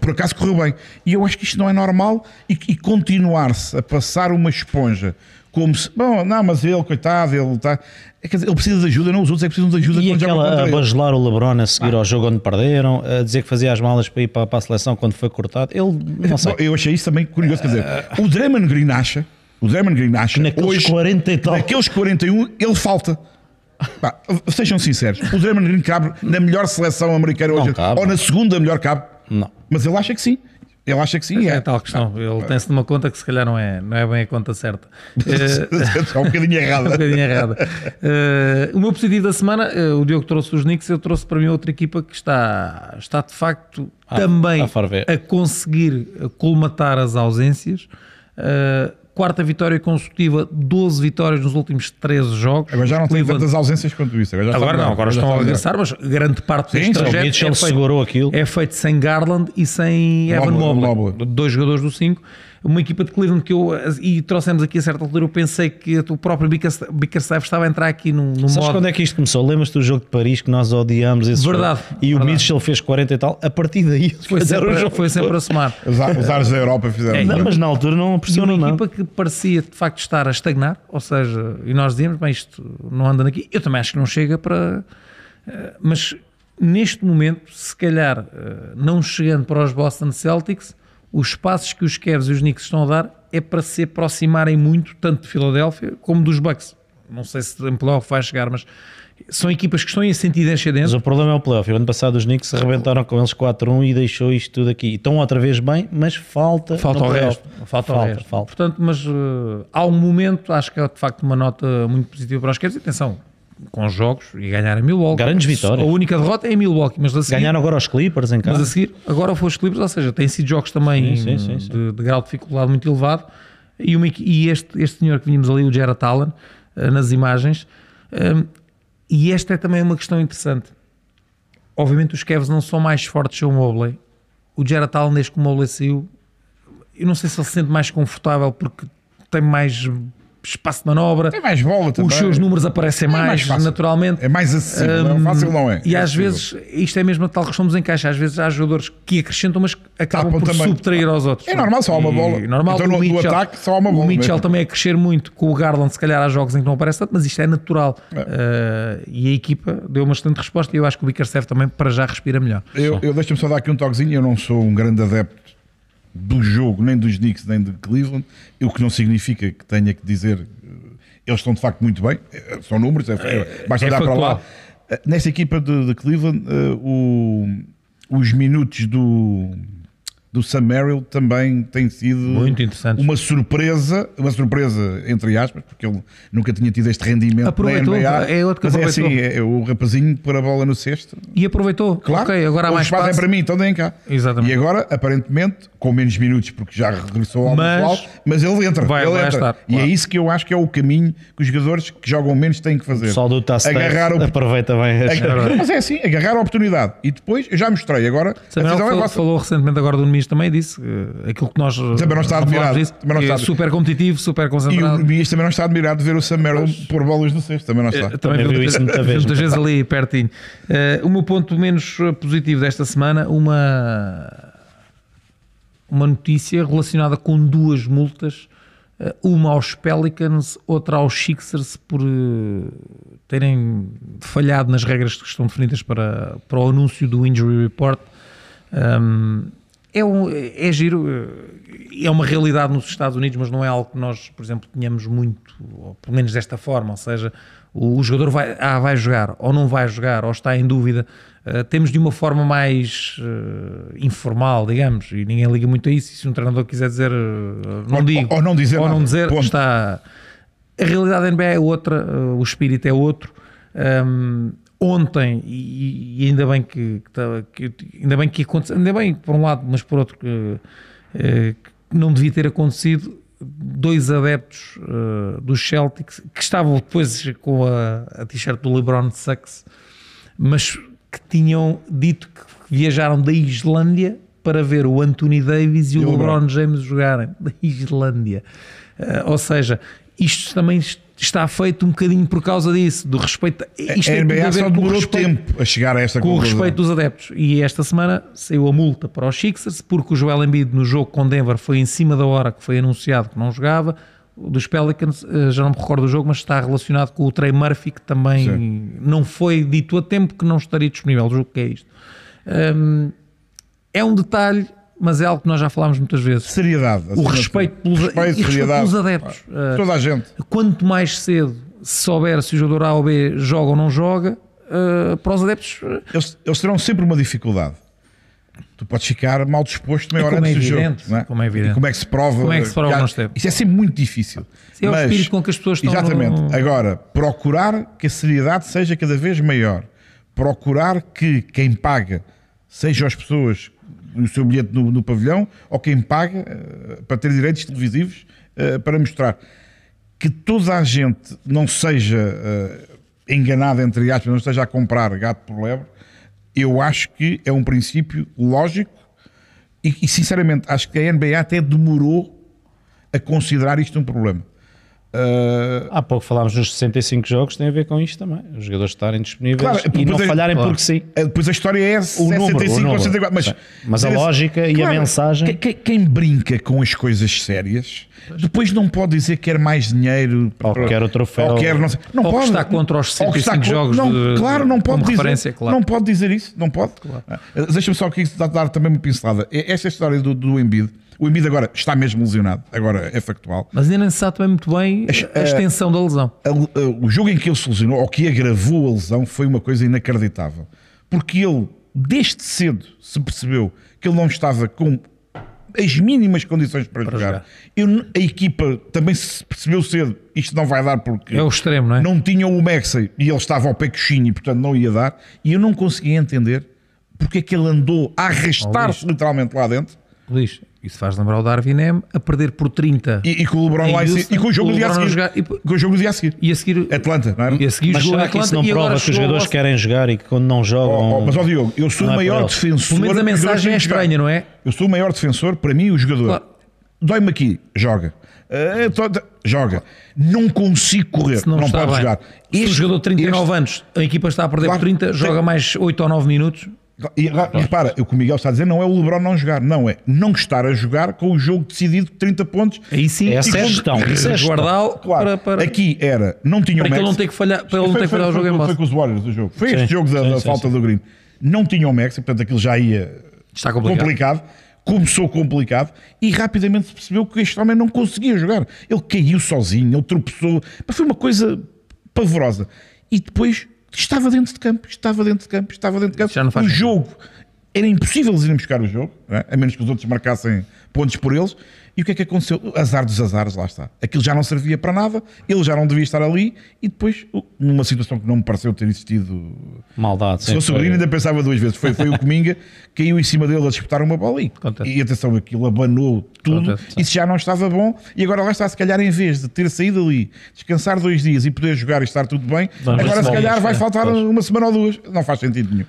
Speaker 3: Por acaso correu bem. E eu acho que isto não é normal e, e continuar-se a passar uma esponja como se, bom, não, mas ele, coitado, ele está. Quer dizer, ele precisa de ajuda, não os outros é que precisam de ajuda
Speaker 4: E
Speaker 3: quando jogam
Speaker 4: aquela ah,
Speaker 3: contra
Speaker 4: a
Speaker 3: ele.
Speaker 4: bagelar o LeBron a
Speaker 2: Ah.
Speaker 4: seguir ao jogo onde perderam, a dizer que fazia as malas para ir para, para a seleção quando foi cortado. Ele, não sei,
Speaker 3: Bom, eu achei isso também curioso. Quer dizer, o Draymond Green acha, o Draymond Green acha,
Speaker 4: naqueles
Speaker 3: hoje,
Speaker 4: 40 e tal.
Speaker 3: naqueles 41, ele falta. Pá, sejam sinceros, o Draymond Green cabe na melhor seleção americana hoje,
Speaker 4: cabe.
Speaker 3: ou na segunda melhor cabe.
Speaker 4: Não.
Speaker 3: Mas ele acha que sim. Ele acha que sim.
Speaker 2: É
Speaker 3: É,
Speaker 2: a tal questão. Ele tem-se numa conta que se calhar não é, não é bem a conta certa. Eh,
Speaker 3: Está um bocadinho
Speaker 2: um
Speaker 3: errado.
Speaker 2: bocadinho errada. Eh, o meu positivo da semana, eh, o Diogo trouxe os Knicks, eu trouxe para mim outra equipa que está, está de facto
Speaker 3: Ah,
Speaker 4: A-
Speaker 2: também
Speaker 4: a farver.
Speaker 2: a conseguir colmatar as ausências. Eh, quarta vitória consecutiva, 12 vitórias nos últimos 13 jogos.
Speaker 3: Agora já não tem
Speaker 2: Cleveland-
Speaker 3: tantas ausências quanto isso. Agora, já
Speaker 2: Agora
Speaker 3: está
Speaker 2: não, agora
Speaker 3: melhor, já
Speaker 2: estão a
Speaker 3: está melhor.
Speaker 2: regressar, mas grande parte
Speaker 3: Sim,
Speaker 2: dos
Speaker 3: sim, o
Speaker 2: trajetos
Speaker 4: Mitchell segurou aquilo.
Speaker 2: é feito sem Garland e sem Evan
Speaker 3: Mobley,
Speaker 2: Mobley,
Speaker 3: Mobley.
Speaker 2: dois jogadores do 5. Uma equipa de Cleveland que eu, e trouxemos aqui a certa altura, eu pensei que o próprio Bickerstaff Bickerstaff estava a entrar aqui num, num
Speaker 4: Sabes
Speaker 2: um modo...
Speaker 4: quando é que isto começou? Lembras-te do jogo de Paris que nós odiamos esse jogo?
Speaker 2: Verdade,
Speaker 4: E o
Speaker 2: verdade.
Speaker 4: Mitchell fez 40 e tal. A partir daí,
Speaker 2: Foi sempre, foi sempre a somar.
Speaker 3: Os ar- Os ares da Europa fizeram.
Speaker 2: É,
Speaker 3: não é?
Speaker 4: Não, mas na altura não
Speaker 2: E uma
Speaker 4: pressionou nada.
Speaker 2: equipa que parecia de facto estar a estagnar, ou seja, e nós dizíamos, bem, isto não anda aqui, eu também acho que não chega para. eh, Mas neste momento, se calhar, eh, não chegando para os Boston Celtics, os passos que os Cavs e os Knicks estão a dar é para se aproximarem muito, tanto de Filadélfia como dos Bucks. Não sei se em playoff vai chegar, mas são equipas que estão em sentido de
Speaker 4: Mas
Speaker 2: ascendente.
Speaker 4: o problema é o playoff. O ano passado os Knicks se arrebentaram com eles 4-1 e deixou isto tudo aqui. E Estão outra vez bem, mas falta.
Speaker 2: Falta
Speaker 4: no
Speaker 2: o
Speaker 4: playoff.
Speaker 2: resto. Falta, o
Speaker 4: Falta,
Speaker 2: resto.
Speaker 4: falta.
Speaker 2: Portanto, mas eh, há um momento, acho que é de facto uma nota muito positiva para os Cavs. E atenção, com jogos e ganhar a Milwaukee.
Speaker 4: Grandes vitórias.
Speaker 2: A única derrota é a Milwaukee, mas a seguir,
Speaker 4: Ganharam agora os Clippers em
Speaker 2: mas
Speaker 4: casa.
Speaker 2: a seguir agora foi os Clippers, ou seja, têm sido jogos também
Speaker 4: Sim, sim, sim, sim.
Speaker 2: De, de grau de dificuldade muito elevado. E, uma equi- e este, este senhor que vimos ali, o Gerard Allen, eh, nas imagens. eh, e esta é também uma questão interessante. Obviamente os Cavs não são mais fortes sem o Mobley. O Gerard Allen, desde que o Mobley saiu, eu não sei se ele se sente mais confortável porque tem mais espaço de manobra,
Speaker 3: Tem mais bola também.
Speaker 2: os seus números aparecem
Speaker 3: mais
Speaker 2: mais,
Speaker 3: fácil.
Speaker 2: naturalmente.
Speaker 3: É mais acessível. não é?
Speaker 2: Hum,
Speaker 3: Fácil não é.
Speaker 2: E
Speaker 3: É
Speaker 2: às
Speaker 3: acessível.
Speaker 2: vezes, isto é mesmo a tal questão dos encaixes, às vezes há jogadores que acrescentam, mas que acabam
Speaker 3: Tapam
Speaker 2: por
Speaker 3: também.
Speaker 2: subtrair aos outros.
Speaker 3: É normal, só há uma
Speaker 2: E
Speaker 3: bola.
Speaker 2: Normal,
Speaker 3: Então,
Speaker 2: o
Speaker 3: no- no
Speaker 2: Mitchell-
Speaker 3: ataque, só há uma bola
Speaker 2: O Mitchell
Speaker 3: mesmo.
Speaker 2: também a crescer muito, com o Garland se calhar há jogos em que não aparece tanto, mas isto é natural. Eh, e a equipa deu uma excelente resposta e eu acho que o Bickerstaff também para já respira melhor.
Speaker 3: Eu, eu deixa-me só dar aqui um toquezinho. Eu não sou um grande adepto do jogo, nem dos Knicks, nem de Cleveland. O que não significa que tenha que dizer. eh, Eles estão de facto muito bem. eh, São números, é, é- basta
Speaker 2: é
Speaker 3: olhar para lá.
Speaker 2: factual.
Speaker 3: Eh, Nesta equipa de, de Cleveland, eh, o- os minutos do, do Sam Merrill também têm sido
Speaker 2: Muito interessantes.
Speaker 3: uma surpresa, uma surpresa entre aspas, porque ele nunca tinha tido este rendimento
Speaker 2: Aproveitou,
Speaker 3: na NBA.
Speaker 2: é outro que
Speaker 3: mas é
Speaker 2: aproveitou.
Speaker 3: assim, é o rapazinho pôr a bola no cesto,
Speaker 2: E aproveitou.
Speaker 3: Claro,
Speaker 2: Ok, agora há
Speaker 3: o
Speaker 2: mais
Speaker 3: espaço, é
Speaker 2: espaço.
Speaker 3: para mim, então deem cá.
Speaker 2: Exatamente.
Speaker 3: E agora, aparentemente, com menos minutos, porque já regressou ao
Speaker 2: Mas-
Speaker 3: habitual, mas ele entra.
Speaker 2: Vai-
Speaker 3: ele
Speaker 2: vai
Speaker 3: entra.
Speaker 2: estar,
Speaker 3: E
Speaker 2: claro.
Speaker 3: é isso que eu acho que é o caminho que os jogadores que jogam menos têm que fazer.
Speaker 4: O pessoal do Tass
Speaker 3: Agarrar o...
Speaker 4: aproveita bem. as-
Speaker 3: Ag- Mas é assim, agarrar a oportunidade. E depois, eu já mostrei, agora a
Speaker 2: Samuel
Speaker 3: decisão é
Speaker 2: falou,
Speaker 3: vossa.
Speaker 2: falou recentemente agora do Nunes também disse eh, aquilo que nós eh,
Speaker 3: Também não está
Speaker 2: falámos
Speaker 3: admirado,
Speaker 2: disso,
Speaker 3: também não
Speaker 2: que é
Speaker 3: está admirado.
Speaker 2: super competitivo, super
Speaker 3: E o
Speaker 2: concentrado.
Speaker 3: Bias também não está admirado de ver o Sam Merrill pôr bolas no cesto, também não está.
Speaker 2: É, Também
Speaker 4: Também
Speaker 2: vi
Speaker 4: viu isso muita vez. é?
Speaker 2: Muitas vezes ali pertinho. Eh, o meu ponto menos eh, positivo desta semana, uma, uma notícia relacionada com duas multas, eh, uma aos Pelicans, outra aos Sixers por eh, terem falhado nas regras que estão definidas para, para o anúncio do Injury Report. Um, é, um, é giro, eh, é uma realidade nos Estados Unidos, mas não é algo que nós, por exemplo, tenhamos muito, ou pelo menos desta forma, ou seja, o, o jogador vai, ah, vai jogar, ou não vai jogar, ou está em dúvida. Eh, temos de uma forma mais eh, informal, digamos, e ninguém liga muito a isso. E se um treinador quiser dizer, eh, não
Speaker 3: Ou-
Speaker 2: digo,
Speaker 3: ou não dizer
Speaker 2: ou
Speaker 3: nada,
Speaker 2: não dizer
Speaker 3: ponto.
Speaker 2: está. A realidade da NBA é outra, eh, o espírito é outro. Hum, ontem, e, e ainda bem que, que tá- que- ainda bem que aconteceu, ainda bem por um lado, mas por outro que, eh, que não devia ter acontecido, dois adeptos eh, do Celtic que estavam depois com a, a t-shirt do LeBron Sucks, mas que tinham dito que viajaram da Islândia para ver o Anthony Davis e, o LeBron, James jogarem da Islândia. Eh, ou seja, isto também est- está feito um bocadinho por causa disso, do respeito. Isto
Speaker 3: a
Speaker 2: tem tudo a
Speaker 3: NBA
Speaker 2: ver
Speaker 3: só
Speaker 2: com o
Speaker 3: demorou
Speaker 2: respeito-
Speaker 3: tempo a chegar a esta
Speaker 2: com o
Speaker 3: conclusão.
Speaker 2: respeito dos adeptos. E esta semana saiu a multa para os Sixers, porque o Joel Embiid no jogo com Denver foi em cima da hora que foi anunciado que não jogava. O Dos Pelicans, eh, já não me recordo do jogo, mas está relacionado com o Trey Murphy, que também não foi dito a tempo que não estaria disponível. O jogo que é isto. Hum, é um detalhe, mas é algo que nós já falámos muitas vezes.
Speaker 3: Seriedade.
Speaker 2: O
Speaker 3: acima de
Speaker 2: respeito
Speaker 3: tudo.
Speaker 2: pelos, e respeito
Speaker 3: seriedade.
Speaker 2: pelos adeptos. Eh,
Speaker 3: Toda a gente.
Speaker 2: quanto mais cedo se souber se o jogador A ou B joga ou não joga, eh, para os adeptos eh,
Speaker 3: Eles, eles terão sempre uma dificuldade. Tu podes ficar mal disposto meia
Speaker 2: É
Speaker 3: hora
Speaker 2: como
Speaker 3: antes
Speaker 2: é
Speaker 3: do jogo.
Speaker 2: evidente, como é evidente.
Speaker 3: E como é que se prova?
Speaker 2: Como é que se prova
Speaker 3: Já-
Speaker 2: não esteve?
Speaker 3: Isso é sempre muito difícil.
Speaker 2: é o espírito com que as pessoas estão
Speaker 3: Exatamente.
Speaker 2: no-
Speaker 3: Agora, procurar que a seriedade seja cada vez maior. Procurar que quem paga seja as pessoas o seu bilhete no, no pavilhão ou quem paga eh, para ter direitos televisivos eh, para mostrar. Que toda a gente não seja eh, enganada, entre aspas, não esteja a comprar gato por lebre, eu acho que é um princípio lógico e, e, sinceramente acho que a NBA até demorou a considerar isto um problema. Ah,
Speaker 4: Há pouco falámos nos 65 jogos, tem a ver com isto também. Os jogadores estarem disponíveis
Speaker 3: Claro,
Speaker 4: e não
Speaker 3: poder-
Speaker 4: falharem
Speaker 2: claro. é
Speaker 4: porque sim.
Speaker 3: Eh, Depois a história é
Speaker 4: O número,
Speaker 3: 65
Speaker 4: o
Speaker 3: ou
Speaker 4: número.
Speaker 3: 64. Mas,
Speaker 4: Mas a lógica e a mensagem-
Speaker 3: que- que- Quem, brinca com as coisas sérias, depois não pode dizer que quer mais dinheiro
Speaker 4: Ou
Speaker 3: para-
Speaker 4: quer o troféu.
Speaker 3: Ou quer, não sei- não
Speaker 2: Ou que
Speaker 3: pode.
Speaker 2: está contra os
Speaker 3: Ou que está
Speaker 2: 65
Speaker 3: co-
Speaker 2: jogos
Speaker 3: Não,
Speaker 2: de-
Speaker 3: claro, não
Speaker 2: como
Speaker 3: pode dizer.
Speaker 2: referência, claro.
Speaker 3: Não pode dizer isso. Não pode. Ah, Deixa-me só aqui dar, dar também uma pincelada. E- Esta história do, do Embiid. O Embiid agora está mesmo lesionado. Agora é factual.
Speaker 2: Mas ainda não se sabe também muito bem a extensão da lesão.
Speaker 3: A- a- o jogo em que ele se lesionou, ou que agravou a lesão, foi uma coisa inacreditável. Porque ele, desde cedo, se percebeu que ele não estava com as mínimas condições para, jogar.
Speaker 2: jogar.
Speaker 3: Eu n- a equipa também se percebeu cedo, isto não vai dar porque
Speaker 2: É o extremo, não é?
Speaker 3: não tinham o Maxey e ele estava ao pé coxinho e portanto não ia dar. E eu não conseguia entender porque é que ele andou a arrastar-se literalmente lá dentro
Speaker 2: Luís, isso faz lembrar o Darwin M a perder por 30 e,
Speaker 3: e, e com o LeBron
Speaker 2: Em
Speaker 3: lá em cima
Speaker 2: Houston,
Speaker 3: e com o jogo
Speaker 2: o
Speaker 3: do dia a
Speaker 2: LeBron
Speaker 3: seguir.
Speaker 2: a jogar e-
Speaker 3: Com o jogo do dia a seguir.
Speaker 2: a seguir,
Speaker 3: Atlanta, não é?
Speaker 2: e a seguir
Speaker 4: Mas
Speaker 2: jogou
Speaker 4: será
Speaker 2: em
Speaker 4: que isso
Speaker 2: Atlanta
Speaker 4: não
Speaker 2: e agora
Speaker 4: prova que
Speaker 2: chegou ao
Speaker 4: os jogadores
Speaker 2: Boston.
Speaker 4: querem jogar e que quando não jogam.
Speaker 3: Oh, oh, mas ó Diogo, eu sou
Speaker 4: Não
Speaker 3: o
Speaker 4: é por
Speaker 3: maior
Speaker 4: ele.
Speaker 2: Pelo
Speaker 3: defensor.
Speaker 2: menos a
Speaker 3: do
Speaker 2: mensagem
Speaker 3: jogador
Speaker 2: é
Speaker 3: que joga.
Speaker 2: estranha, não é?
Speaker 3: Eu sou o maior defensor, para mim, o jogador.
Speaker 2: Claro.
Speaker 3: Dói-me aqui, joga. Ah, tô- tô- joga. Não consigo correr,
Speaker 2: Se não,
Speaker 3: não
Speaker 2: está
Speaker 3: pode
Speaker 2: bem.
Speaker 3: jogar.
Speaker 2: Se o jogador de 39 anos, a equipa está a perder
Speaker 3: Claro,
Speaker 2: por 30,
Speaker 3: tem-
Speaker 2: joga mais 8 ou 9 minutos.
Speaker 3: anos. E, e repara, o que o Miguel está a dizer não é o Lebron não jogar, não é não estar a jogar com o jogo decidido, 30 pontos.
Speaker 2: Aí sim,
Speaker 4: Essa é a gestão, isso é a gestão.
Speaker 2: guardá-lo
Speaker 3: Claro,
Speaker 2: para, para,
Speaker 3: aqui é era, não tinha um
Speaker 2: para
Speaker 3: o
Speaker 2: que ele não
Speaker 3: Maxi.
Speaker 2: tenha que falhar, para ele não
Speaker 3: Foi-
Speaker 2: ter que
Speaker 3: foi-
Speaker 2: falhar o
Speaker 3: foi-
Speaker 2: jogo em
Speaker 3: foi-
Speaker 2: Boston.
Speaker 3: Foi com os Warriors o jogo. Foi este
Speaker 4: Sim,
Speaker 3: jogo da,
Speaker 4: sim,
Speaker 3: da
Speaker 4: sim,
Speaker 3: falta do Green. Não tinha o Maxi, portanto aquilo já ia
Speaker 2: Está complicado.
Speaker 3: Começou complicado e rapidamente se percebeu que este homem não conseguia jogar. Ele caiu sozinho, ele tropeçou. Mas foi uma coisa pavorosa. E depois estava dentro de campo, estava dentro de campo, estava dentro de campo.
Speaker 2: Já não faz
Speaker 3: o
Speaker 2: sentido.
Speaker 3: jogo era impossível eles irem buscar o jogo, não é? a menos que os outros marcassem pontos por eles. E o que é que aconteceu? O Azar dos azares, lá está. Aquilo já não servia para nada, ele já não devia estar ali. E depois, numa situação que não me pareceu ter existido
Speaker 4: Maldade.
Speaker 3: se
Speaker 4: sim,
Speaker 3: fosse o
Speaker 4: foi-
Speaker 3: Green ainda pensava duas vezes. Foi, foi o Cominga, caiu em cima dele a disputar uma bola e,
Speaker 2: Acontece.
Speaker 3: e atenção, aquilo abanou tudo.
Speaker 2: Acontece, sim.
Speaker 3: Isso já não estava bom. E agora lá está, se calhar, em vez de ter saído ali, descansar dois dias e poder jogar e estar tudo bem,
Speaker 4: Vamos
Speaker 3: agora
Speaker 4: ver
Speaker 3: se
Speaker 4: se
Speaker 3: calhar
Speaker 4: voltas,
Speaker 3: vai
Speaker 4: é.
Speaker 3: faltar
Speaker 4: Pois.
Speaker 3: uma semana ou duas. Não faz sentido nenhum.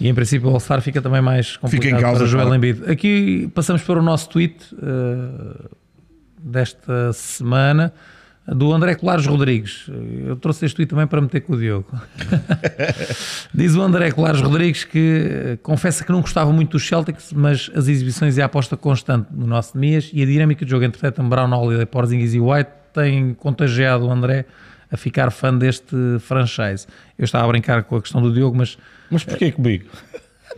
Speaker 2: E em princípio o All-Star fica também mais complicado
Speaker 3: Fica em causa,
Speaker 2: para Joel
Speaker 3: claro.
Speaker 2: Embiid. Aqui passamos para o nosso tweet eh, desta semana do André Colares Rodrigues. Eu trouxe este tweet também para meter com o Diogo. Diz o André Colares Rodrigues que eh, confessa que não gostava muito dos Celtics, mas as exibições e a aposta constante no nosso Nemias e a dinâmica de jogo entre Tatum Brown, Holiday, Porzingis e White têm contagiado o André a ficar fã deste franchise. Eu estava a brincar com a questão do Diogo, mas
Speaker 4: Mas porquê comigo?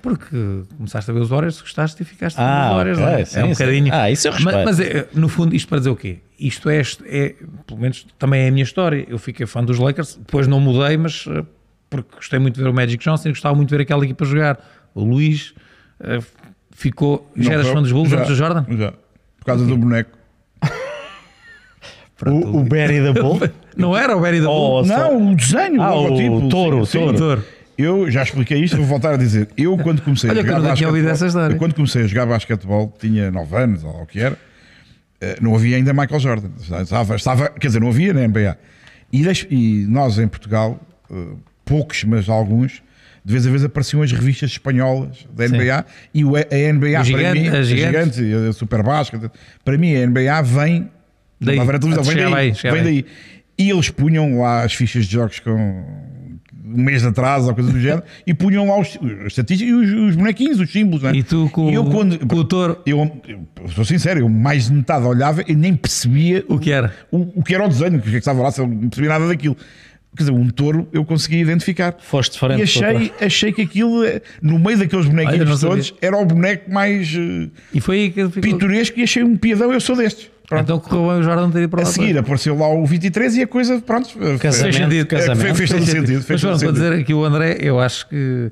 Speaker 2: porque começaste a ver os Warriors, gostaste e ficaste a ver
Speaker 4: Ah,
Speaker 2: os Warriors.
Speaker 4: ok,
Speaker 2: não é?
Speaker 4: sim,
Speaker 2: é um
Speaker 4: sim.
Speaker 2: bocadinho.
Speaker 4: Ah, isso eu respeito.
Speaker 2: Mas, mas é, no fundo, isto para dizer o quê? Isto é, é, pelo menos também é a minha história. Eu fiquei fã dos Lakers, depois não mudei, mas eh, porque gostei muito de ver o Magic Johnson e gostava muito de ver aquela equipa jogar. O Luís eh, ficou. Já eras
Speaker 3: foi-
Speaker 2: fã dos Bulls
Speaker 3: já,
Speaker 2: antes do Jordan?
Speaker 3: Já. Por causa do boneco.
Speaker 4: O, o Barry da Bull?
Speaker 2: Não era o Barry da
Speaker 4: Oh,
Speaker 2: Bull?
Speaker 4: só-
Speaker 3: Não, o desenho,
Speaker 4: Ah,
Speaker 3: o
Speaker 4: o
Speaker 3: logotipo.
Speaker 4: touro,
Speaker 3: sim,
Speaker 4: touro.
Speaker 3: sim.
Speaker 2: Touro.
Speaker 3: Eu já expliquei isto, vou voltar a dizer. Eu, quando comecei
Speaker 5: Olha
Speaker 3: a
Speaker 5: que eu
Speaker 3: jogar
Speaker 5: nunca tinha ouvido essa
Speaker 3: basquetebol,
Speaker 5: história.
Speaker 3: eu, quando comecei a jogar basquetebol, tinha 9 anos ou lá o que era, eh, não havia ainda Michael Jordan. Estava, estava- quer dizer, não havia né, na NBA. E, deixo- e nós em Portugal, eh, poucos, mas alguns, de vez em vez apareciam as revistas espanholas da NBA e o- a NBA
Speaker 5: O
Speaker 3: para
Speaker 5: gigante,
Speaker 3: mim,
Speaker 5: a
Speaker 3: a
Speaker 5: gigante.
Speaker 3: gigante, a Super Basket, para mim a NBA vem
Speaker 5: Daí.
Speaker 3: não haverá televisão, vem
Speaker 5: Chega
Speaker 3: daí,
Speaker 5: aí, chega
Speaker 3: vem daí. E eles punham lá as fichas de jogos com um mês de atraso ou coisa do género e punham lá os, as estatísticas e os, os bonequinhos, os símbolos. Né?
Speaker 5: E tu com,
Speaker 3: E eu quando-
Speaker 5: com o touro,
Speaker 3: Eu, eu sou sincero, eu mais de metade olhava e nem percebia
Speaker 5: o que era?
Speaker 3: o, o que era o desenho, o que é que estava lá, se eu não percebia nada daquilo. Quer dizer, um touro eu conseguia identificar.
Speaker 4: Foste diferente.
Speaker 3: E
Speaker 4: doutor.
Speaker 3: achei, achei que aquilo, eh, no meio daqueles
Speaker 5: Olha, não
Speaker 3: bonequinhos
Speaker 5: sabia.
Speaker 3: todos, era o boneco mais eh,
Speaker 5: E foi aí que ele ficou.
Speaker 3: pitoresco e achei um piadão, eu sou destes. Pronto.
Speaker 5: Então correu bem o Jordan ter ido para
Speaker 3: A
Speaker 5: lá.
Speaker 3: seguir apareceu lá o 23 e a coisa, pronto, eh, É foi-
Speaker 4: Casamento,
Speaker 5: Fez sentido.
Speaker 4: casamento.
Speaker 3: Fe- fez todo o sentido.
Speaker 5: Mas pronto,
Speaker 3: Fez todo o
Speaker 5: para
Speaker 3: sentido.
Speaker 5: dizer,
Speaker 2: dizer aqui o André, eu acho que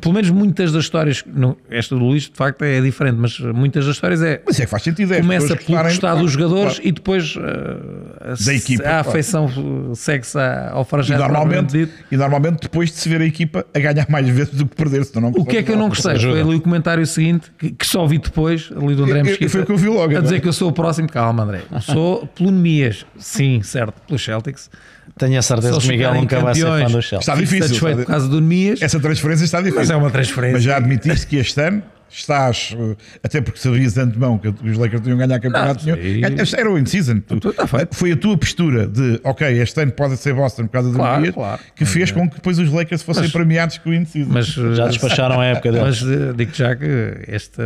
Speaker 2: pelo menos muitas das histórias, não, esta do Luís de facto é diferente, mas muitas das histórias é
Speaker 3: Mas é que faz sentido. é as
Speaker 2: começa
Speaker 3: pessoas
Speaker 2: pelo
Speaker 3: gostarem-
Speaker 2: gostar dos
Speaker 3: Claro,
Speaker 2: jogadores
Speaker 3: claro.
Speaker 2: e depois uh,
Speaker 3: Da equipa,
Speaker 2: a
Speaker 3: claro.
Speaker 2: afeição uh, segue-se à- ao
Speaker 3: E
Speaker 2: franchise. propriamente
Speaker 3: normalmente,
Speaker 2: dito.
Speaker 3: e normalmente depois de se ver a equipa a ganhar mais vezes do que perder, senão não
Speaker 2: O que é que eu não gostei? Foi ali o comentário seguinte, que, que só vi depois, ali do André
Speaker 3: Eu- eu-
Speaker 2: Mesquita.
Speaker 3: foi o que eu vi logo,
Speaker 2: A
Speaker 3: não é?
Speaker 2: dizer que eu sou o próximo. Calma, André. Sou pelo Nemias. Sim, certo, pelos Celtics.
Speaker 4: Tenho a
Speaker 2: Se
Speaker 4: certeza que
Speaker 2: eles
Speaker 4: Miguel
Speaker 2: ficarem
Speaker 4: nunca vai ser fã
Speaker 2: campeões,
Speaker 4: do Chelsea.
Speaker 3: Está difícil. está
Speaker 2: Satisfeito
Speaker 3: di-
Speaker 2: por causa do Nemias.
Speaker 3: Essa transferência está difícil.
Speaker 2: Mas é uma transferência.
Speaker 3: Mas já admitiste que este ano estás, eh, até porque sabias de antemão que os Lakers tinham ganhar campeonato.
Speaker 2: Não, Ah,
Speaker 3: nenhum.
Speaker 2: sim. Então,
Speaker 3: Este Era o in-season. Tu-
Speaker 2: Tudo está feito.
Speaker 3: Foi a tua postura de, ok, este ano pode ser Boston por causa do
Speaker 2: Claro,
Speaker 3: Dias,
Speaker 2: claro. Uhum.
Speaker 3: que fez com que depois os Lakers fossem premiados com o in-season.
Speaker 2: Mas, eh,
Speaker 4: Já despacharam a época dele.
Speaker 2: mas eh, digo já que este,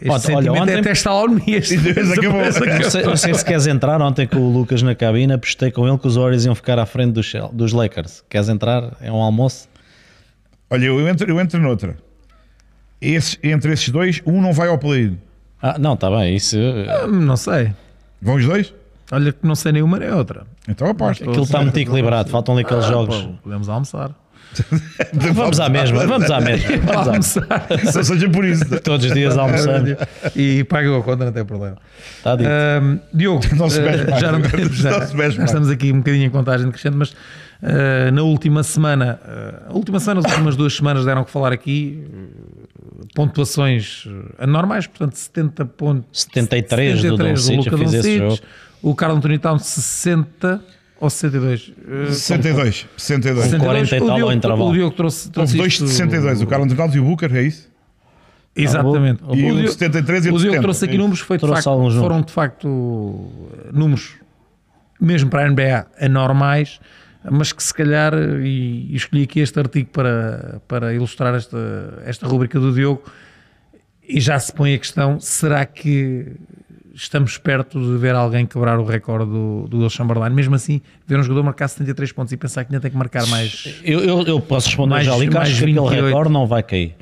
Speaker 2: este
Speaker 4: Olha,
Speaker 2: sentimento
Speaker 4: ontem-
Speaker 2: é até está ao Nemias.
Speaker 3: E depois acabou.
Speaker 4: Não sei, não sei se queres entrar. Ontem com o Lucas na cabina, apostei com ele que os Warriors iam ficar à frente dos, Chel- dos Lakers. Queres entrar? É um almoço?
Speaker 3: Olha, eu entro, eu entro noutra. Esse- entre esses dois, um não vai ao play
Speaker 4: Ah, não, está bem. Isso, eh,
Speaker 2: Ah, Não sei.
Speaker 3: Vão os dois?
Speaker 2: Olha que não sei nenhuma nem outra. Ah,
Speaker 3: Então aposto.
Speaker 4: aquilo está muito equilibrado. Faltam ali aqueles jogos.
Speaker 2: Pô, podemos almoçar.
Speaker 4: Vamos à mesma, vamos à mesma. Vamos à Então, mesma.
Speaker 2: Almoçar.
Speaker 3: Só seja por isso.
Speaker 4: Todos os dias almoçando.
Speaker 2: e pagam a conta, não tem problema.
Speaker 4: Está dito.
Speaker 2: Ahm, Diogo,
Speaker 3: Não se mexe
Speaker 2: eh,
Speaker 3: mais.
Speaker 2: já não temos, já,
Speaker 3: Não se mexe
Speaker 2: já
Speaker 3: mais.
Speaker 2: estamos aqui um bocadinho em contagem decrescente, mas eh, na última semana, eh, a última semana, as últimas duas semanas deram o que falar aqui, eh, pontuações eh, anormais, portanto 70 pontos,
Speaker 4: 73 do Doncic, eu fiz esse jogo.
Speaker 2: o Carlos Anthony Town 60 ou 62? Eh,
Speaker 3: 62. 62.
Speaker 4: 40 e
Speaker 2: o
Speaker 4: tal ao
Speaker 2: Diogo-
Speaker 4: intervalo.
Speaker 2: O Diogo trouxe, trouxe
Speaker 3: Houve dois
Speaker 2: isto-
Speaker 3: de 62. O Carlos Antonaldo e o Booker, é isso?
Speaker 2: Exatamente.
Speaker 3: E o
Speaker 2: Diogo-
Speaker 3: 73 e o
Speaker 2: o Diogo
Speaker 3: 70.
Speaker 2: trouxe aqui
Speaker 3: Isso.
Speaker 2: números, que foi de
Speaker 4: Trouxe
Speaker 2: facto,
Speaker 4: alguns números.
Speaker 2: foram de facto eh, números, mesmo para a NBA, anormais, mas que se calhar, eh, e, e escolhi aqui este artigo para, para ilustrar esta, esta rubrica do Diogo, e já se põe a questão, será que estamos perto de ver alguém quebrar o recorde do, do Will Chamberlain? Mesmo assim, ver um jogador marcar 73 pontos e pensar que ainda tem que marcar mais...
Speaker 4: Eu, eu- eu posso responder
Speaker 2: Mais-
Speaker 4: já ali, que
Speaker 2: mais
Speaker 4: acho que aquele
Speaker 2: 28.
Speaker 4: recorde não vai cair.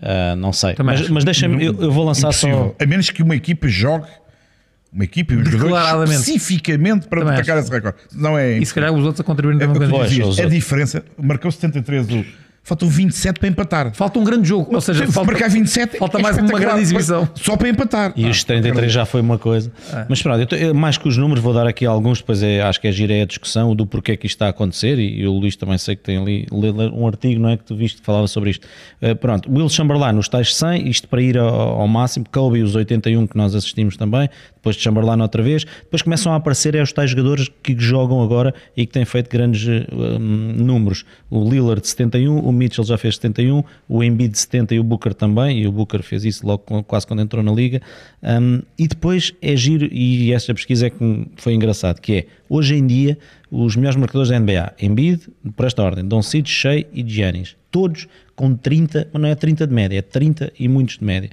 Speaker 4: Ah, não sei.
Speaker 2: Também
Speaker 4: mas
Speaker 2: acho.
Speaker 4: mas deixa-me, eu, eu vou lançar
Speaker 3: Impossível.
Speaker 4: só.
Speaker 3: A menos que uma equipa jogue, uma equipa e um jogador
Speaker 2: Declaradamente.
Speaker 3: especificamente para
Speaker 2: Também
Speaker 3: atacar esse recorde. Não é.
Speaker 2: E se calhar os outros a contribuírem
Speaker 3: é,
Speaker 2: também
Speaker 3: o que
Speaker 2: um
Speaker 3: tu
Speaker 4: Pois,
Speaker 2: bocadinho.
Speaker 3: dizias,
Speaker 4: os
Speaker 3: a
Speaker 4: outros.
Speaker 3: diferença. Marcou 73. O, faltam 27 para empatar.
Speaker 2: Falta um grande jogo, ou seja,
Speaker 3: Se
Speaker 2: falta,
Speaker 3: marcar 27,
Speaker 2: falta
Speaker 3: é
Speaker 2: mais uma
Speaker 3: espetacular,
Speaker 2: grande exibição.
Speaker 3: Só para empatar.
Speaker 4: E os 33 já foi uma coisa. Mas pronto, eu tô- eu, mais que os números, vou dar aqui alguns, depois é, acho que é gira é a discussão do porquê que isto está a acontecer. E, e o Luís também sei que tem ali lê- lê um artigo, não é? Que tu viste que falava sobre isto. Ah, pronto, Will Chamberlain, os tais 100, isto para ir ao, ao máximo. Kobe, os 81 que nós assistimos também. Depois de Chamberlain outra vez. Depois começam a aparecer é os tais jogadores que jogam agora e que têm feito grandes eh, hum, números. O Lillard de 71, o Mitchell já fez 71, o Embiid de 70 e um, o Booker também, e o Booker fez isso logo com- quase quando entrou na liga. Hum, e depois é giro, e esta pesquisa é que me foi engraçado, que é, hoje em dia, os melhores marcadores da NBA, Embiid, por esta ordem, Doncic, Shea e Giannis, todos com 30, mas não é 30 de média, é 30 e muitos de média.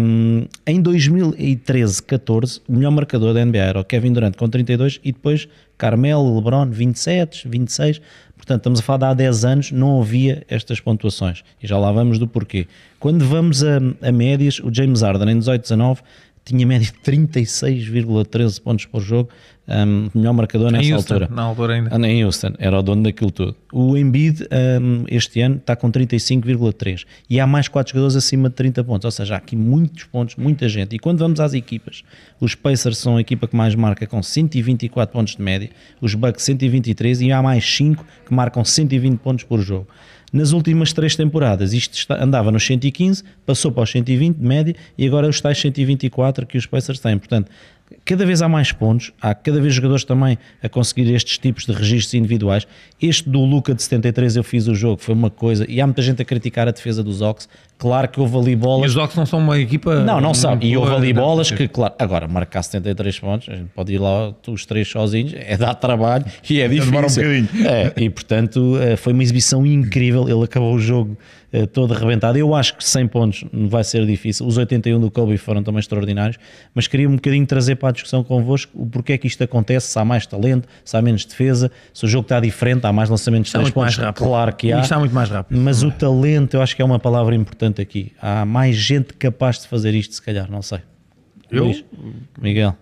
Speaker 4: Hum, em 2013, 14, o melhor marcador da NBA era o Kevin Durant com 32 e depois Carmelo, LeBron 27, 26. Portanto, estamos a falar de há 10 anos não havia estas pontuações e já lá vamos do porquê. Quando vamos a, a médias, o James Harden em 18-19 tinha média de 36,13 pontos por jogo, hum, melhor marcador nessa
Speaker 2: Em Houston,
Speaker 4: altura.
Speaker 2: na altura ainda.
Speaker 4: Ah, nem Houston, era o dono daquilo tudo. O Embiid hum, este ano está com 35,3 e há mais 4 jogadores acima de 30 pontos, ou seja, há aqui muitos pontos, muita gente. E quando vamos às equipas, os Pacers são a equipa que mais marca com 124 pontos de média, os Bucks 123 e há mais 5 que marcam 120 pontos por jogo. Nas últimas três temporadas, isto está- andava nos 115, passou para os 120 de média e agora os tais 124 que os Pacers têm. Portanto, cada vez há mais pontos, há cada vez jogadores também a conseguir estes tipos de registros individuais. Este do Luca de 73 eu fiz o jogo, foi uma coisa, e há muita gente a criticar a defesa dos Ox. Claro que houve ali
Speaker 2: E
Speaker 4: bolas.
Speaker 2: os Docs não são uma equipa.
Speaker 4: Não, não são. E houve ali
Speaker 2: Não,
Speaker 4: bolas que, claro, agora marcar 73 pontos, a gente pode ir lá os três sozinhos, é dar trabalho e é difícil.
Speaker 3: Demora um bocadinho.
Speaker 4: É, e portanto eh, foi uma exibição incrível. Ele acabou o jogo eh, todo arrebentado. Eu acho que 100 pontos vai ser difícil. Os 81 do Kobe foram também extraordinários, mas queria um bocadinho trazer para a discussão convosco o porquê é que isto acontece, se há mais talento, se há menos defesa, se o jogo está diferente, há mais lançamentos de
Speaker 2: Está
Speaker 4: 3
Speaker 2: muito mais
Speaker 4: pontos.
Speaker 2: rápido.
Speaker 4: Claro que
Speaker 2: Isto
Speaker 4: há.
Speaker 2: está muito mais rápido.
Speaker 4: Mas o talento, eu acho que é uma palavra importante aqui. Há mais gente capaz de fazer isto, se calhar, não sei.
Speaker 2: Eu?
Speaker 4: Miguel.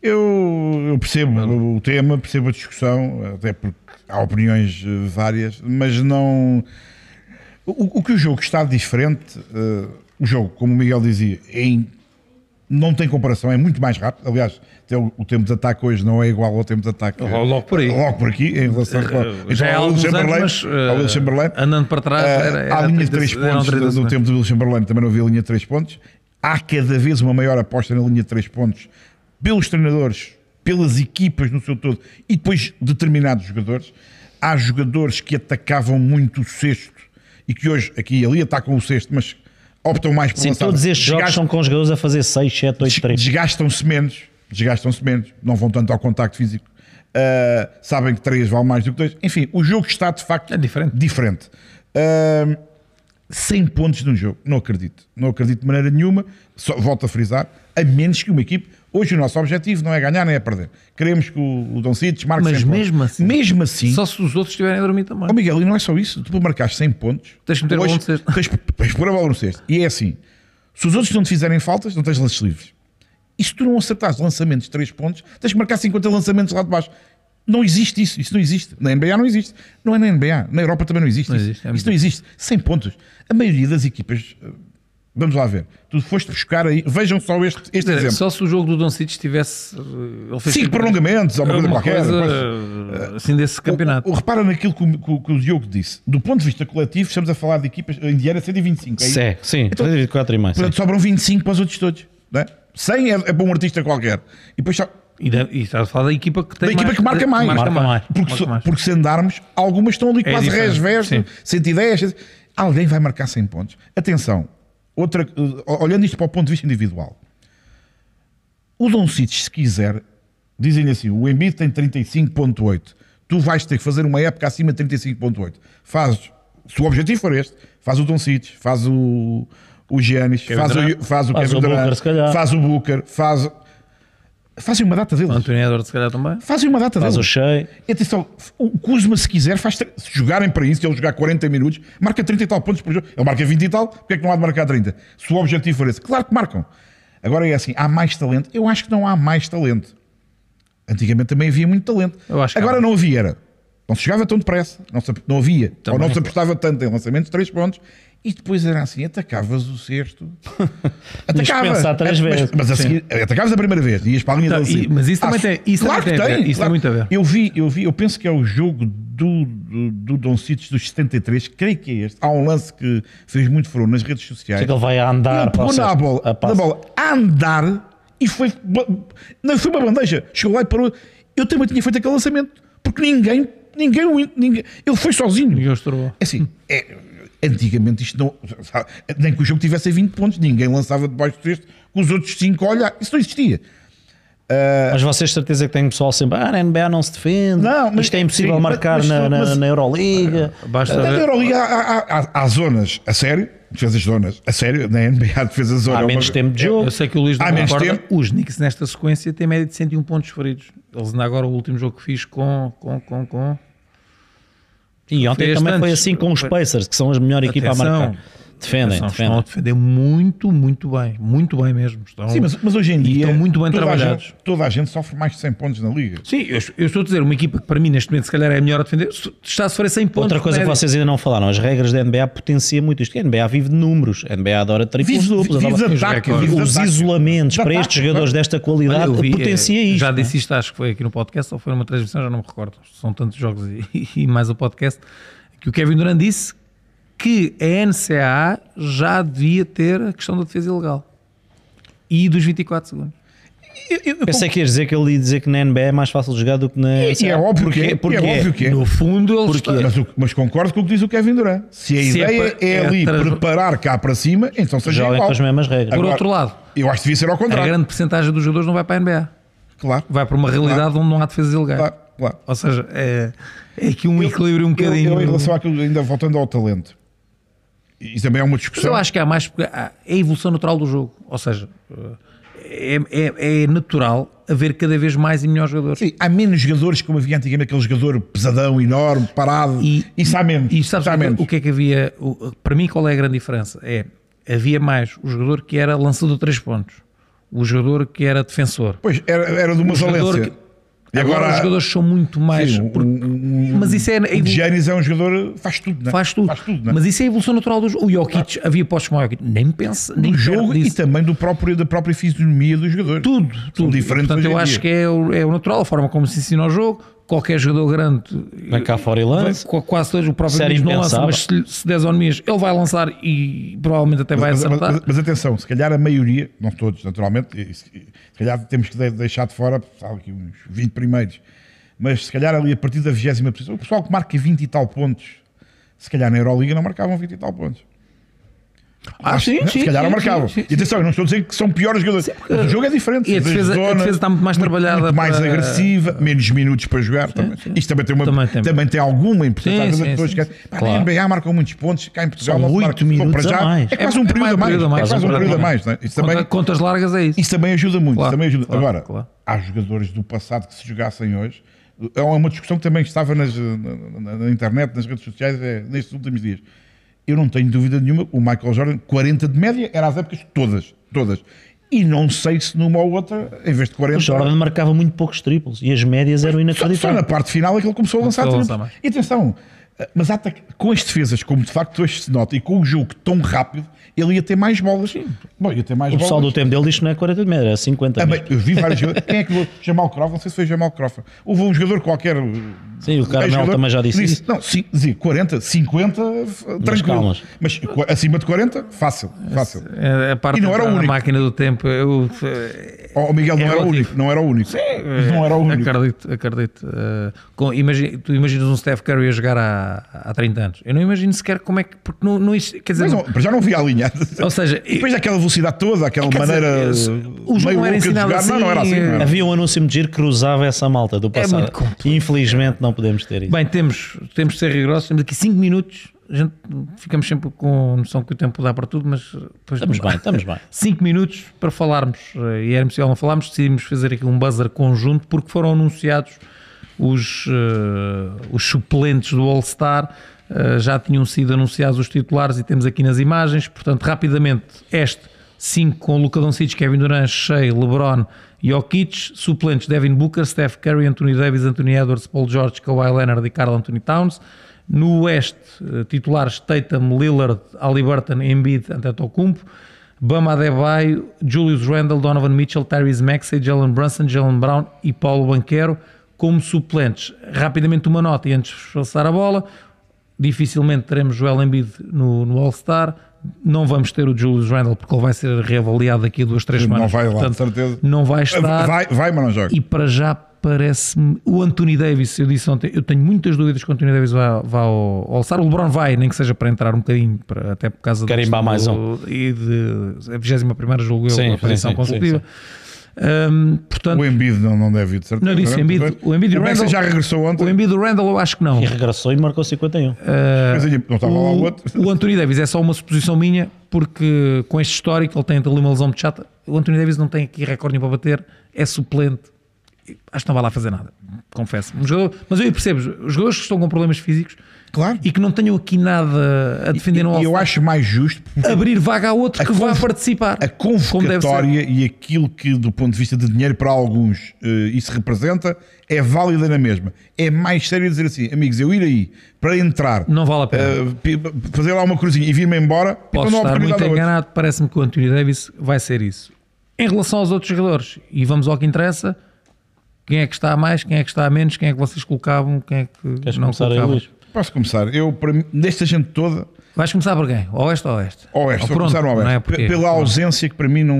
Speaker 3: Eu, eu percebo o tema, percebo a discussão, até porque há opiniões eh, várias, mas não. O, o que o jogo está diferente, eh, o jogo, como o Miguel dizia, é in- não tem comparação, é muito mais rápido. Aliás, até o, o tempo de ataque hoje não é igual ao tempo de ataque.
Speaker 2: Logo- logo por aí.
Speaker 3: Logo por aqui, em relação ao,
Speaker 2: Já é há
Speaker 3: ao Will
Speaker 2: alguns anos,
Speaker 3: Chamberlain.
Speaker 2: mas
Speaker 3: ao Will Chamberlain.
Speaker 2: eh, andando para trás,
Speaker 3: Ah,
Speaker 2: era, um era,
Speaker 3: há linha de 3
Speaker 2: eram
Speaker 3: pontos
Speaker 2: três
Speaker 3: do- do
Speaker 2: semanas.
Speaker 3: tempo do Will Chamberlain, também não havia linha de 3 pontos. Há cada vez uma maior aposta na linha de 3 pontos pelos treinadores, pelas equipas no seu todo e depois determinados jogadores. Há jogadores que atacavam muito o sexto e que hoje aqui e ali atacam o sexto, mas optam mais por
Speaker 4: Sim,
Speaker 3: lançar-
Speaker 4: todos estes jogos
Speaker 3: Desgastam-
Speaker 4: são com os jogadores a fazer 6, 7, 8, 3.
Speaker 3: desgastam-se menos, desgastam-se menos, não vão tanto ao contacto físico. Ah, sabem que 3 vale mais do que 2. Enfim, o jogo está de facto
Speaker 2: É diferente.
Speaker 3: diferente. Ah, 100 pontos num jogo, não acredito. Não acredito de maneira nenhuma, só, volto a frisar, a menos que uma equipe. Hoje o nosso objetivo não é ganhar nem é perder. Queremos que o, o Don Cites marque
Speaker 2: Mas
Speaker 3: 100 pontos.
Speaker 2: mesmo assim-
Speaker 3: mesmo assim,
Speaker 2: Só se os outros estiverem a dormir também.
Speaker 3: Ó Miguel, e não é só isso. Tu para marcar 100 pontos.
Speaker 2: Tens de meter a bola no cesto.
Speaker 3: Tens, tens de pôr a bola no cesto. E é assim: se os outros não te fizerem faltas, não tens lances livres. E se tu não acertares lançamentos de 3 pontos, tens de marcar 50 lançamentos lá de baixo. Não existe isso. Isso não existe. Na NBA não existe. Não é na NBA. Na Europa também não existe.
Speaker 2: Não
Speaker 3: isso.
Speaker 2: existe, é
Speaker 3: isso não existe. 100 pontos. A maioria das equipas. eh, Vamos lá ver. Tu foste buscar aí. Vejam só este, este
Speaker 2: Quer dizer,
Speaker 3: exemplo.
Speaker 2: só se o jogo do Don City tivesse. eh, Ele fez
Speaker 3: 5
Speaker 2: tipo-
Speaker 3: prolongamentos, alguma coisa
Speaker 2: alguma
Speaker 3: qualquer.
Speaker 2: coisa,
Speaker 3: coisa-
Speaker 2: eh, assim desse campeonato.
Speaker 3: O, o- repara naquilo que o, que o- que o Diogo disse. Do ponto de vista coletivo, estamos a falar de equipas. A Indiana é 125. É isso?
Speaker 4: Sim, sim,
Speaker 3: Então,
Speaker 4: 4 e mais. sim.
Speaker 3: Portanto, sobram 25 para os outros todos. Não é? 100 é, é para um artista qualquer. E depois só-
Speaker 2: E, da, e estás a falar da equipa que tem
Speaker 3: Da equipa
Speaker 2: mais-
Speaker 3: que marca mais.
Speaker 4: Marca mais.
Speaker 3: Porque,
Speaker 2: Marca
Speaker 3: so-
Speaker 2: mais.
Speaker 3: porque se andarmos, algumas estão ali
Speaker 2: É
Speaker 3: quase
Speaker 2: diferente,
Speaker 3: resverso,
Speaker 2: sim.
Speaker 3: 110. 100. Alguém vai marcar 100 pontos. Atenção, outra, eh, olhando isto para o ponto de vista individual, o Don Cites, se quiser, dizem-lhe assim: o Embiid tem 35,8. Tu vais ter que fazer uma época acima de 35,8. Fazes, se o objetivo for este, faz o Don Cites, faz o, o Giannis, faz
Speaker 2: Durant.
Speaker 3: o, faz o
Speaker 4: Faz
Speaker 3: Kevin
Speaker 4: o Booker,
Speaker 3: Durant,
Speaker 4: se calhar.
Speaker 3: faz o Booker, faz. Fazem uma data deles.
Speaker 2: Anthony Edwards, se calhar, também.
Speaker 3: Fazem uma data
Speaker 4: Faz o
Speaker 3: deles.
Speaker 4: cheio.
Speaker 3: Atenção, o Kuzma, se quiser, faz. tre- Se jogarem para isso, se ele jogar 40 minutos, marca 30 e tal pontos por jogo. Ele marca 20 e tal, porque é que não há de marcar 30? Se o objetivo for esse, claro que marcam. Agora é assim, há mais talento? Eu acho que não há mais talento. Antigamente também havia muito talento.
Speaker 2: Eu acho que
Speaker 3: Agora
Speaker 2: há.
Speaker 3: não havia, era. Não se chegava tão depressa, não, se, não havia. ou
Speaker 2: é
Speaker 3: não se apostava tanto em lançamentos de 3 pontos. E depois era assim, atacavas o sexto.
Speaker 4: que pensar
Speaker 3: Mas-
Speaker 4: três
Speaker 3: mas-
Speaker 4: vezes.
Speaker 3: Mas a
Speaker 4: Sim.
Speaker 3: seguir, atacavas a primeira vez, ias para a linha
Speaker 2: Tá,
Speaker 3: de lançamento.
Speaker 2: e- mas isso também tem- isso
Speaker 3: claro
Speaker 2: também
Speaker 3: que
Speaker 2: tem a ver, isso tem
Speaker 3: claro.
Speaker 2: muito a ver.
Speaker 3: Eu vi, eu vi, eu penso que é o jogo do, do, do Don Cites dos 73, creio que é este. Há um lance que fez muito furor nas redes sociais.
Speaker 4: Sei que ele vai a andar
Speaker 3: Ele
Speaker 4: para o
Speaker 3: pegou na
Speaker 4: cesto,
Speaker 3: bola,
Speaker 4: a
Speaker 3: na
Speaker 4: passo.
Speaker 3: bola a andar e foi. Não foi uma bandeja, chegou lá e parou. Eu também tinha feito aquele lançamento, porque ninguém, ninguém, o in- ninguém ele foi sozinho.
Speaker 2: Ninguém os estourou.
Speaker 3: É assim, é, antigamente isto não. sabe, Nem que o jogo tivesse 20 pontos, ninguém lançava debaixo do texto com os outros 5 a olhar. Isso não existia.
Speaker 4: Mas vocês de certeza que têm pessoal sempre, ah, na NBA não se defende,
Speaker 3: Não, mas-
Speaker 4: isto é impossível
Speaker 3: sim,
Speaker 4: marcar
Speaker 3: mas-
Speaker 4: na, na,
Speaker 3: mas-
Speaker 4: na Euroliga.
Speaker 2: Basta
Speaker 3: Até na
Speaker 2: ver.
Speaker 3: Euroliga há, há- há- há zonas, a sério, defesas zonas, a sério, na NBA defesa zona.
Speaker 4: Há
Speaker 3: é uma-
Speaker 4: menos tempo de jogo.
Speaker 2: Eu sei que o Luís não
Speaker 3: Há menos
Speaker 2: concorda.
Speaker 3: tempo.
Speaker 2: Os Knicks nesta sequência têm média de 101 pontos feridos. Eles ainda agora o último jogo que fiz com, com, com, com.
Speaker 4: E ontem
Speaker 2: Fez
Speaker 4: também foi
Speaker 2: tantos.
Speaker 4: assim com os
Speaker 2: Foi-
Speaker 4: Pacers, que são a melhor equipa a
Speaker 2: Atenção.
Speaker 4: marcar. Defendem,
Speaker 2: Atenção, estão a
Speaker 4: defendem.
Speaker 2: defender muito, muito bem. Muito bem mesmo. Estão...
Speaker 3: Sim, mas, mas hoje em
Speaker 2: E
Speaker 3: dia.
Speaker 2: estão muito bem
Speaker 3: toda a
Speaker 2: trabalhados.
Speaker 3: gente- toda a gente sofre mais de 100 pontos na liga.
Speaker 2: Sim, eu, eu estou a dizer, uma equipa que para mim neste momento se calhar é a melhor a defender, se- está a sofrer 100 pontos.
Speaker 4: Outra coisa que
Speaker 2: média.
Speaker 4: vocês ainda não falaram, as regras da NBA potenciam muito isto. que A NBA vive de números, a NBA adora triplos
Speaker 3: Vive-
Speaker 4: duplos,
Speaker 3: vive
Speaker 4: adora-
Speaker 3: de ataque, vive de
Speaker 4: os
Speaker 3: ataque.
Speaker 4: isolamentos
Speaker 3: De
Speaker 4: para
Speaker 3: ataque,
Speaker 4: estes jogadores desta
Speaker 2: Olha,
Speaker 4: qualidade
Speaker 2: eu vi,
Speaker 4: Ah, potencia
Speaker 2: eh,
Speaker 4: isto.
Speaker 2: Já
Speaker 4: não é?
Speaker 2: disse isto, acho que foi aqui no podcast, ou foi numa transmissão, já não me recordo. São tantos jogos e, e mais o podcast. Que o Kevin Durant disse que a NCAA já devia ter a questão da defesa ilegal e dos 24 segundos.
Speaker 4: Pensei que ia dizer que ele ia dizer que na NBA é mais fácil jogar do que na.
Speaker 3: E é óbvio que é.
Speaker 4: Porque- é.
Speaker 3: E é óbvio que é.
Speaker 2: No fundo, eles
Speaker 3: Mas, o- mas concordo com o que diz o Kevin Durant. Se a
Speaker 2: Se é
Speaker 3: ideia
Speaker 2: pa-
Speaker 3: é,
Speaker 2: é
Speaker 3: ali
Speaker 2: trans-
Speaker 3: preparar cá para cima, então seja
Speaker 4: Joguem
Speaker 3: igual.
Speaker 4: com as mesmas regras.
Speaker 2: por
Speaker 3: Agora-
Speaker 2: outro lado,
Speaker 3: Eu acho que devia ser ao
Speaker 2: a
Speaker 3: contrário.
Speaker 2: grande porcentagem dos jogadores não vai para a NBA.
Speaker 3: Claro,
Speaker 2: Vai para uma realidade onde não há defesas ilegais.
Speaker 3: claro, claro.
Speaker 2: Ou seja, é, é aqui um equilíbrio um
Speaker 3: Eu,
Speaker 2: bocadinho.
Speaker 3: eu em relação àquilo, ainda voltando ao talento, isso também é uma
Speaker 2: Mas
Speaker 3: discussão.
Speaker 2: eu acho que há mais. porque há- É a evolução natural do jogo. Ou seja, é, é- é natural haver cada vez mais e melhores jogadores.
Speaker 3: Sim, há menos jogadores como havia antigamente, aquele jogador pesadão, enorme, parado.
Speaker 2: E-
Speaker 3: isso há menos.
Speaker 2: E sabes
Speaker 3: Isso há
Speaker 2: o que-
Speaker 3: menos.
Speaker 2: o que é que havia? o- para mim, qual é a grande diferença? É havia mais o jogador que era lançador de 3 pontos, o jogador que era defensor.
Speaker 3: Pois, era, era de uma
Speaker 2: jogador
Speaker 3: valência. E
Speaker 2: Agora, os jogadores são muito mais.
Speaker 3: sim,
Speaker 2: porque-
Speaker 3: um-
Speaker 2: mas isso é. é
Speaker 3: o
Speaker 2: evolu-
Speaker 3: Giannis é um jogador faz tudo, né?
Speaker 2: faz tudo.
Speaker 3: Faz tudo, né?
Speaker 2: Mas isso é a evolução natural do jogo. O Jokic, havia postos como o Jokic. Nem pensa, nem
Speaker 3: do
Speaker 2: perto
Speaker 3: jogo e
Speaker 2: disso.
Speaker 3: também do próprio, da própria fisionomia do jogador.
Speaker 2: tudo, tudo.
Speaker 3: diferentes
Speaker 2: Portanto,
Speaker 3: hoje
Speaker 2: eu
Speaker 3: em
Speaker 2: acho
Speaker 3: dia.
Speaker 2: que é o, é o natural, a forma como se ensina o jogo. Qualquer jogador grande
Speaker 4: Vai cá fora e lança.
Speaker 2: Qu- Quase todos, o próprio
Speaker 4: Isso era
Speaker 2: Nunes não lança,
Speaker 4: impensável.
Speaker 2: mas se, lhe- se der zonomias, ele vai lançar e provavelmente até vai
Speaker 3: mas, mas-
Speaker 2: acertar.
Speaker 3: mas- mas atenção, se calhar a maioria, não todos, naturalmente, e se e se calhar temos que de- deixar de fora, sabe, aqui uns 20 primeiros, mas se calhar ali a partir da 20 posição, o pessoal que marca 20 e tal pontos, se calhar na Euroliga não marcavam 20 e tal pontos.
Speaker 2: Ah, sim,
Speaker 3: se
Speaker 2: sim,
Speaker 3: calhar não
Speaker 2: sim,
Speaker 3: marcavam.
Speaker 2: sim, sim,
Speaker 3: E atenção, eu não estou a dizer que são piores jogadores. o jogo é diferente.
Speaker 2: e a defesa- a defesa está muito mais trabalhada
Speaker 3: Muito mais
Speaker 2: para-
Speaker 3: agressiva, menos minutos para jogar. também. Isto também tem, uma,
Speaker 2: Também
Speaker 3: também
Speaker 2: tem.
Speaker 3: tem. alguma
Speaker 2: Sim,
Speaker 3: importância. Às vezes
Speaker 2: sim,
Speaker 3: as pessoas
Speaker 2: sim,
Speaker 3: querem, "Pá,
Speaker 4: Claro.
Speaker 3: na NBA marcam muitos pontos, cá em Portugal
Speaker 4: São
Speaker 3: não se
Speaker 4: oito
Speaker 3: marca. Bom,
Speaker 4: minutos
Speaker 3: para
Speaker 4: a
Speaker 3: já,
Speaker 4: mais.
Speaker 3: É quase
Speaker 2: É
Speaker 3: um período a
Speaker 2: mais
Speaker 3: mais.
Speaker 2: período a mais,
Speaker 3: É quase um período a mais. não é? Isso também,
Speaker 2: Conta- Contas largas é isso.
Speaker 3: isso também ajuda muito.
Speaker 2: Claro,
Speaker 3: também ajuda.
Speaker 2: claro,
Speaker 3: Agora,
Speaker 2: claro.
Speaker 3: há jogadores do passado que se jogassem hoje. É uma discussão que também estava nas, na, na- na internet, nas redes sociais, é, nestes últimos dias. Eu não tenho dúvida nenhuma, o Michael Jordan, 40 de média, era às épocas todas, todas. E não sei se numa ou outra, em vez de
Speaker 4: O
Speaker 3: 40,
Speaker 4: Jordan é marcava muito poucos triplos e as médias
Speaker 3: só,
Speaker 4: eram
Speaker 3: só na
Speaker 4: inacreditáveis.
Speaker 3: parte final é que ele começou a lançar
Speaker 2: Começou a
Speaker 3: triplos.
Speaker 2: lançar mais.
Speaker 3: E atenção, eh, mas há, tac- com as defesas, como de facto hoje se nota, e com o jogo tão rápido, ele ia ter mais bolas. Bom, ia ter mais
Speaker 4: O
Speaker 3: bolas.
Speaker 4: pessoal do tempo dele diz que não é 40 de média, era 50
Speaker 3: Ah,
Speaker 4: mesmo.
Speaker 3: bem, eu vi vários jogadores. Quem é que votou? Jamal Crawford, não sei se foi Jamal Crawford. Houve um jogador qualquer.
Speaker 4: Sim, o Carmelo
Speaker 3: ex-jogador,
Speaker 4: também já disse isso.
Speaker 3: Não, sim, dizia 40, 50, f- tranquilo.
Speaker 4: calmas.
Speaker 3: Mas, qu- acima de 40, fácil, fácil.
Speaker 2: É, A parte
Speaker 3: E não era o
Speaker 2: da
Speaker 3: único.
Speaker 2: máquina do tempo, eu
Speaker 3: O Miguel não era o
Speaker 2: É, relativo.
Speaker 3: único, não era o único. não era o
Speaker 2: eh,
Speaker 3: único.
Speaker 2: acredito, acredito. eh, com- imagi- tu imaginas um Steph Curry a jogar há, há 30 anos. Eu não imagino sequer como é que. Porque não, não existe- quer dizer,
Speaker 3: Mas não, para já não vi a linha.
Speaker 2: não- ou seja, é,
Speaker 3: Depois daquela velocidade toda, aquela
Speaker 2: Quer dizer,
Speaker 3: maneira.
Speaker 2: se- o jogo
Speaker 3: meio
Speaker 2: não era
Speaker 3: louca de
Speaker 2: ensinado
Speaker 3: jogar, Não, não era assim.
Speaker 2: assim,
Speaker 3: não era.
Speaker 4: Havia um anúncio de giro que cruzava essa malta
Speaker 3: É
Speaker 4: do passado.
Speaker 2: muito complexo.
Speaker 4: Infelizmente não podemos ter isso.
Speaker 2: Bem, temos, temos de ser rigorosos, temos aqui 5 minutos. A gente, ficamos sempre com a noção que o tempo dá para tudo, mas eh, depois
Speaker 4: Estamos bem, estamos bem.
Speaker 2: 5 minutos para falarmos, eh, e era impossível não falarmos, decidimos fazer aqui um buzzer conjunto porque foram anunciados os, eh, os suplentes do All-Star, eh, já tinham sido anunciados os titulares e temos aqui nas imagens, portanto, rapidamente, este 5 com Luca Doncic, Kevin Durant, Shea, LeBron, Jokic, suplentes Devin Booker, Steph Curry, Anthony Davis, Anthony Edwards, Paul George, Kawhi Leonard e Carl Anthony Towns. No Oeste, eh, titulares Tatum, Lillard, Halliburton, Embiid, Antetokounmpo. Bama Adebayo, Julius Randle, Donovan Mitchell, Tyrese Maxey, Jalen Brunson, Jalen Brown e Paulo Banquero como suplentes. Rapidamente uma nota e antes de passar a bola, dificilmente teremos Joel Embiid no, no All-Star, não vamos ter o Julius Randle porque ele vai ser reavaliado daqui a duas, três
Speaker 3: Não
Speaker 2: semanas.
Speaker 3: vai lá,
Speaker 2: Portanto,
Speaker 3: de certeza.
Speaker 2: Não vai estar
Speaker 3: Vai, vai, mas não joga.
Speaker 2: e para já parece-me o Anthony Davis, eu disse ontem, eu tenho muitas dúvidas que o Anthony Davis vá, vá ao ao All-Star, o LeBron vai, nem que seja para entrar um bocadinho, para- até por causa da
Speaker 4: Carimbar
Speaker 2: questão
Speaker 4: mais um.
Speaker 2: do- e de a 21ª julgo eu,
Speaker 4: Sim,
Speaker 2: a aparição
Speaker 4: sim, sim,
Speaker 2: consecutiva. Hum, portanto,
Speaker 3: O Embiid não, não deve ir, de certeza.
Speaker 2: Não disse
Speaker 3: Agora,
Speaker 2: Embiid.
Speaker 3: depois-
Speaker 2: O Embiid e
Speaker 3: o
Speaker 2: o
Speaker 3: Maxey
Speaker 2: Randall-
Speaker 3: já regressou ontem.
Speaker 2: o Embiid do Randall eu acho que não.
Speaker 4: E regressou e um. marcou 51.
Speaker 3: Mas ele- não estava lá o
Speaker 2: O,
Speaker 3: outro.
Speaker 2: o Anthony Davis é só uma suposição minha, porque com este histórico ele tem ali uma lesão de chata. O Anthony Davis não tem aqui recorde nenhum para bater, é suplente. Acho que não vai lá fazer nada, confesso. Um jogador- mas eu percebo, os jogadores que estão com problemas físicos
Speaker 3: Claro.
Speaker 2: e que não tenham aqui nada a defender no
Speaker 3: E eu
Speaker 2: All-Star,
Speaker 3: acho mais justo
Speaker 2: abrir vaga a outro
Speaker 3: A
Speaker 2: que vá
Speaker 3: conv-
Speaker 2: participar.
Speaker 3: a
Speaker 2: Como deve ser.
Speaker 3: convocatória e aquilo que, do ponto de vista de dinheiro, para alguns eh, isso representa, é válida na mesma. É mais sério dizer assim, amigos, eu ir aí para entrar,
Speaker 2: Não vale a pena.
Speaker 3: eh, pi- fazer lá uma cruzinha e vir-me embora,
Speaker 2: Posso
Speaker 3: não há
Speaker 2: estar muito
Speaker 3: oportunidade a outros.
Speaker 2: enganado, parece-me que o Anthony Davis vai ser isso. Em relação aos outros jogadores, e vamos ao que interessa, quem é que está a mais, quem é que está a menos, quem é que vocês colocavam, quem é que
Speaker 4: Queres
Speaker 2: não
Speaker 4: começar aí,
Speaker 2: colocavam.
Speaker 4: Luís?
Speaker 3: Posso começar? Eu, para mim, desta gente toda,
Speaker 2: Vais começar por quem? Oeste ou Oeste?
Speaker 3: Oeste,
Speaker 2: Ou
Speaker 3: vou
Speaker 2: pronto,
Speaker 3: começar no Oeste.
Speaker 2: não é? Porquê?
Speaker 3: P- Pela ausência que para mim não,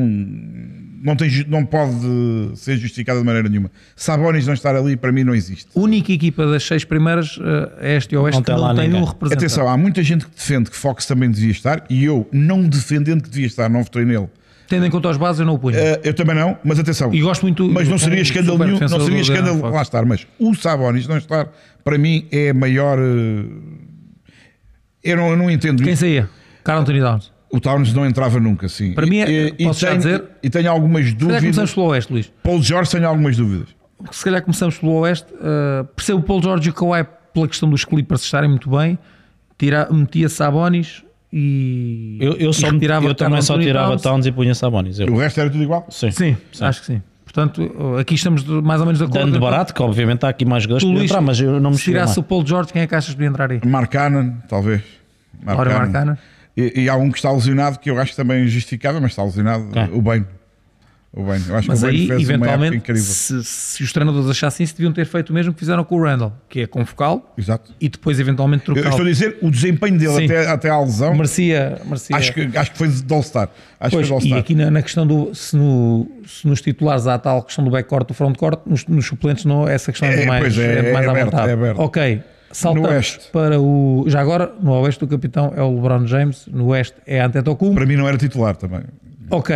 Speaker 3: não, tem, ju- não pode ser justificada de maneira nenhuma. Sabonis não estar ali para mim não existe.
Speaker 2: Única equipa das seis primeiras, eh, Este ou Oeste,
Speaker 4: Não
Speaker 2: que
Speaker 4: tem lá
Speaker 2: não tem
Speaker 4: ninguém.
Speaker 2: um representante.
Speaker 3: Atenção, há muita gente que defende que Fox também devia estar e eu, não defendendo que devia estar, não votei nele.
Speaker 2: Tendo em conta os bases, eu não o punho.
Speaker 3: Eh, eu também não, mas atenção.
Speaker 2: E gosto muito-
Speaker 3: Mas não seria
Speaker 2: um
Speaker 3: escândalo
Speaker 2: super
Speaker 3: nenhum, não
Speaker 2: defensor
Speaker 3: seria
Speaker 2: do
Speaker 3: escândalo
Speaker 2: Darren Fox.
Speaker 3: lá estar, mas o Sabonis não estar, para mim, é a maior. eh, Eu não, eu não entendo.
Speaker 2: Quem saía? Carl Anthony Downs.
Speaker 3: O Towns não entrava nunca, sim.
Speaker 2: Para mim é-
Speaker 3: E- e,
Speaker 2: posso já
Speaker 3: tenho,
Speaker 2: dizer?
Speaker 3: E tenho algumas
Speaker 2: Se calhar começamos
Speaker 3: dúvidas.
Speaker 2: pelo Oeste, Luís.
Speaker 3: Paul George tem algumas dúvidas.
Speaker 2: Se calhar começamos pelo Oeste. eh, percebo o Paul George e o Kawhi pela questão dos Clippers estarem muito bem. Tira, metia Sabonis e.
Speaker 4: Eu, eu,
Speaker 2: e
Speaker 4: só,
Speaker 2: retirava
Speaker 4: eu
Speaker 2: Carl
Speaker 4: também só
Speaker 2: Anthony
Speaker 4: tirava
Speaker 2: Towns.
Speaker 4: Towns e punha Sabonis. Eu,
Speaker 3: O resto era tudo igual.
Speaker 4: sim.
Speaker 2: Sim, acho que sim. Portanto, aqui estamos de- mais ou menos de acordo.
Speaker 4: Dando de barato, que obviamente há aqui mais
Speaker 2: Tu,
Speaker 4: gasto para
Speaker 2: Luís,
Speaker 4: entrar, mas eu não me
Speaker 2: se tirasse o Paul George, quem é que achas que podia entrar aí?
Speaker 3: Mark Cannon, talvez.
Speaker 4: Ah,
Speaker 3: Mark
Speaker 2: Ora,
Speaker 3: Cannon.
Speaker 2: Mark Cannon.
Speaker 3: E, e há um que está lesionado que eu acho que também é justificável, mas está lesionado.
Speaker 4: Quem?
Speaker 3: O Bane. O Bane. Eu acho
Speaker 2: Tá. Mas
Speaker 3: que o
Speaker 2: aí,
Speaker 3: Bane fez uma época
Speaker 2: eventualmente,
Speaker 3: incrível.
Speaker 2: se, se os treinadores achassem isso, deviam ter feito o mesmo que fizeram com o Randall, que é convocá-lo
Speaker 3: Exato.
Speaker 2: e depois eventualmente
Speaker 3: Eu
Speaker 2: trocá-lo.
Speaker 3: estou a dizer o desempenho dele
Speaker 2: Sim.
Speaker 3: até, até à lesão.
Speaker 2: Merecia, merecia.
Speaker 3: Acho que, acho que foi de All-Star. Acho que
Speaker 2: Pois,
Speaker 3: foi de
Speaker 2: e
Speaker 3: All-Star.
Speaker 2: aqui na, na questão do se, no- se nos titulares há a tal questão do backcourt, do frontcourt, nos, nos suplentes não, essa questão é,
Speaker 3: É,
Speaker 2: mais,
Speaker 3: pois,
Speaker 2: é,
Speaker 3: é-
Speaker 2: mais
Speaker 3: é
Speaker 2: à
Speaker 3: aberto,
Speaker 2: vontade.
Speaker 3: é aberto.
Speaker 2: Ok,
Speaker 3: No
Speaker 2: saltamos
Speaker 3: oeste.
Speaker 2: para o. Já agora, no oeste do capitão é o LeBron James, no oeste é Antetokounmpo.
Speaker 3: Para mim não era titular também.
Speaker 2: Ok,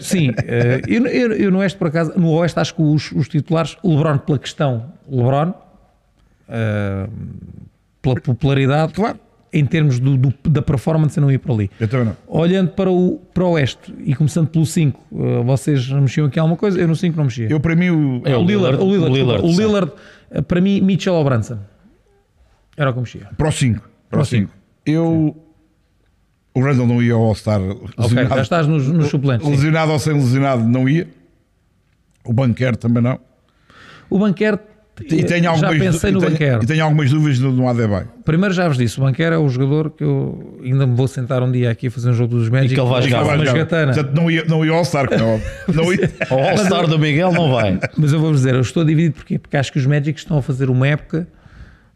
Speaker 2: sim, eh, eu, eu- eu no Oeste, por acaso, no Oeste acho que os, os titulares, o LeBron pela questão, LeBron, eh, pela popularidade,
Speaker 3: Claro.
Speaker 2: em termos do- do- da performance eu não ia para ali.
Speaker 3: Eu também não.
Speaker 2: Olhando para o, para o Oeste e começando pelo 5, eh, vocês mexiam aqui alguma coisa? Eu no 5 não mexia.
Speaker 3: Eu para mim o.
Speaker 2: É o Lillard,
Speaker 4: o
Speaker 2: o Lillard,
Speaker 4: Lillard,
Speaker 2: desculpa, o
Speaker 4: sim.
Speaker 2: Lillard, eh, para mim, Mitchell ou Branson, era o que eu mexia.
Speaker 3: Pro 5. Pro
Speaker 2: cinco.
Speaker 3: 5. Eu. O Randall não ia ao All-Star
Speaker 2: Ok, já
Speaker 3: lesionado.
Speaker 2: estás nos, nos suplentes. sim.
Speaker 3: lesionado ou sem lesionado não ia. O banqueiro também não.
Speaker 2: O banquero,
Speaker 3: E tenho
Speaker 2: já
Speaker 3: algumas,
Speaker 2: pensei
Speaker 3: e
Speaker 2: no
Speaker 3: tenho-
Speaker 2: banquero.
Speaker 3: E tenho algumas dúvidas no, no Adebayo.
Speaker 2: Primeiro já vos disse, o Banqueiro é o jogador que eu ainda me vou sentar um dia aqui a fazer um jogo dos Magic
Speaker 4: E que ele vai jogar.
Speaker 2: faço uma
Speaker 3: Vai jogar.
Speaker 2: jogatana.
Speaker 3: Portanto, não ia, não ia ao All-Star, que não, não ia.
Speaker 4: O All-Star do Miguel não vai.
Speaker 2: Mas eu vou vos dizer, eu estou dividido porquê? Porque acho que os Magic estão a fazer uma época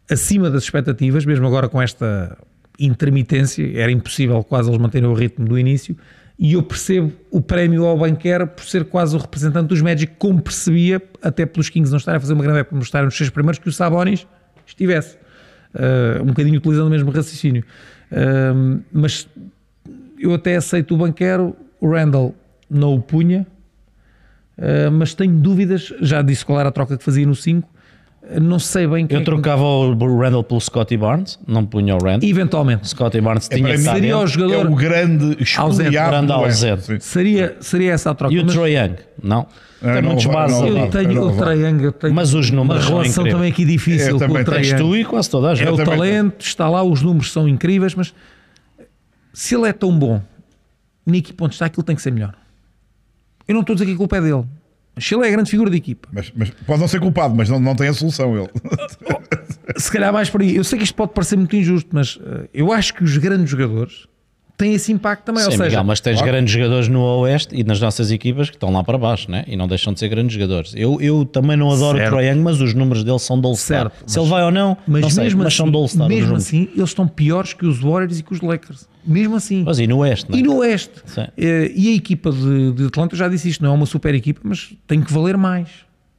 Speaker 2: acima das expectativas, mesmo agora com esta intermitência, era impossível quase eles manterem o ritmo do início, e eu percebo o prémio ao Banquero por ser quase o representante dos Magic, como percebia, até pelos Kings não estarem a fazer uma grande época, não estarem nos seis primeiros, que o Sabonis estivesse. Ah, um bocadinho utilizando o mesmo raciocínio. Ah, mas eu até aceito o banqueiro, o Randall não o punha, eh, mas tenho dúvidas, já disse qual era a troca que fazia no 5, eh, não sei bem quem é
Speaker 4: Eu
Speaker 2: que-
Speaker 4: trocava o Randall pelo Scotty Barnes, não punha o Randall.
Speaker 2: Eventualmente,
Speaker 4: Scotty Barnes tinha
Speaker 3: para
Speaker 4: que
Speaker 3: mim
Speaker 4: estar
Speaker 2: É seria o
Speaker 4: dentro.
Speaker 2: jogador,
Speaker 3: É o grande espoliado
Speaker 4: Grande
Speaker 3: do Oeste.
Speaker 4: ausente.
Speaker 3: Sim.
Speaker 2: seria, seria essa a troca.
Speaker 4: E o
Speaker 2: mas
Speaker 4: Trae Young, não. Tem
Speaker 3: É, não
Speaker 4: muitos
Speaker 3: vai,
Speaker 4: bases
Speaker 3: não
Speaker 4: ali.
Speaker 3: vai.
Speaker 2: eu tenho o
Speaker 3: Não,
Speaker 2: Triangle, eu tenho
Speaker 4: Mas os
Speaker 2: uma
Speaker 4: números são
Speaker 2: relação
Speaker 4: incríveis.
Speaker 2: também aqui difícil com
Speaker 3: Eu
Speaker 2: o
Speaker 3: também tenho.
Speaker 4: Tens
Speaker 2: Triangle.
Speaker 4: tu e quase toda a gente.
Speaker 2: É o
Speaker 3: também
Speaker 2: talento, está lá, os números são incríveis, mas se ele é tão bom, Nicky Ponte está, aquilo tem que ser melhor. Eu não estou a dizer que a culpa é dele, mas se ele é a grande figura da equipa,
Speaker 3: Mas, mas pode não ser culpado, mas não, não tem a solução ele.
Speaker 2: se calhar mais por aí. Eu sei que isto pode parecer muito injusto, mas eh, eu acho que os grandes jogadores têm esse impacto também.
Speaker 4: Sim,
Speaker 2: Ou seja,
Speaker 4: Miguel, mas tens
Speaker 3: claro.
Speaker 4: grandes jogadores no Oeste e nas nossas equipas que estão lá para baixo, né? E não deixam de ser grandes jogadores. Eu, eu também não adoro
Speaker 2: Certo.
Speaker 4: o Trae Young, mas os números dele são de All-Star.
Speaker 2: Certo,
Speaker 4: Se ele vai ou não,
Speaker 2: mas
Speaker 4: não sei,
Speaker 2: mesmo,
Speaker 4: mas são de
Speaker 2: assim,
Speaker 4: All-Star. os
Speaker 2: mesmo
Speaker 4: números.
Speaker 2: assim, eles estão piores que os Warriors e que os Lakers. Mesmo assim.
Speaker 4: Mas e no Oeste, né?
Speaker 2: E no Oeste.
Speaker 4: Sim.
Speaker 2: Eh, E a equipa de, de Atlanta, eu já disse isto, não é uma super equipa, mas tem que valer mais.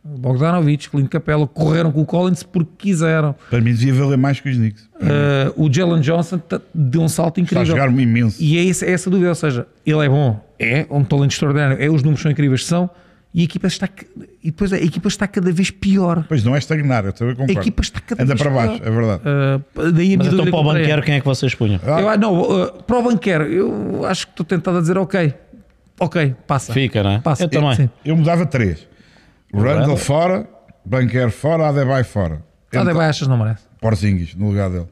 Speaker 2: Bogdanovich, Clint Capella, correram com o Collins porque quiseram.
Speaker 3: Para mim devia valer mais que os Knicks.
Speaker 2: Eh, o Jalen Johnson ta- deu um salto
Speaker 3: Está a
Speaker 2: incrível.
Speaker 3: jogar imenso.
Speaker 2: E é essa, é essa dúvida, ou seja, ele é bom, é um talento extraordinário, é, os números são incríveis, são, e a equipa está, ca- e depois a equipa está cada vez pior.
Speaker 3: Pois não é estagnar, eu também
Speaker 2: A
Speaker 3: concordo.
Speaker 2: equipa está cada
Speaker 3: Anda
Speaker 2: vez
Speaker 3: para
Speaker 2: pior.
Speaker 3: baixo, é verdade.
Speaker 2: Ah, daí a
Speaker 4: Mas
Speaker 2: minha
Speaker 4: então
Speaker 2: dúvida
Speaker 4: para o
Speaker 2: contra ele.
Speaker 4: banqueiro, quem é que vocês punham?
Speaker 3: Tá.
Speaker 2: Eu, ah, não, ah, para o banqueiro, eu acho que estou tentado a dizer ok, ok, passa.
Speaker 4: Fica, né?
Speaker 2: Passa.
Speaker 4: Eu também.
Speaker 2: Sim.
Speaker 3: Eu mudava três. Randall,
Speaker 4: Randall.
Speaker 3: fora, Banquer fora, Adebayo fora.
Speaker 2: Cada vez Tá, achas não merece.
Speaker 3: Porzingis no lugar dele.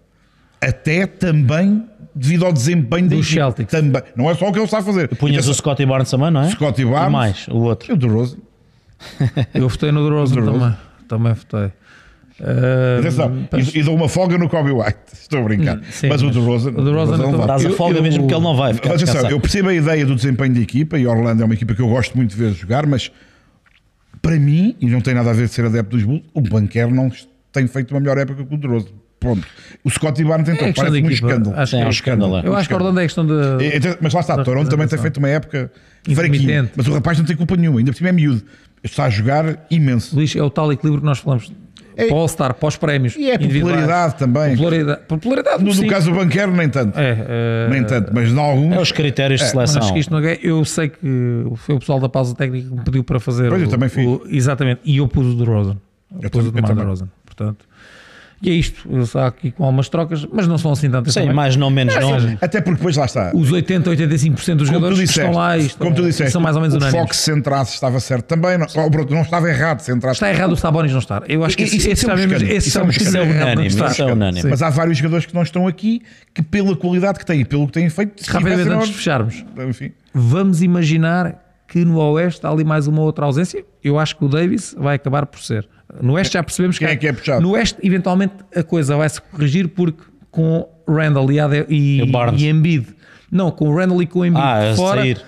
Speaker 3: Até também devido ao desempenho da
Speaker 2: Dos
Speaker 3: equipe.
Speaker 2: Celtics.
Speaker 3: Também. Não é só o que ele está a fazer.
Speaker 4: Punhas o Scotty Barnes também, não é?
Speaker 3: Scotty
Speaker 4: E
Speaker 3: Barnes.
Speaker 4: mais, o outro.
Speaker 3: Eu do Rose.
Speaker 2: Eu votei no DeRozan
Speaker 3: DeRozan.
Speaker 2: também, também votei. Ah,
Speaker 3: Atenção,
Speaker 2: pois, Hum,
Speaker 3: e, e dou uma folga no Kobe White. Estou a brincar.
Speaker 2: sim,
Speaker 3: mas, o
Speaker 2: mas
Speaker 3: do Rose.
Speaker 2: o DeRozan eu tô-
Speaker 4: Dás a
Speaker 2: Eu-
Speaker 4: folga
Speaker 2: eu-
Speaker 4: mesmo que ele não vai. Ficar
Speaker 3: Mas atenção,
Speaker 4: descansado.
Speaker 3: eu percebo a ideia do desempenho da equipa e Orlando é uma equipa que eu gosto muito de ver jogar, mas para mim, e não tem nada a ver de ser adepto dos Bulls, o Banquer não tem feito uma melhor época que o Droso. Pronto. O Scott Barnes então
Speaker 2: É questão
Speaker 3: parece
Speaker 2: da
Speaker 3: um
Speaker 2: equipa.
Speaker 3: escândalo.
Speaker 2: Acho
Speaker 4: Sim, é um
Speaker 2: que-
Speaker 4: escândalo.
Speaker 2: Eu acho que Orlando é questão de.
Speaker 3: É, então, mas lá está,
Speaker 2: da
Speaker 3: Toronto também tem
Speaker 2: representação.
Speaker 3: feito uma época fraquinha.
Speaker 2: Intermitente.
Speaker 3: Mas o rapaz não tem culpa nenhuma, ainda por cima é miúdo. Está a jogar imenso.
Speaker 2: Luís, é o tal equilíbrio que nós falamos.
Speaker 3: É-
Speaker 2: para o All-Star, para os prémios.
Speaker 3: E é a
Speaker 2: individuais.
Speaker 3: popularidade também.
Speaker 2: Popularidade. popularidade
Speaker 3: No,
Speaker 2: sim.
Speaker 3: no caso do banqueiro, nem tanto.
Speaker 2: É, eh,
Speaker 3: nem tanto, mas em alguns.
Speaker 4: É os critérios de
Speaker 2: mas
Speaker 4: seleção.
Speaker 2: acho que isto não é. Eu sei que foi o pessoal da pausa técnica que me pediu para fazer.
Speaker 3: Pois, eu
Speaker 2: o-
Speaker 3: também fiz.
Speaker 2: o- exatamente. E eu pus o de Rosen. Eu pus
Speaker 3: Eu tam-
Speaker 2: o de
Speaker 3: eu
Speaker 2: Mar
Speaker 3: também.
Speaker 2: Rosen. Portanto. E é isto. Eu saio aqui com algumas trocas, mas não são assim tantas.
Speaker 4: Sim,
Speaker 2: também. É,
Speaker 4: mais não, menos não.
Speaker 3: Até porque depois lá está.
Speaker 2: Os 80, 85% dos
Speaker 3: Como tu
Speaker 2: jogadores que estão
Speaker 3: disseste,
Speaker 2: lá e estão,
Speaker 3: como tu disseste,
Speaker 2: são mais ou menos
Speaker 3: o
Speaker 2: unânimes.
Speaker 3: Fox se entrasse estava certo também. Não, oh, Bruno, não estava errado se entrasse.
Speaker 2: Está errado o Sabonis não estar. Eu acho que
Speaker 3: Isso-
Speaker 2: esse,
Speaker 3: isso
Speaker 2: esse,
Speaker 3: é um
Speaker 2: está mesmo-
Speaker 3: escândalo.
Speaker 2: esse
Speaker 3: Isso é
Speaker 2: está
Speaker 3: um
Speaker 2: mesmo
Speaker 4: escândalo.
Speaker 2: errado não
Speaker 4: Unânime,
Speaker 2: estar.
Speaker 4: isso é unânime.
Speaker 2: Sim.
Speaker 3: Mas há vários jogadores que não estão aqui que, pela qualidade que têm e pelo que têm feito, se
Speaker 2: Rapidamente,
Speaker 3: tivessem
Speaker 2: antes de
Speaker 3: nós-
Speaker 2: fecharmos,
Speaker 3: Enfim,
Speaker 2: vamos imaginar que no Oeste há ali mais uma outra ausência. Eu acho que o Davis vai acabar por ser. No Oeste já percebemos
Speaker 3: Quem
Speaker 2: que,
Speaker 3: é que é puxado?
Speaker 2: No Oeste, eventualmente, a coisa vai se corrigir porque com Randall e, Ade- e,
Speaker 4: E o Barnes.
Speaker 2: e Embiid. Não, com Randall e com Embiid
Speaker 4: Ah, a
Speaker 2: fora,
Speaker 4: sair.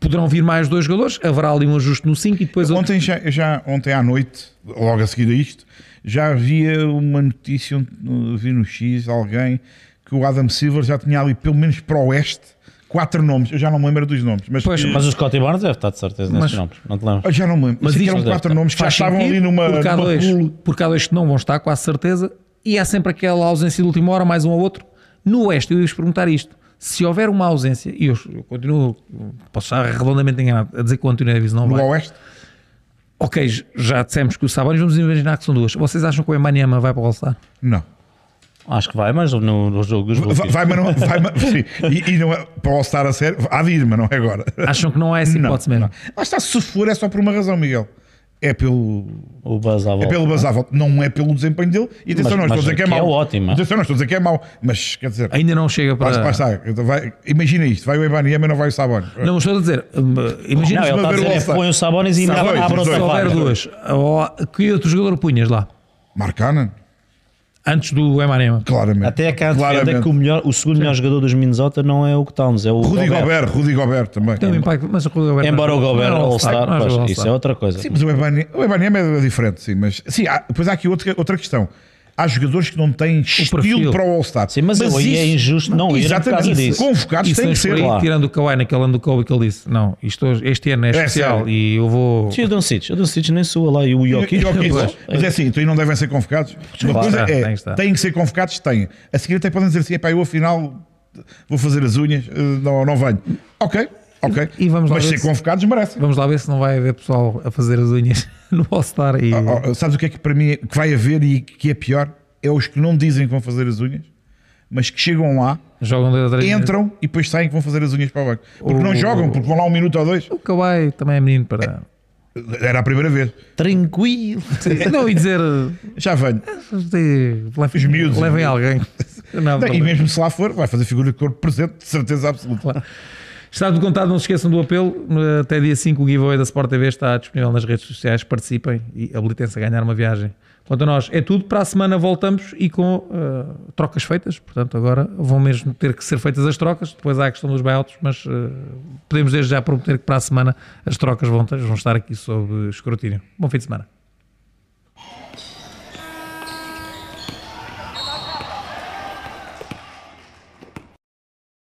Speaker 2: poderão vir mais dois jogadores. Haverá ali um ajuste no 5 e depois outro.
Speaker 3: ontem, já, eu já- ontem à noite, logo a seguir a isto, já havia uma notícia, um- vi no X alguém que o Adam Silver já tinha ali, pelo menos para o Oeste, quatro nomes. Eu já não me lembro dos nomes, mas,
Speaker 2: Pois,
Speaker 3: que-
Speaker 4: Mas o Scottie Barnes deve estar de certeza nesses
Speaker 2: Mas-
Speaker 4: nomes. Não te lembro.
Speaker 3: eu já não me lembro. Mas
Speaker 4: isto-
Speaker 3: eram quatro nomes que já
Speaker 2: Faz
Speaker 3: estavam
Speaker 2: sentido,
Speaker 3: ali numa,
Speaker 2: porque há
Speaker 3: numa
Speaker 2: dois,
Speaker 3: pool.
Speaker 2: porque há dois que não vão estar, quase certeza, e há sempre aquela ausência de última hora, mais um ou outro. No Oeste, eu ia-vos perguntar isto: se houver uma ausência, e eu, eu continuo, posso estar redondamente enganado a dizer que o António Davis não
Speaker 3: no
Speaker 2: vai.
Speaker 3: Oeste.
Speaker 2: Ok, já dissemos que o Sabonis, vamos imaginar que são duas. Vocês acham que o Emaniama vai para o All-Star?
Speaker 3: Não.
Speaker 4: Acho que vai, mas no, no jogo dos
Speaker 3: Vai,
Speaker 4: Wolves.
Speaker 3: vai, mas não, vai, mas- sim. E, e não é, para o All-Star a sério, há de ir, mas não é agora.
Speaker 2: Acham que não há essa
Speaker 3: Não,
Speaker 2: hipótese mesmo?
Speaker 3: não. Lá está, se for, é só por uma razão, Miguel. É pelo,
Speaker 4: O Buzz à
Speaker 3: é
Speaker 4: volta.
Speaker 3: pelo Basával, não é pelo desempenho dele. E atenção,
Speaker 4: Mas-
Speaker 3: não estou a
Speaker 4: mas
Speaker 3: dizer que é
Speaker 4: que é
Speaker 3: mau.
Speaker 4: ótimo.
Speaker 3: Atenção, não estou a dizer que é mau, mas quer dizer,
Speaker 2: Ainda não chega para.
Speaker 3: lá, lá está. então vai- imagina isto: vai o Ibaniama e não vai o Sabon.
Speaker 2: Não, mas estou a dizer, hum, imagina
Speaker 4: Não, ele
Speaker 3: uma
Speaker 4: está a dizer,
Speaker 3: vergonha.
Speaker 4: é, põe o Sabonis e
Speaker 3: Sabonis,
Speaker 4: abre
Speaker 3: os
Speaker 4: outra
Speaker 2: se
Speaker 3: dois.
Speaker 2: houver
Speaker 4: vaga.
Speaker 2: duas, ou- que outro jogador punhas lá?
Speaker 3: Marcana,
Speaker 2: Antes do Emaniama?
Speaker 3: claramente.
Speaker 4: Até cá defenda
Speaker 3: claramente.
Speaker 4: que o, melhor, o segundo melhor jogador dos Minnesota não é o que Towns, é o
Speaker 3: Rudy
Speaker 4: Gobert.
Speaker 3: Gobert, Rudy Gobert também.
Speaker 4: Então,
Speaker 2: Tem um impacto, mas o Gobert
Speaker 4: Embora o Gobert
Speaker 2: não é
Speaker 4: All-Star,
Speaker 2: não é
Speaker 4: pois,
Speaker 2: All-Star.
Speaker 4: isso é outra coisa.
Speaker 3: Sim, mas o Ibani- o Ibaniama é diferente, sim. Mas sim, há, depois há aqui outra, outra questão. Há jogadores que não têm
Speaker 2: perfil.
Speaker 3: estilo para o All-Star.
Speaker 4: Sim, mas eu- aí é injusto não ir por
Speaker 3: Exatamente,
Speaker 4: causa disso.
Speaker 3: Convocados
Speaker 2: Isso é
Speaker 3: têm
Speaker 2: tem
Speaker 3: que ser.
Speaker 4: lá.
Speaker 2: Tirando o Kawhi naquele ano do Kobe que ele disse, não, isto hoje- este ano é especial
Speaker 3: sério.
Speaker 2: e eu vou...
Speaker 4: Sim, o Doncic, o Doncic nem sua lá e o Jokic.
Speaker 3: Jokic.
Speaker 4: pois.
Speaker 3: Mas é assim, então aí não devem ser convocados. Uma
Speaker 2: Claro,
Speaker 3: coisa
Speaker 2: tem que
Speaker 3: é,
Speaker 2: estar.
Speaker 3: têm que ser convocados, têm. A seguir até podem dizer assim, epá, eu afinal vou fazer as unhas, eh, não, não venho. Ok, ok.
Speaker 2: E vamos lá
Speaker 3: Mas
Speaker 2: ver
Speaker 3: ser
Speaker 2: se-
Speaker 3: convocados merecem.
Speaker 2: Vamos lá ver se não vai haver pessoal a fazer as unhas no All-Star e...
Speaker 3: Oh, oh, sabes o que é que para mim é- que vai haver e que é pior? É os que não dizem que vão fazer as unhas, mas que chegam lá,
Speaker 2: Jogam dois ou três minutos.
Speaker 3: entram e depois saem que vão fazer as unhas para o banco. Porque
Speaker 2: O-
Speaker 3: não jogam, porque vão lá um minuto ou dois.
Speaker 2: O Kawhi também é menino para...
Speaker 3: Era a primeira vez.
Speaker 4: Tranquilo.
Speaker 2: não, e dizer... eh,
Speaker 3: Já venho. Os miúdos.
Speaker 2: Levem, levem alguém. Não,
Speaker 3: Não, e
Speaker 2: não.
Speaker 3: mesmo se lá for, vai fazer figura de corpo presente, de certeza absoluta.
Speaker 2: Está tudo contado, não se esqueçam do apelo. Eh, Até dia 5 o giveaway da Sport TV está disponível nas redes sociais. Participem e habilitem-se a ganhar uma viagem. Quanto a nós, é tudo. Para a semana voltamos e com eh, trocas feitas. Portanto, agora vão mesmo ter que ser feitas as trocas. Depois há a questão dos buyouts, mas eh, podemos desde já prometer que para a semana as trocas vão, ter- vão estar aqui sob escrutínio. Bom fim de semana.